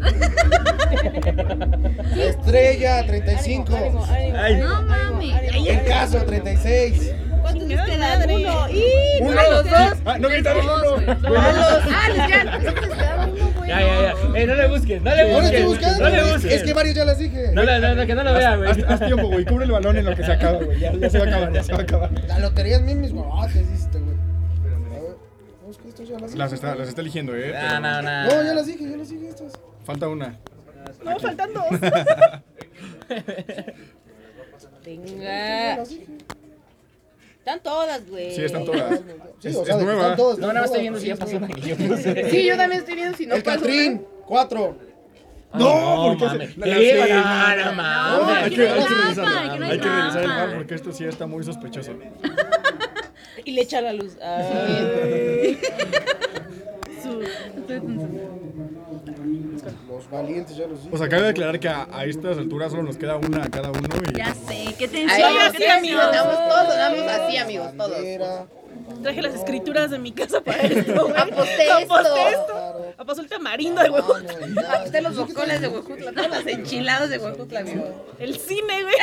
Speaker 8: La [laughs] estrella, 35.
Speaker 9: Ay,
Speaker 4: No mames. Ahí
Speaker 8: El caso, 36.
Speaker 6: ¿Cuántos les quedan?
Speaker 3: madre.
Speaker 6: Uno. ¡Y!
Speaker 2: Uno.
Speaker 6: ¡A los dos!
Speaker 2: Ah, no gritaron
Speaker 4: dos,
Speaker 2: uno.
Speaker 4: güey.
Speaker 6: ¡Ah, les quedan!
Speaker 1: Ya, ya, ya. Eh, no le busques, no le
Speaker 8: No le estoy
Speaker 1: busques. No
Speaker 8: buscando,
Speaker 1: le
Speaker 8: güey.
Speaker 1: busques.
Speaker 8: Es que varios ya las dije.
Speaker 1: No, no, no, no, que no lo vea, güey.
Speaker 2: Haz, haz tiempo, güey. Cubre el balón en lo que se acaba, güey. Ya, ya se va a acabar, ya se va a acabar.
Speaker 8: La lotería es mí mismo. Ah, te hiciste, güey. A ver, no, es que estas ya las dije.
Speaker 2: Las está, las está eligiendo, eh.
Speaker 1: No, no, no.
Speaker 8: No, ya las dije, ya las dije estas.
Speaker 2: pero Falta una.
Speaker 3: No, faltan dos.
Speaker 8: Ya
Speaker 6: Venga.
Speaker 8: las dije.
Speaker 6: Están todas, güey.
Speaker 2: Sí, están todas.
Speaker 8: Sí,
Speaker 2: Es-
Speaker 8: o sea,
Speaker 2: es
Speaker 8: de que
Speaker 2: nueva.
Speaker 8: están todas,
Speaker 1: No, nada
Speaker 8: están
Speaker 1: más estoy
Speaker 8: todas,
Speaker 1: viendo si
Speaker 8: sí,
Speaker 1: ya
Speaker 8: están
Speaker 1: pasó una [laughs]
Speaker 8: todas.
Speaker 1: que yo puse.
Speaker 7: Sí, yo también estoy viendo si no
Speaker 8: El
Speaker 7: pasa.
Speaker 8: Catrín, 4.
Speaker 2: [laughs] No, porque
Speaker 1: mames.
Speaker 2: se- la-
Speaker 1: Sí,
Speaker 2: la-
Speaker 1: no, Ah, no,
Speaker 4: No,
Speaker 1: mames.
Speaker 2: Ah, hay,
Speaker 4: aquí
Speaker 2: que,
Speaker 4: no
Speaker 2: hay que
Speaker 4: hay trampa,
Speaker 2: revisarlo.
Speaker 4: aquí no hay
Speaker 2: Hay que revisar el
Speaker 4: trampa.
Speaker 2: bar porque esto sí está muy sospechoso.
Speaker 6: Y le echa la luz.
Speaker 8: Los valientes ya los dije.
Speaker 2: O sea, cabe declarar que a, a estas alturas solo nos queda una a cada uno. Y...
Speaker 4: Ya sé, qué
Speaker 7: Ahí
Speaker 4: tensión.
Speaker 7: sonamos
Speaker 4: qué
Speaker 3: sí,
Speaker 7: así, amigos.
Speaker 4: tensión.
Speaker 7: Sonamos todos, sonamos así, amigos, todos.
Speaker 8: Bandera.
Speaker 3: Traje las escrituras de mi casa para esto. güey.
Speaker 7: Aposté
Speaker 3: Aposté
Speaker 7: esto.
Speaker 3: esto. Aposté el tamarindo de huevo.
Speaker 8: Mano, ya.
Speaker 1: Ah, pues
Speaker 7: Usted los bocoles de Huejutla, todas las enchiladas de Huejutla, amigo.
Speaker 3: El cine, güey.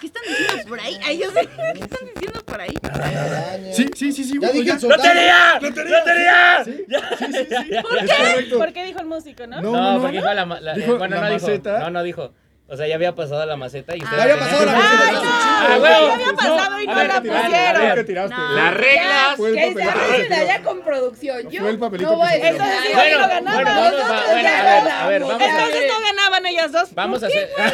Speaker 4: ¿Qué están diciendo por ahí? Ay, yo sé. ¿Qué están diciendo por ahí?
Speaker 8: Araña.
Speaker 2: Sí, sí, sí, sí.
Speaker 8: Ya
Speaker 2: güey, pues
Speaker 8: dije el soldado.
Speaker 1: ¡Lotería! ¡Lotería! Ya.
Speaker 3: ¿Por
Speaker 2: Es
Speaker 3: qué?
Speaker 2: correcto.
Speaker 3: ¿Por qué dijo el músico, no?
Speaker 2: No,
Speaker 1: No, porque dijo la, ma- la-
Speaker 2: Dijo
Speaker 1: bueno,
Speaker 2: la
Speaker 1: no
Speaker 2: maceta.
Speaker 1: dijo. No, no dijo. O sea, ya había pasado la maceta y ustedes
Speaker 8: Ya había
Speaker 1: tenían-
Speaker 8: pasado la
Speaker 2: ¡Ay,
Speaker 8: bandera.
Speaker 1: ¡Ah,
Speaker 2: no!
Speaker 1: huevo!
Speaker 2: Ya había
Speaker 3: pasado y
Speaker 1: a ver,
Speaker 3: no la
Speaker 1: a ver,
Speaker 3: pusieron.
Speaker 1: a
Speaker 2: Nunca
Speaker 1: ver.
Speaker 2: tiraste.
Speaker 4: No.
Speaker 10: Las reglas
Speaker 2: Fue el
Speaker 7: Que se
Speaker 2: papelito que se
Speaker 7: arregla
Speaker 2: tiró.
Speaker 7: ya con producción. Yo
Speaker 2: Fue el papelito
Speaker 7: no
Speaker 2: que
Speaker 7: voy a
Speaker 2: se tiró.
Speaker 7: decir
Speaker 3: Entonces, sí,
Speaker 7: nada.
Speaker 3: bueno,
Speaker 7: Nosotros
Speaker 3: bueno,
Speaker 7: ya
Speaker 1: vamos, va, bueno, a ver, a ver, vamos
Speaker 7: ganamos.
Speaker 1: a-
Speaker 3: Entonces no ganaban ellas dos.
Speaker 1: Vamos a hacer. [laughs]
Speaker 7: ya,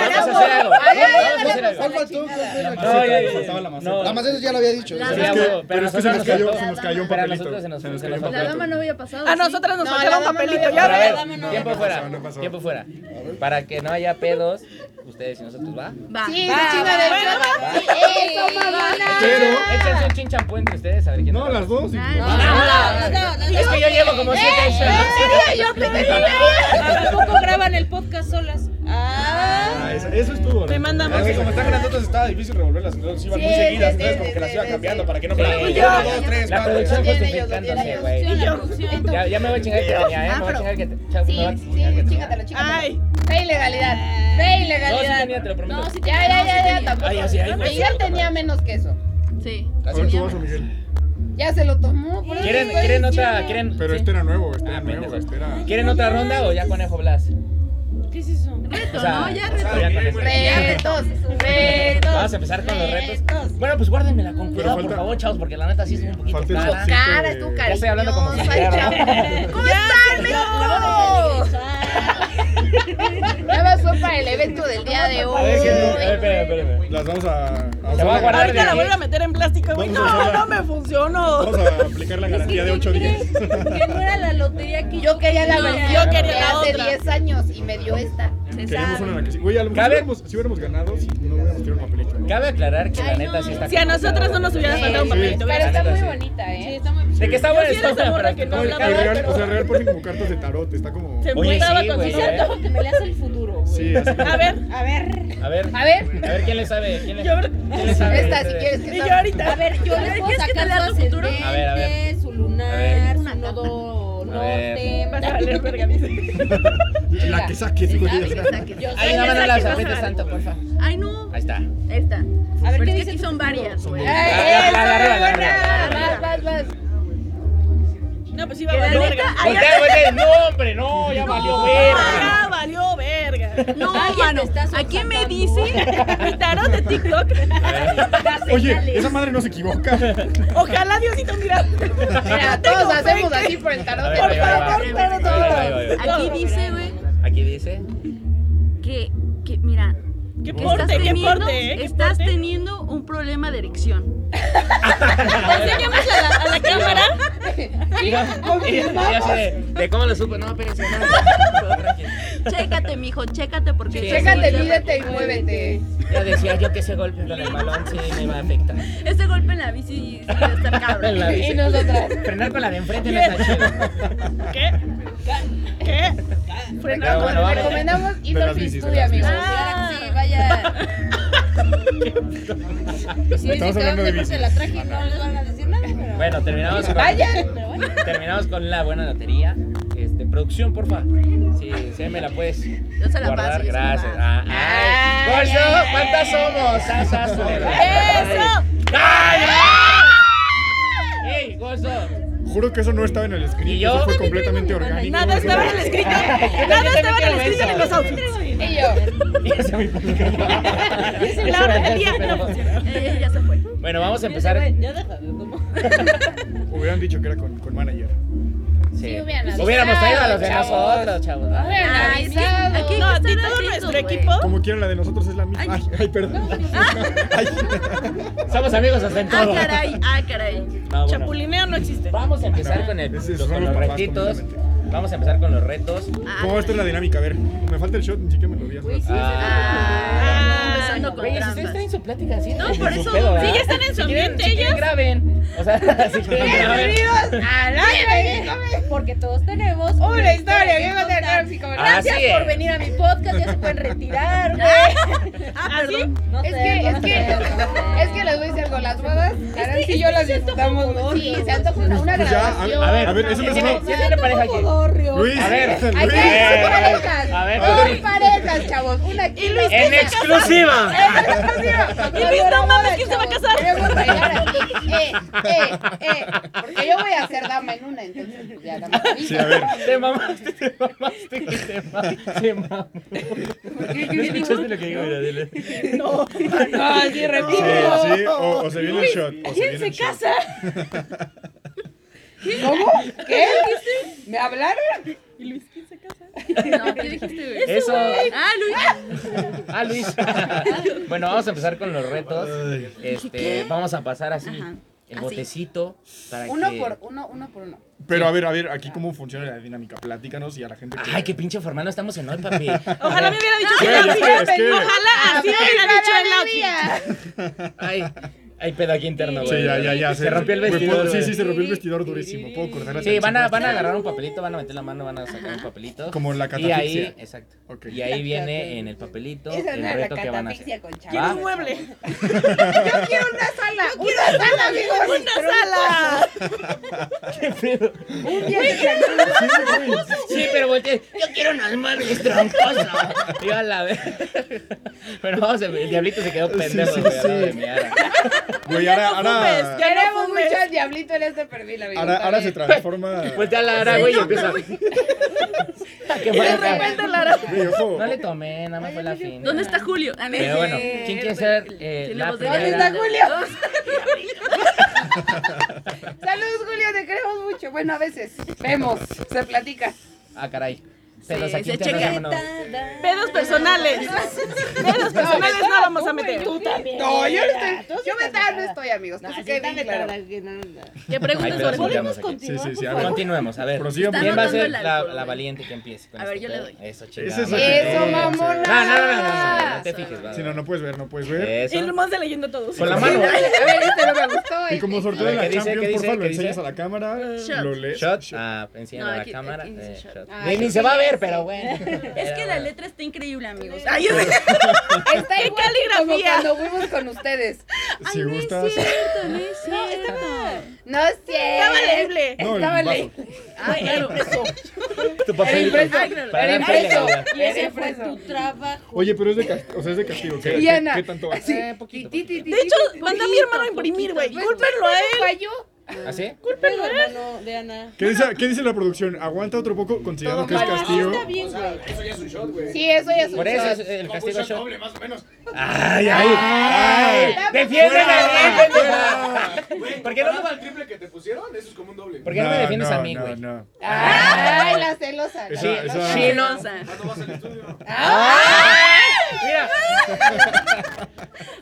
Speaker 1: Vamos a hacer algo.
Speaker 7: Ay, ay, ay,
Speaker 1: Vamos a hacer algo.
Speaker 8: ¿Cuál faltó? ¿Cuál fue la
Speaker 1: No, ya, ya,
Speaker 8: maceta?
Speaker 1: ya.
Speaker 2: la maceta.
Speaker 1: No.
Speaker 8: La maceta ya la había dicho.
Speaker 4: La
Speaker 8: ya.
Speaker 1: Sí,
Speaker 2: Pero es que-
Speaker 1: a huevo,
Speaker 2: pero es que se nos
Speaker 1: nosotros
Speaker 2: cayó,
Speaker 1: nos
Speaker 2: se nos
Speaker 4: faltó.
Speaker 2: cayó un
Speaker 1: Pero a
Speaker 2: papelito.
Speaker 1: nosotros se nos-
Speaker 2: nos
Speaker 1: se nos
Speaker 2: cayó un
Speaker 1: faltó.
Speaker 4: La dama
Speaker 2: papelito.
Speaker 4: no había pasado.
Speaker 3: A
Speaker 4: ¿sí?
Speaker 3: nosotras nos
Speaker 7: No,
Speaker 3: faltaba un
Speaker 7: la dama no
Speaker 3: papelito,
Speaker 7: había-
Speaker 3: ya
Speaker 1: Pero a
Speaker 3: ves.
Speaker 1: ver,
Speaker 7: no,
Speaker 1: tiempo
Speaker 2: no
Speaker 1: fuera.
Speaker 2: pasó, no pasó.
Speaker 1: Tiempo fuera. Para que no haya pedos, ustedes y nosotros, ¿va?
Speaker 4: Va.
Speaker 7: Sí,
Speaker 6: Va,
Speaker 7: chinga
Speaker 6: va,
Speaker 7: de
Speaker 6: va,
Speaker 7: chava.
Speaker 1: va.
Speaker 7: Eso, mamona.
Speaker 2: Pero-
Speaker 1: Échense un chinchampú entre ustedes a ver quién.
Speaker 2: No,
Speaker 1: la-
Speaker 2: las dos.
Speaker 4: Ah,
Speaker 2: y-
Speaker 4: no.
Speaker 1: Es que yo llevo como siete
Speaker 3: eh,
Speaker 1: shots.
Speaker 7: Yo te
Speaker 6: ¿A poco graban el podcast solas? Ah.
Speaker 2: Ah, eso, eso estuvo.
Speaker 3: Me mandan
Speaker 8: Es que como
Speaker 3: mensajes.
Speaker 8: están grandotas estaba difícil revolverlas, entonces iban muy
Speaker 7: Sí,
Speaker 8: seguidas,
Speaker 7: sí,
Speaker 8: entonces
Speaker 7: sí,
Speaker 8: como que
Speaker 7: sí,
Speaker 8: las iba
Speaker 7: sí,
Speaker 8: cambiando
Speaker 7: sí.
Speaker 8: para que no fueran
Speaker 1: Sí,
Speaker 8: uno,
Speaker 1: yo-
Speaker 8: dos, tres,
Speaker 1: La
Speaker 8: cuatro.
Speaker 1: producción
Speaker 7: Lo tienen ellos,
Speaker 1: justificándose,
Speaker 7: lo
Speaker 1: güey.
Speaker 7: tienen ellos.
Speaker 1: Ya, ya me voy a chingar que tenía, ya me voy a
Speaker 7: Ah,
Speaker 1: chingar que te. chao,
Speaker 7: Sí,
Speaker 1: me voy a
Speaker 7: sí,
Speaker 1: chingar que te-
Speaker 7: chícatelo, chícatelo.
Speaker 3: Ay,
Speaker 7: Fe ilegalidad. Fe
Speaker 1: No, sí
Speaker 7: ilegalidad.
Speaker 1: tenía, te lo prometo.
Speaker 4: No, sí
Speaker 7: Ya, ya, ya, ya, tampoco.
Speaker 1: Ay, así, ay, güey,
Speaker 7: Miguel
Speaker 1: sí,
Speaker 7: tenía
Speaker 1: no.
Speaker 7: menos que eso.
Speaker 4: Sí.
Speaker 2: A ver, tú vas, Miguel.
Speaker 7: Ya se lo tomó. por eso
Speaker 1: ¿Quieren,
Speaker 7: estoy
Speaker 1: quieren otra?
Speaker 7: diciendo.
Speaker 1: ¿Quieren,
Speaker 2: Pero
Speaker 1: sí?
Speaker 2: este era nuevo, este era
Speaker 1: Ah,
Speaker 2: nuevo,
Speaker 1: pendejo.
Speaker 2: este era.
Speaker 1: ¿Quieren otra ronda o ya conejo Blas?
Speaker 6: ¿Qué es eso?
Speaker 4: Reto,
Speaker 1: O sea,
Speaker 4: ¿no?
Speaker 1: o
Speaker 4: Ya
Speaker 1: ya
Speaker 4: reto.
Speaker 1: con eso.
Speaker 7: Retos, retos,
Speaker 1: Vamos a empezar con los retos. Bueno, pues guárdenmela con cuidado, por
Speaker 2: falta-
Speaker 1: favor, chavos, porque la neta sí es un poquito
Speaker 2: falta el
Speaker 1: cara.
Speaker 2: Sí,
Speaker 7: Cara,
Speaker 2: que-
Speaker 7: estuvo
Speaker 2: Ya
Speaker 1: Ya estoy hablando como si
Speaker 7: cariñosa,
Speaker 1: fuera-
Speaker 7: [laughs] ya.
Speaker 5: Ah,
Speaker 7: Nada más fue para el evento del día de
Speaker 1: A ver, si es- a ver,
Speaker 7: hoy.
Speaker 1: espérame, espérame.
Speaker 2: Las vamos a. a
Speaker 1: Se va a guardar de
Speaker 3: Ahorita la
Speaker 1: aquí.
Speaker 3: vuelvo a meter en plástico, güey.
Speaker 2: Vamos a
Speaker 3: No, no
Speaker 2: usarla.
Speaker 3: me funcionó.
Speaker 2: Vamos a aplicar la garantía de 8 días. [laughs]
Speaker 5: Que no era la lotería que
Speaker 7: Yo quería la versión
Speaker 3: yo quería
Speaker 7: de
Speaker 3: la
Speaker 7: hace
Speaker 3: otra.
Speaker 7: 10 años y me dio esta.
Speaker 4: Se
Speaker 2: Queríamos una en la
Speaker 4: sabe.
Speaker 2: que sí. Güey, a lo mejor
Speaker 1: Cabe-
Speaker 2: si hubiéramos, si hubiéramos ganado, si no hubiéramos tirado el papelito.
Speaker 1: Cabe aclarar que la neta sí está
Speaker 3: Si a nosotros no nos hubiera
Speaker 7: Sí,
Speaker 3: faltado un
Speaker 2: sí.
Speaker 7: Pero
Speaker 3: papelito, gracias.
Speaker 7: está
Speaker 1: neta,
Speaker 7: muy
Speaker 1: sí.
Speaker 7: bonita, ¿eh?
Speaker 1: De que está buena
Speaker 3: Yo sí era
Speaker 1: está
Speaker 3: esa
Speaker 1: buena,
Speaker 3: morra
Speaker 1: pero
Speaker 3: que no
Speaker 1: como-
Speaker 2: Y
Speaker 3: hablaba.
Speaker 2: real, o sea, real ponen como cartas de tarot, está como.
Speaker 3: Se
Speaker 1: Oye,
Speaker 3: emputaba
Speaker 1: sí,
Speaker 3: con
Speaker 1: güey,
Speaker 3: sus
Speaker 1: ¿eh?
Speaker 3: santos.
Speaker 5: que me leas el futuro, güey.
Speaker 2: Sí, así como-
Speaker 3: A
Speaker 6: [laughs]
Speaker 3: ver,
Speaker 1: A ver,
Speaker 7: A ver,
Speaker 1: a ver quién le sabe, quién le,
Speaker 3: Yo-
Speaker 1: quién le sabe.
Speaker 7: esta si
Speaker 1: ustedes?
Speaker 7: quieres
Speaker 3: y
Speaker 7: que
Speaker 3: yo
Speaker 7: sea.
Speaker 3: ahorita.
Speaker 5: A ver, yo les puedo
Speaker 4: ¿Quieres que te lea
Speaker 5: sacar
Speaker 4: tu
Speaker 5: su
Speaker 4: futuro?
Speaker 5: ascendente,
Speaker 1: A ver, a ver.
Speaker 5: su
Speaker 1: A ver.
Speaker 5: lunar, su nodo
Speaker 1: A ver.
Speaker 5: norte.
Speaker 3: Vas a valer verga, dice.
Speaker 2: La que saques, güey.
Speaker 4: Ay, esa que-
Speaker 5: [laughs] Yo
Speaker 1: Ay,
Speaker 5: soy
Speaker 1: no, no,
Speaker 5: esa
Speaker 1: no, la
Speaker 5: que va a
Speaker 1: zapete
Speaker 5: jalar.
Speaker 1: santo, por favor.
Speaker 4: Ay, no.
Speaker 1: Ahí está.
Speaker 4: Esta.
Speaker 5: A ver, ¿qué
Speaker 4: Pero es que
Speaker 5: dice
Speaker 4: aquí
Speaker 5: tu
Speaker 4: son
Speaker 5: futuro? Eh,
Speaker 4: varias, güey.
Speaker 1: La- la- la- la- la- la- la- la-
Speaker 7: Vas, vas, vas.
Speaker 3: No, pues sí va a valer verga.
Speaker 1: Voltea, voltea. No, hombre, no, ya valió verga.
Speaker 3: Ah, valió verga.
Speaker 4: No,
Speaker 5: Alguien
Speaker 4: Ah, mano.
Speaker 5: te está
Speaker 4: Aquí me
Speaker 5: sofocando.
Speaker 4: dice. [laughs]
Speaker 3: Mi tarot de TikTok.
Speaker 2: [laughs] Oye, esa madre no se equivoca.
Speaker 3: Ojalá Diosito mira.
Speaker 7: Mira, todos hacemos así por el tarot.
Speaker 1: A ver,
Speaker 7: Por
Speaker 1: ahí va, ahí va.
Speaker 7: favor,
Speaker 1: Ahí
Speaker 7: pero
Speaker 1: va, ahí va, ahí
Speaker 7: todos.
Speaker 1: va.
Speaker 4: Aquí dice, güey,
Speaker 1: Aquí dice.
Speaker 4: que, que, mira,
Speaker 3: Qué
Speaker 4: estás
Speaker 3: porte, qué
Speaker 4: teniendo,
Speaker 3: porte, ¿eh? ¿Qué
Speaker 4: estás
Speaker 3: porte?
Speaker 4: teniendo un problema
Speaker 1: [laughs]
Speaker 4: de erección.
Speaker 3: Enseñemos a la, a la cámara.
Speaker 1: Y yo- y yo- y yo así de, de cómo lo supo. No, espérense. no, todo tranquilo.
Speaker 4: Chécate, mijo, chécate porque...
Speaker 1: Sí.
Speaker 7: Chécate, mídete y muévete.
Speaker 1: Yo decía yo que ese golpe con el balón sí me va a afectar.
Speaker 4: Este golpe en la bici sí va a
Speaker 1: [laughs]
Speaker 4: estar cabrón.
Speaker 1: La bici.
Speaker 7: Y nosotras.
Speaker 1: Frenar con la de enfrente no está chido.
Speaker 3: ¿Qué? ¿Qué?
Speaker 2: Ah,
Speaker 1: Pero bueno, vamos.
Speaker 7: Recomendamos
Speaker 2: De
Speaker 7: Indoor
Speaker 2: las
Speaker 7: Film
Speaker 2: bicis,
Speaker 7: Studio,
Speaker 2: de las
Speaker 7: amigos.
Speaker 2: bicis.
Speaker 5: Ah, sí, vaya. Si
Speaker 2: Estamos
Speaker 5: dicen que
Speaker 2: hablando de
Speaker 5: dónde porque
Speaker 2: bicis.
Speaker 5: la traje, no les van a decir nada. pero-
Speaker 1: Bueno, terminamos con,
Speaker 7: Vayan.
Speaker 1: terminamos con la buena lotería. Este, producción, porfa. Si se me la puedes
Speaker 4: Yo se la
Speaker 1: guardar,
Speaker 4: paso, yo se la
Speaker 1: gracias.
Speaker 4: paso.
Speaker 1: Ah, ay.
Speaker 7: Ay,
Speaker 1: Gordo,
Speaker 7: ay,
Speaker 1: ¿cuántas
Speaker 7: ay.
Speaker 1: somos? Ah, sas,
Speaker 3: ¡Eso!
Speaker 1: ¡Ay! ay. ¡Ey, Gordo!
Speaker 2: Juro que eso no estaba en el script.
Speaker 1: ¿Y yo?
Speaker 2: Eso fue completamente orgánico.
Speaker 3: Nada estaba en el escrito. Nada estaba en el escrito ni en los outfits.
Speaker 7: Y yo.
Speaker 2: Ah,
Speaker 1: [laughs]
Speaker 3: La hora del día no funciona.
Speaker 4: Eh, ya se fue.
Speaker 1: Bueno, vamos a empezar.
Speaker 5: Ya déjame, ¿cómo?
Speaker 2: Hubieran dicho que era con, con manager.
Speaker 1: Sí.
Speaker 7: hubieran
Speaker 1: Hubiéramos traído a los de
Speaker 7: avisado,
Speaker 1: nosotros, chavos.
Speaker 7: No hubieran
Speaker 4: Ay, es que
Speaker 7: avisado.
Speaker 4: aquí-
Speaker 3: No, a ti todo nuestro equipo. Ah,
Speaker 2: Como quiera, la de nosotros es la misma. Ay, ay, perdón. Ay.
Speaker 1: Somos amigos hasta en
Speaker 4: Ah,
Speaker 1: todo.
Speaker 4: caray, ah, caray.
Speaker 1: No, bueno.
Speaker 3: Chapulineo no existe.
Speaker 1: Vamos a empezar
Speaker 2: No,
Speaker 1: con, el,
Speaker 2: ese es
Speaker 1: los, con
Speaker 2: solo
Speaker 1: los
Speaker 2: papás
Speaker 1: retitos.
Speaker 2: completamente.
Speaker 1: Vamos a empezar con los retos.
Speaker 4: Ah,
Speaker 2: ¿Cómo va a estar la dinámica? A ver, me falta el shot, ni siquiera me lo vi. hace rato.
Speaker 4: Ah,
Speaker 3: Ah,
Speaker 4: empezando con
Speaker 1: Oye, si ustedes
Speaker 4: trampas.
Speaker 1: están en su plática así,
Speaker 4: No,
Speaker 1: en
Speaker 4: por
Speaker 1: su
Speaker 4: eso-
Speaker 1: ¿verdad?
Speaker 3: Sí, ya están en su
Speaker 1: Si quieren-
Speaker 3: ambiente,
Speaker 1: si quieren,
Speaker 3: ellos.
Speaker 1: graben. O sea, [laughs] si quieren, graben.
Speaker 7: al aire.
Speaker 5: Porque todos tenemos
Speaker 7: Una historia que
Speaker 5: contar.
Speaker 7: contar tóxico.
Speaker 1: Así
Speaker 5: Gracias por
Speaker 1: es.
Speaker 5: venir a mi podcast, ya se pueden
Speaker 7: [laughs]
Speaker 5: retirar, güey.
Speaker 4: Ah, perdón.
Speaker 5: No
Speaker 7: Es
Speaker 5: sé,
Speaker 7: que,
Speaker 5: no
Speaker 7: es que,
Speaker 5: sé.
Speaker 7: es que les voy a decir algo, las bodas, ahora sí yo las disfrutamos mucho. Sí, se antoja una, una
Speaker 2: Pues ya, a ver,
Speaker 7: grabación.
Speaker 1: A ver,
Speaker 2: A ver, eso
Speaker 1: ¿quién
Speaker 2: me
Speaker 1: tiene-
Speaker 2: sonó-
Speaker 1: quién tiene pareja aquí?
Speaker 2: Luis,
Speaker 1: A ver,
Speaker 2: Luis.
Speaker 7: Aquí hay dos parejas,
Speaker 1: A ver,
Speaker 7: dos
Speaker 1: Rodri.
Speaker 7: parejas, chavos, una aquí. Y Luis,
Speaker 1: En exclusiva. [laughs]
Speaker 3: Y Luis, no mames, ¿quién se va a casar?
Speaker 7: Queremos bailar aquí, eh, eh, eh, porque yo voy a ser dama en una, entonces pues, ya dama.
Speaker 2: Sí, a ver.
Speaker 1: Te mamaste, te mamaste, que te mamaste. Se mamó. ¿No escuchaste lo que digo? Mira, dile.
Speaker 2: Sí, sí, o, o se viene el shot. o
Speaker 5: ¿Quién
Speaker 2: viene
Speaker 5: se
Speaker 2: el shot.
Speaker 5: casa?
Speaker 7: ¿Cómo? ¿Qué? ¿Me hablaron?
Speaker 4: No, ¿qué dijiste, güey?
Speaker 1: Eso.
Speaker 4: Ah, Luis.
Speaker 1: Ah, Luis. [laughs] bueno, vamos a empezar con los retos. Este, vamos a pasar así
Speaker 4: Ajá.
Speaker 1: el
Speaker 4: Así.
Speaker 1: botecito para
Speaker 7: Uno
Speaker 1: que-
Speaker 7: por uno, uno por uno.
Speaker 2: Pero a ver, a ver, aquí cómo funciona la dinámica. Platícanos y a la gente. que-
Speaker 1: Ay, qué pinche formal, no estamos en hoy, papi.
Speaker 3: Ojalá me hubiera dicho que
Speaker 2: Güey,
Speaker 3: era
Speaker 2: es
Speaker 3: outfit.
Speaker 2: que- es que-
Speaker 3: Ojalá así me hubiera dicho el outfit.
Speaker 1: Ay, ay, pedo aquí interno, Ah, güey.
Speaker 2: Sí, ya, ya, ya.
Speaker 1: Se, rompió el
Speaker 2: güey,
Speaker 1: vestido.
Speaker 2: puedo-
Speaker 1: güey.
Speaker 2: Sí, sí, se rompió el vestidor durísimo. Puedo cortar la
Speaker 1: Sí, van a,
Speaker 2: tensión.
Speaker 1: van a agarrar un papelito, van a meter la mano, van a sacar un papelito.
Speaker 2: Como la
Speaker 1: Y ahí,
Speaker 2: catafixia.
Speaker 1: exacto.
Speaker 2: Ok.
Speaker 1: Y ahí viene en el papelito
Speaker 7: Esa
Speaker 1: el
Speaker 7: no era
Speaker 1: reto que van a [laughs]
Speaker 7: catafixia
Speaker 1: hacer.
Speaker 7: con chavos.
Speaker 3: Quiero un mueble.
Speaker 7: Yo quiero una sala. una sala, amigos.
Speaker 3: ¡Una sala!
Speaker 7: Un día de Cancún.
Speaker 1: Sí, pero volteé. Yo quiero unos muebles tramposos. Y a la vez. [laughs] Pero vamos, el diablito se quedó pendejo. güey,
Speaker 2: sí,
Speaker 1: al lado
Speaker 2: sí.
Speaker 1: de mi ara.
Speaker 2: Güey, ahora,
Speaker 3: No fumes,
Speaker 2: ahora.
Speaker 3: ya no
Speaker 7: Queremos
Speaker 3: fumes.
Speaker 7: muchos diablito en este perfil, amigo.
Speaker 2: Ahora,
Speaker 7: está
Speaker 2: ahora se
Speaker 1: [laughs]
Speaker 7: bien.
Speaker 2: transforma.
Speaker 1: Voltea a [laughs] Lara, güey, y empieza. Ah, qué mala cara.
Speaker 4: Lara.
Speaker 2: Güey, ojo.
Speaker 1: No le tomé, nada más fue la fin.
Speaker 4: ¿Dónde está Julio? Ah, no.
Speaker 1: Pero bueno, ¿quién quiere ser eh,
Speaker 4: ¿Quién le
Speaker 1: la
Speaker 4: votó?
Speaker 1: primera?
Speaker 7: ¿Dónde está Julio?
Speaker 6: Saludos, Julio, te queremos mucho. Bueno, a veces vemos, se platica.
Speaker 1: Ah, caray. Pelos
Speaker 4: Sí,
Speaker 1: aquí
Speaker 4: se
Speaker 1: te
Speaker 4: checa.
Speaker 1: mano.
Speaker 3: Pedos personales. Pedos personales no vamos a meter.
Speaker 7: No, yo no estoy. Yo mental no estoy, amigos. que
Speaker 6: No,
Speaker 7: se
Speaker 6: sí,
Speaker 7: quede bien
Speaker 6: dame
Speaker 7: claro.
Speaker 6: para que no- no.
Speaker 4: ¿Qué
Speaker 1: Ay,
Speaker 4: preguntas
Speaker 1: pero
Speaker 4: sobre Julio?
Speaker 1: sigamos aquí.
Speaker 2: Sí, sí, sí. A ver.
Speaker 1: Continuemos, a ver.
Speaker 2: Prosigan,
Speaker 4: Está
Speaker 2: por
Speaker 1: ¿Quién va a
Speaker 2: favor.
Speaker 1: ser
Speaker 4: Anotando el
Speaker 1: la,
Speaker 4: alcohol,
Speaker 1: la
Speaker 4: güey.
Speaker 1: valiente que empiece? con
Speaker 4: A ver,
Speaker 1: este
Speaker 4: yo le
Speaker 1: pedo?
Speaker 4: doy.
Speaker 1: Eso,
Speaker 2: Ese
Speaker 1: chingada.
Speaker 2: es
Speaker 1: madre.
Speaker 2: el-
Speaker 7: Eso,
Speaker 2: Sí,
Speaker 7: mamona.
Speaker 1: No, no, no, no, no, no, no te fijes. va,
Speaker 2: Si no,
Speaker 1: va.
Speaker 2: no puedes ver, no puedes ver.
Speaker 3: Y
Speaker 1: Eso.
Speaker 3: nomás se leyendo todos.
Speaker 1: Eh, Con la mano.
Speaker 7: A ver, este no me gustó.
Speaker 2: Y como
Speaker 7: este.
Speaker 2: sorteo
Speaker 1: A ver,
Speaker 2: de la
Speaker 1: ¿qué dice? ¿Qué
Speaker 2: Champions,
Speaker 1: dice?
Speaker 2: porfa, lo
Speaker 1: ¿Qué dice?
Speaker 2: enseñas a la cámara,
Speaker 4: Shot.
Speaker 2: lo lees.
Speaker 1: Shot. Ah, encima
Speaker 4: No,
Speaker 1: a la
Speaker 4: aquí-
Speaker 1: cámara.
Speaker 4: aquí dice
Speaker 1: eh,
Speaker 4: shot.
Speaker 1: shot.
Speaker 7: Ay,
Speaker 1: Ni
Speaker 7: sí,
Speaker 1: se va a ver,
Speaker 7: sí.
Speaker 1: pero bueno.
Speaker 4: Es que la letra está increíble, amigos. Ay,
Speaker 7: Está igual como
Speaker 3: caligrafía?
Speaker 7: cuando fuimos con ustedes.
Speaker 1: Ah,
Speaker 2: Si
Speaker 4: no es
Speaker 2: gustas.
Speaker 4: cierto, no es cierto.
Speaker 7: No es
Speaker 3: Estaba
Speaker 7: cierto.
Speaker 3: leíble.
Speaker 2: No, el
Speaker 7: Estaba
Speaker 2: vaso.
Speaker 7: leyendo. Ah, claro.
Speaker 4: [laughs]
Speaker 9: Tu papel.
Speaker 1: Para
Speaker 7: Era
Speaker 1: dar pelea,
Speaker 7: impreso.
Speaker 1: ¿verdad?
Speaker 6: Y ese fue tu trabajo.
Speaker 2: Oye, pero es de, cas- o sea, es de castigo. ¿Qué,
Speaker 7: Y
Speaker 2: qué-
Speaker 7: Ana,
Speaker 2: qué tanto va?
Speaker 7: así,
Speaker 1: Eh, poquito,
Speaker 7: ti, ti, ti,
Speaker 1: poquito.
Speaker 7: ti,
Speaker 3: De hecho,
Speaker 7: ti,
Speaker 3: mandó a mi
Speaker 7: poquito,
Speaker 3: hermano a imprimir, güey.
Speaker 7: poquito.
Speaker 3: Cúlpenlo a él.
Speaker 7: Falló.
Speaker 1: ¿Así?
Speaker 6: Cúlpelo, hermano de Ana.
Speaker 2: ¿Qué dice, ¿Qué dice la producción? ¿Aguanta otro poco considerando que es
Speaker 6: Bueno, así
Speaker 2: castigo?
Speaker 6: Ah, está bien, güey.
Speaker 8: Eso ya es un shot, güey.
Speaker 7: Sí, eso ya es un
Speaker 1: Por eso
Speaker 7: shot.
Speaker 1: es el castigo shot.
Speaker 8: más o menos.
Speaker 1: ¡Ay, ay! ¡Ay!
Speaker 2: Ah.
Speaker 1: ¡Defienden a él, ¿Por qué no
Speaker 8: ¿Paraba el triple que te pusieron? Eso es como un doble.
Speaker 1: ¿Por qué no me defiendes a mí,
Speaker 2: no,
Speaker 1: güey?
Speaker 2: no.
Speaker 7: Ay, la celosa.
Speaker 2: Esa-
Speaker 1: Sí,
Speaker 2: esa-
Speaker 1: sí, no.
Speaker 4: Hermosa.
Speaker 8: ¿Cuándo vas al estudio?
Speaker 1: Mira.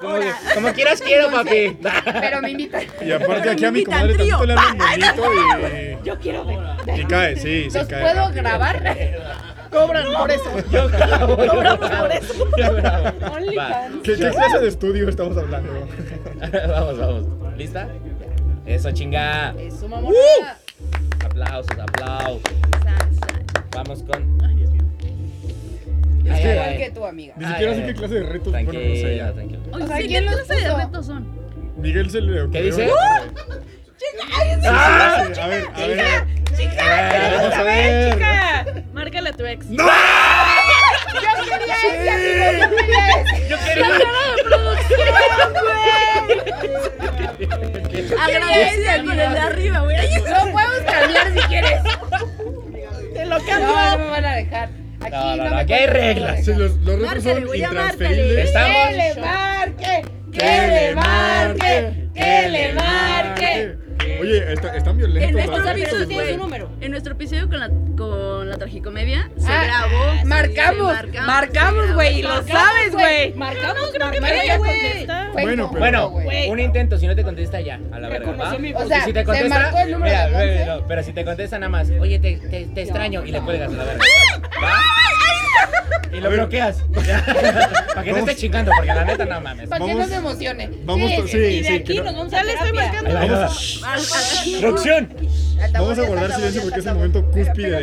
Speaker 1: Como, como quieras quiero, papi.
Speaker 7: Pero
Speaker 2: [laughs]
Speaker 7: me invitan.
Speaker 2: Y aparte aquí a mi
Speaker 4: Invitan
Speaker 2: comadre
Speaker 4: trío.
Speaker 2: tanto le hablan bonito y...
Speaker 6: Yo quiero ver.
Speaker 2: Y cae, sí, sí
Speaker 7: ¿Los
Speaker 2: cae.
Speaker 7: puedo
Speaker 2: rápido.
Speaker 7: grabar?
Speaker 3: Cobran por
Speaker 1: [laughs]
Speaker 3: eso.
Speaker 1: Yo grabo, yo
Speaker 3: Cobramos
Speaker 1: grabo.
Speaker 3: por eso.
Speaker 1: Yo grabo. Va.
Speaker 6: OnlyFans.
Speaker 2: ¿Qué, ¿Qué clase de estudio estamos hablando? [laughs]
Speaker 1: vamos, vamos. ¿Lista? Eso, chinga.
Speaker 7: Eso, mamona.
Speaker 1: Aplausos, aplausos. Vamos con.
Speaker 7: Es
Speaker 1: Ay, ay,
Speaker 7: igual
Speaker 1: ay.
Speaker 7: que tu amiga.
Speaker 2: Ni
Speaker 1: Ay,
Speaker 2: siquiera
Speaker 1: ay,
Speaker 2: sé qué
Speaker 1: ay.
Speaker 2: clase de retos. Bueno, no sé
Speaker 1: Tranquila,
Speaker 2: ya.
Speaker 1: tranquila.
Speaker 4: Oye,
Speaker 7: O sea,
Speaker 4: sí,
Speaker 7: ¿quién
Speaker 4: ¿qué
Speaker 7: los
Speaker 4: clase de
Speaker 7: puso?
Speaker 4: retos son?
Speaker 2: Miguel se le ocurrió...
Speaker 1: dice?
Speaker 2: ¡Ah! A ver, a ver.
Speaker 1: Eh, Ay, vamos a ver.
Speaker 3: Chica, márcale a tu ex.
Speaker 2: ¡No!
Speaker 7: Yo quería ese, amigo, yo quería ese.
Speaker 1: Yo quiero.
Speaker 4: Ah, Agradecida con el de arriba, güey. [laughs] Ay,
Speaker 7: Lo podemos cambiar si quieres.
Speaker 3: Te lo
Speaker 7: No,
Speaker 3: cambio.
Speaker 7: no me van a dejar. Aquí
Speaker 1: No,
Speaker 7: no,
Speaker 1: no,
Speaker 7: me
Speaker 1: no, aquí
Speaker 7: pueden
Speaker 1: hay reglas.
Speaker 2: Sí,
Speaker 7: dejar.
Speaker 2: los, los retos
Speaker 4: Márcale,
Speaker 2: son
Speaker 4: güey, ya
Speaker 2: intransferibles.
Speaker 7: Que
Speaker 1: Estamos.
Speaker 7: le Ah, marque, que le marque, que le marque.
Speaker 2: Oye, está- están violentos.
Speaker 4: En
Speaker 2: ¿no?
Speaker 4: nuestro
Speaker 6: tú
Speaker 4: episodio,
Speaker 6: tienes
Speaker 4: güey,
Speaker 6: un número.
Speaker 4: en nuestro episodio con la, con la tragicomedia se
Speaker 7: Ah,
Speaker 4: grabó. se-
Speaker 7: marcamos,
Speaker 4: se
Speaker 7: marcamos,
Speaker 4: se
Speaker 7: güey, y lo
Speaker 4: grabó.
Speaker 7: sabes, güey.
Speaker 6: Marcamos,
Speaker 7: Marca,
Speaker 6: marcamos,
Speaker 7: güey.
Speaker 3: contesta.
Speaker 7: Fue
Speaker 2: Bueno,
Speaker 7: como-
Speaker 2: pero-
Speaker 1: Bueno,
Speaker 7: güey.
Speaker 1: un intento, si no te contesta ya, a la verga, ¿va?
Speaker 6: Reconoció mi
Speaker 7: O sea,
Speaker 1: si te
Speaker 7: se
Speaker 1: contesta,
Speaker 7: marcó el número
Speaker 1: mira,
Speaker 7: de
Speaker 1: ve,
Speaker 7: Monse.
Speaker 1: no, pero si te contesta nada más, oye, te, te, te extraño y le cuelgas a la verga. ¿Va? Y lo
Speaker 2: A ver.
Speaker 1: bloqueas. [laughs] Para que no
Speaker 2: Vamos.
Speaker 1: esté chingando, porque la neta no mames.
Speaker 7: Para que no
Speaker 2: Vamos-
Speaker 7: se emocione.
Speaker 2: Vamos,
Speaker 7: Sí,
Speaker 2: to-
Speaker 7: sí.
Speaker 2: sí,
Speaker 6: Y
Speaker 2: sí.
Speaker 6: de
Speaker 2: que
Speaker 6: aquí
Speaker 2: no-
Speaker 6: nos vamos a
Speaker 3: Ya le estoy
Speaker 6: terapia.
Speaker 3: marcando.
Speaker 1: Ahí va.
Speaker 4: Al- al-
Speaker 9: Producción.
Speaker 7: Altavoz,
Speaker 2: Vamos a guardar
Speaker 7: altavoz,
Speaker 2: silencio porque es el
Speaker 7: altavoz.
Speaker 2: momento cúspide de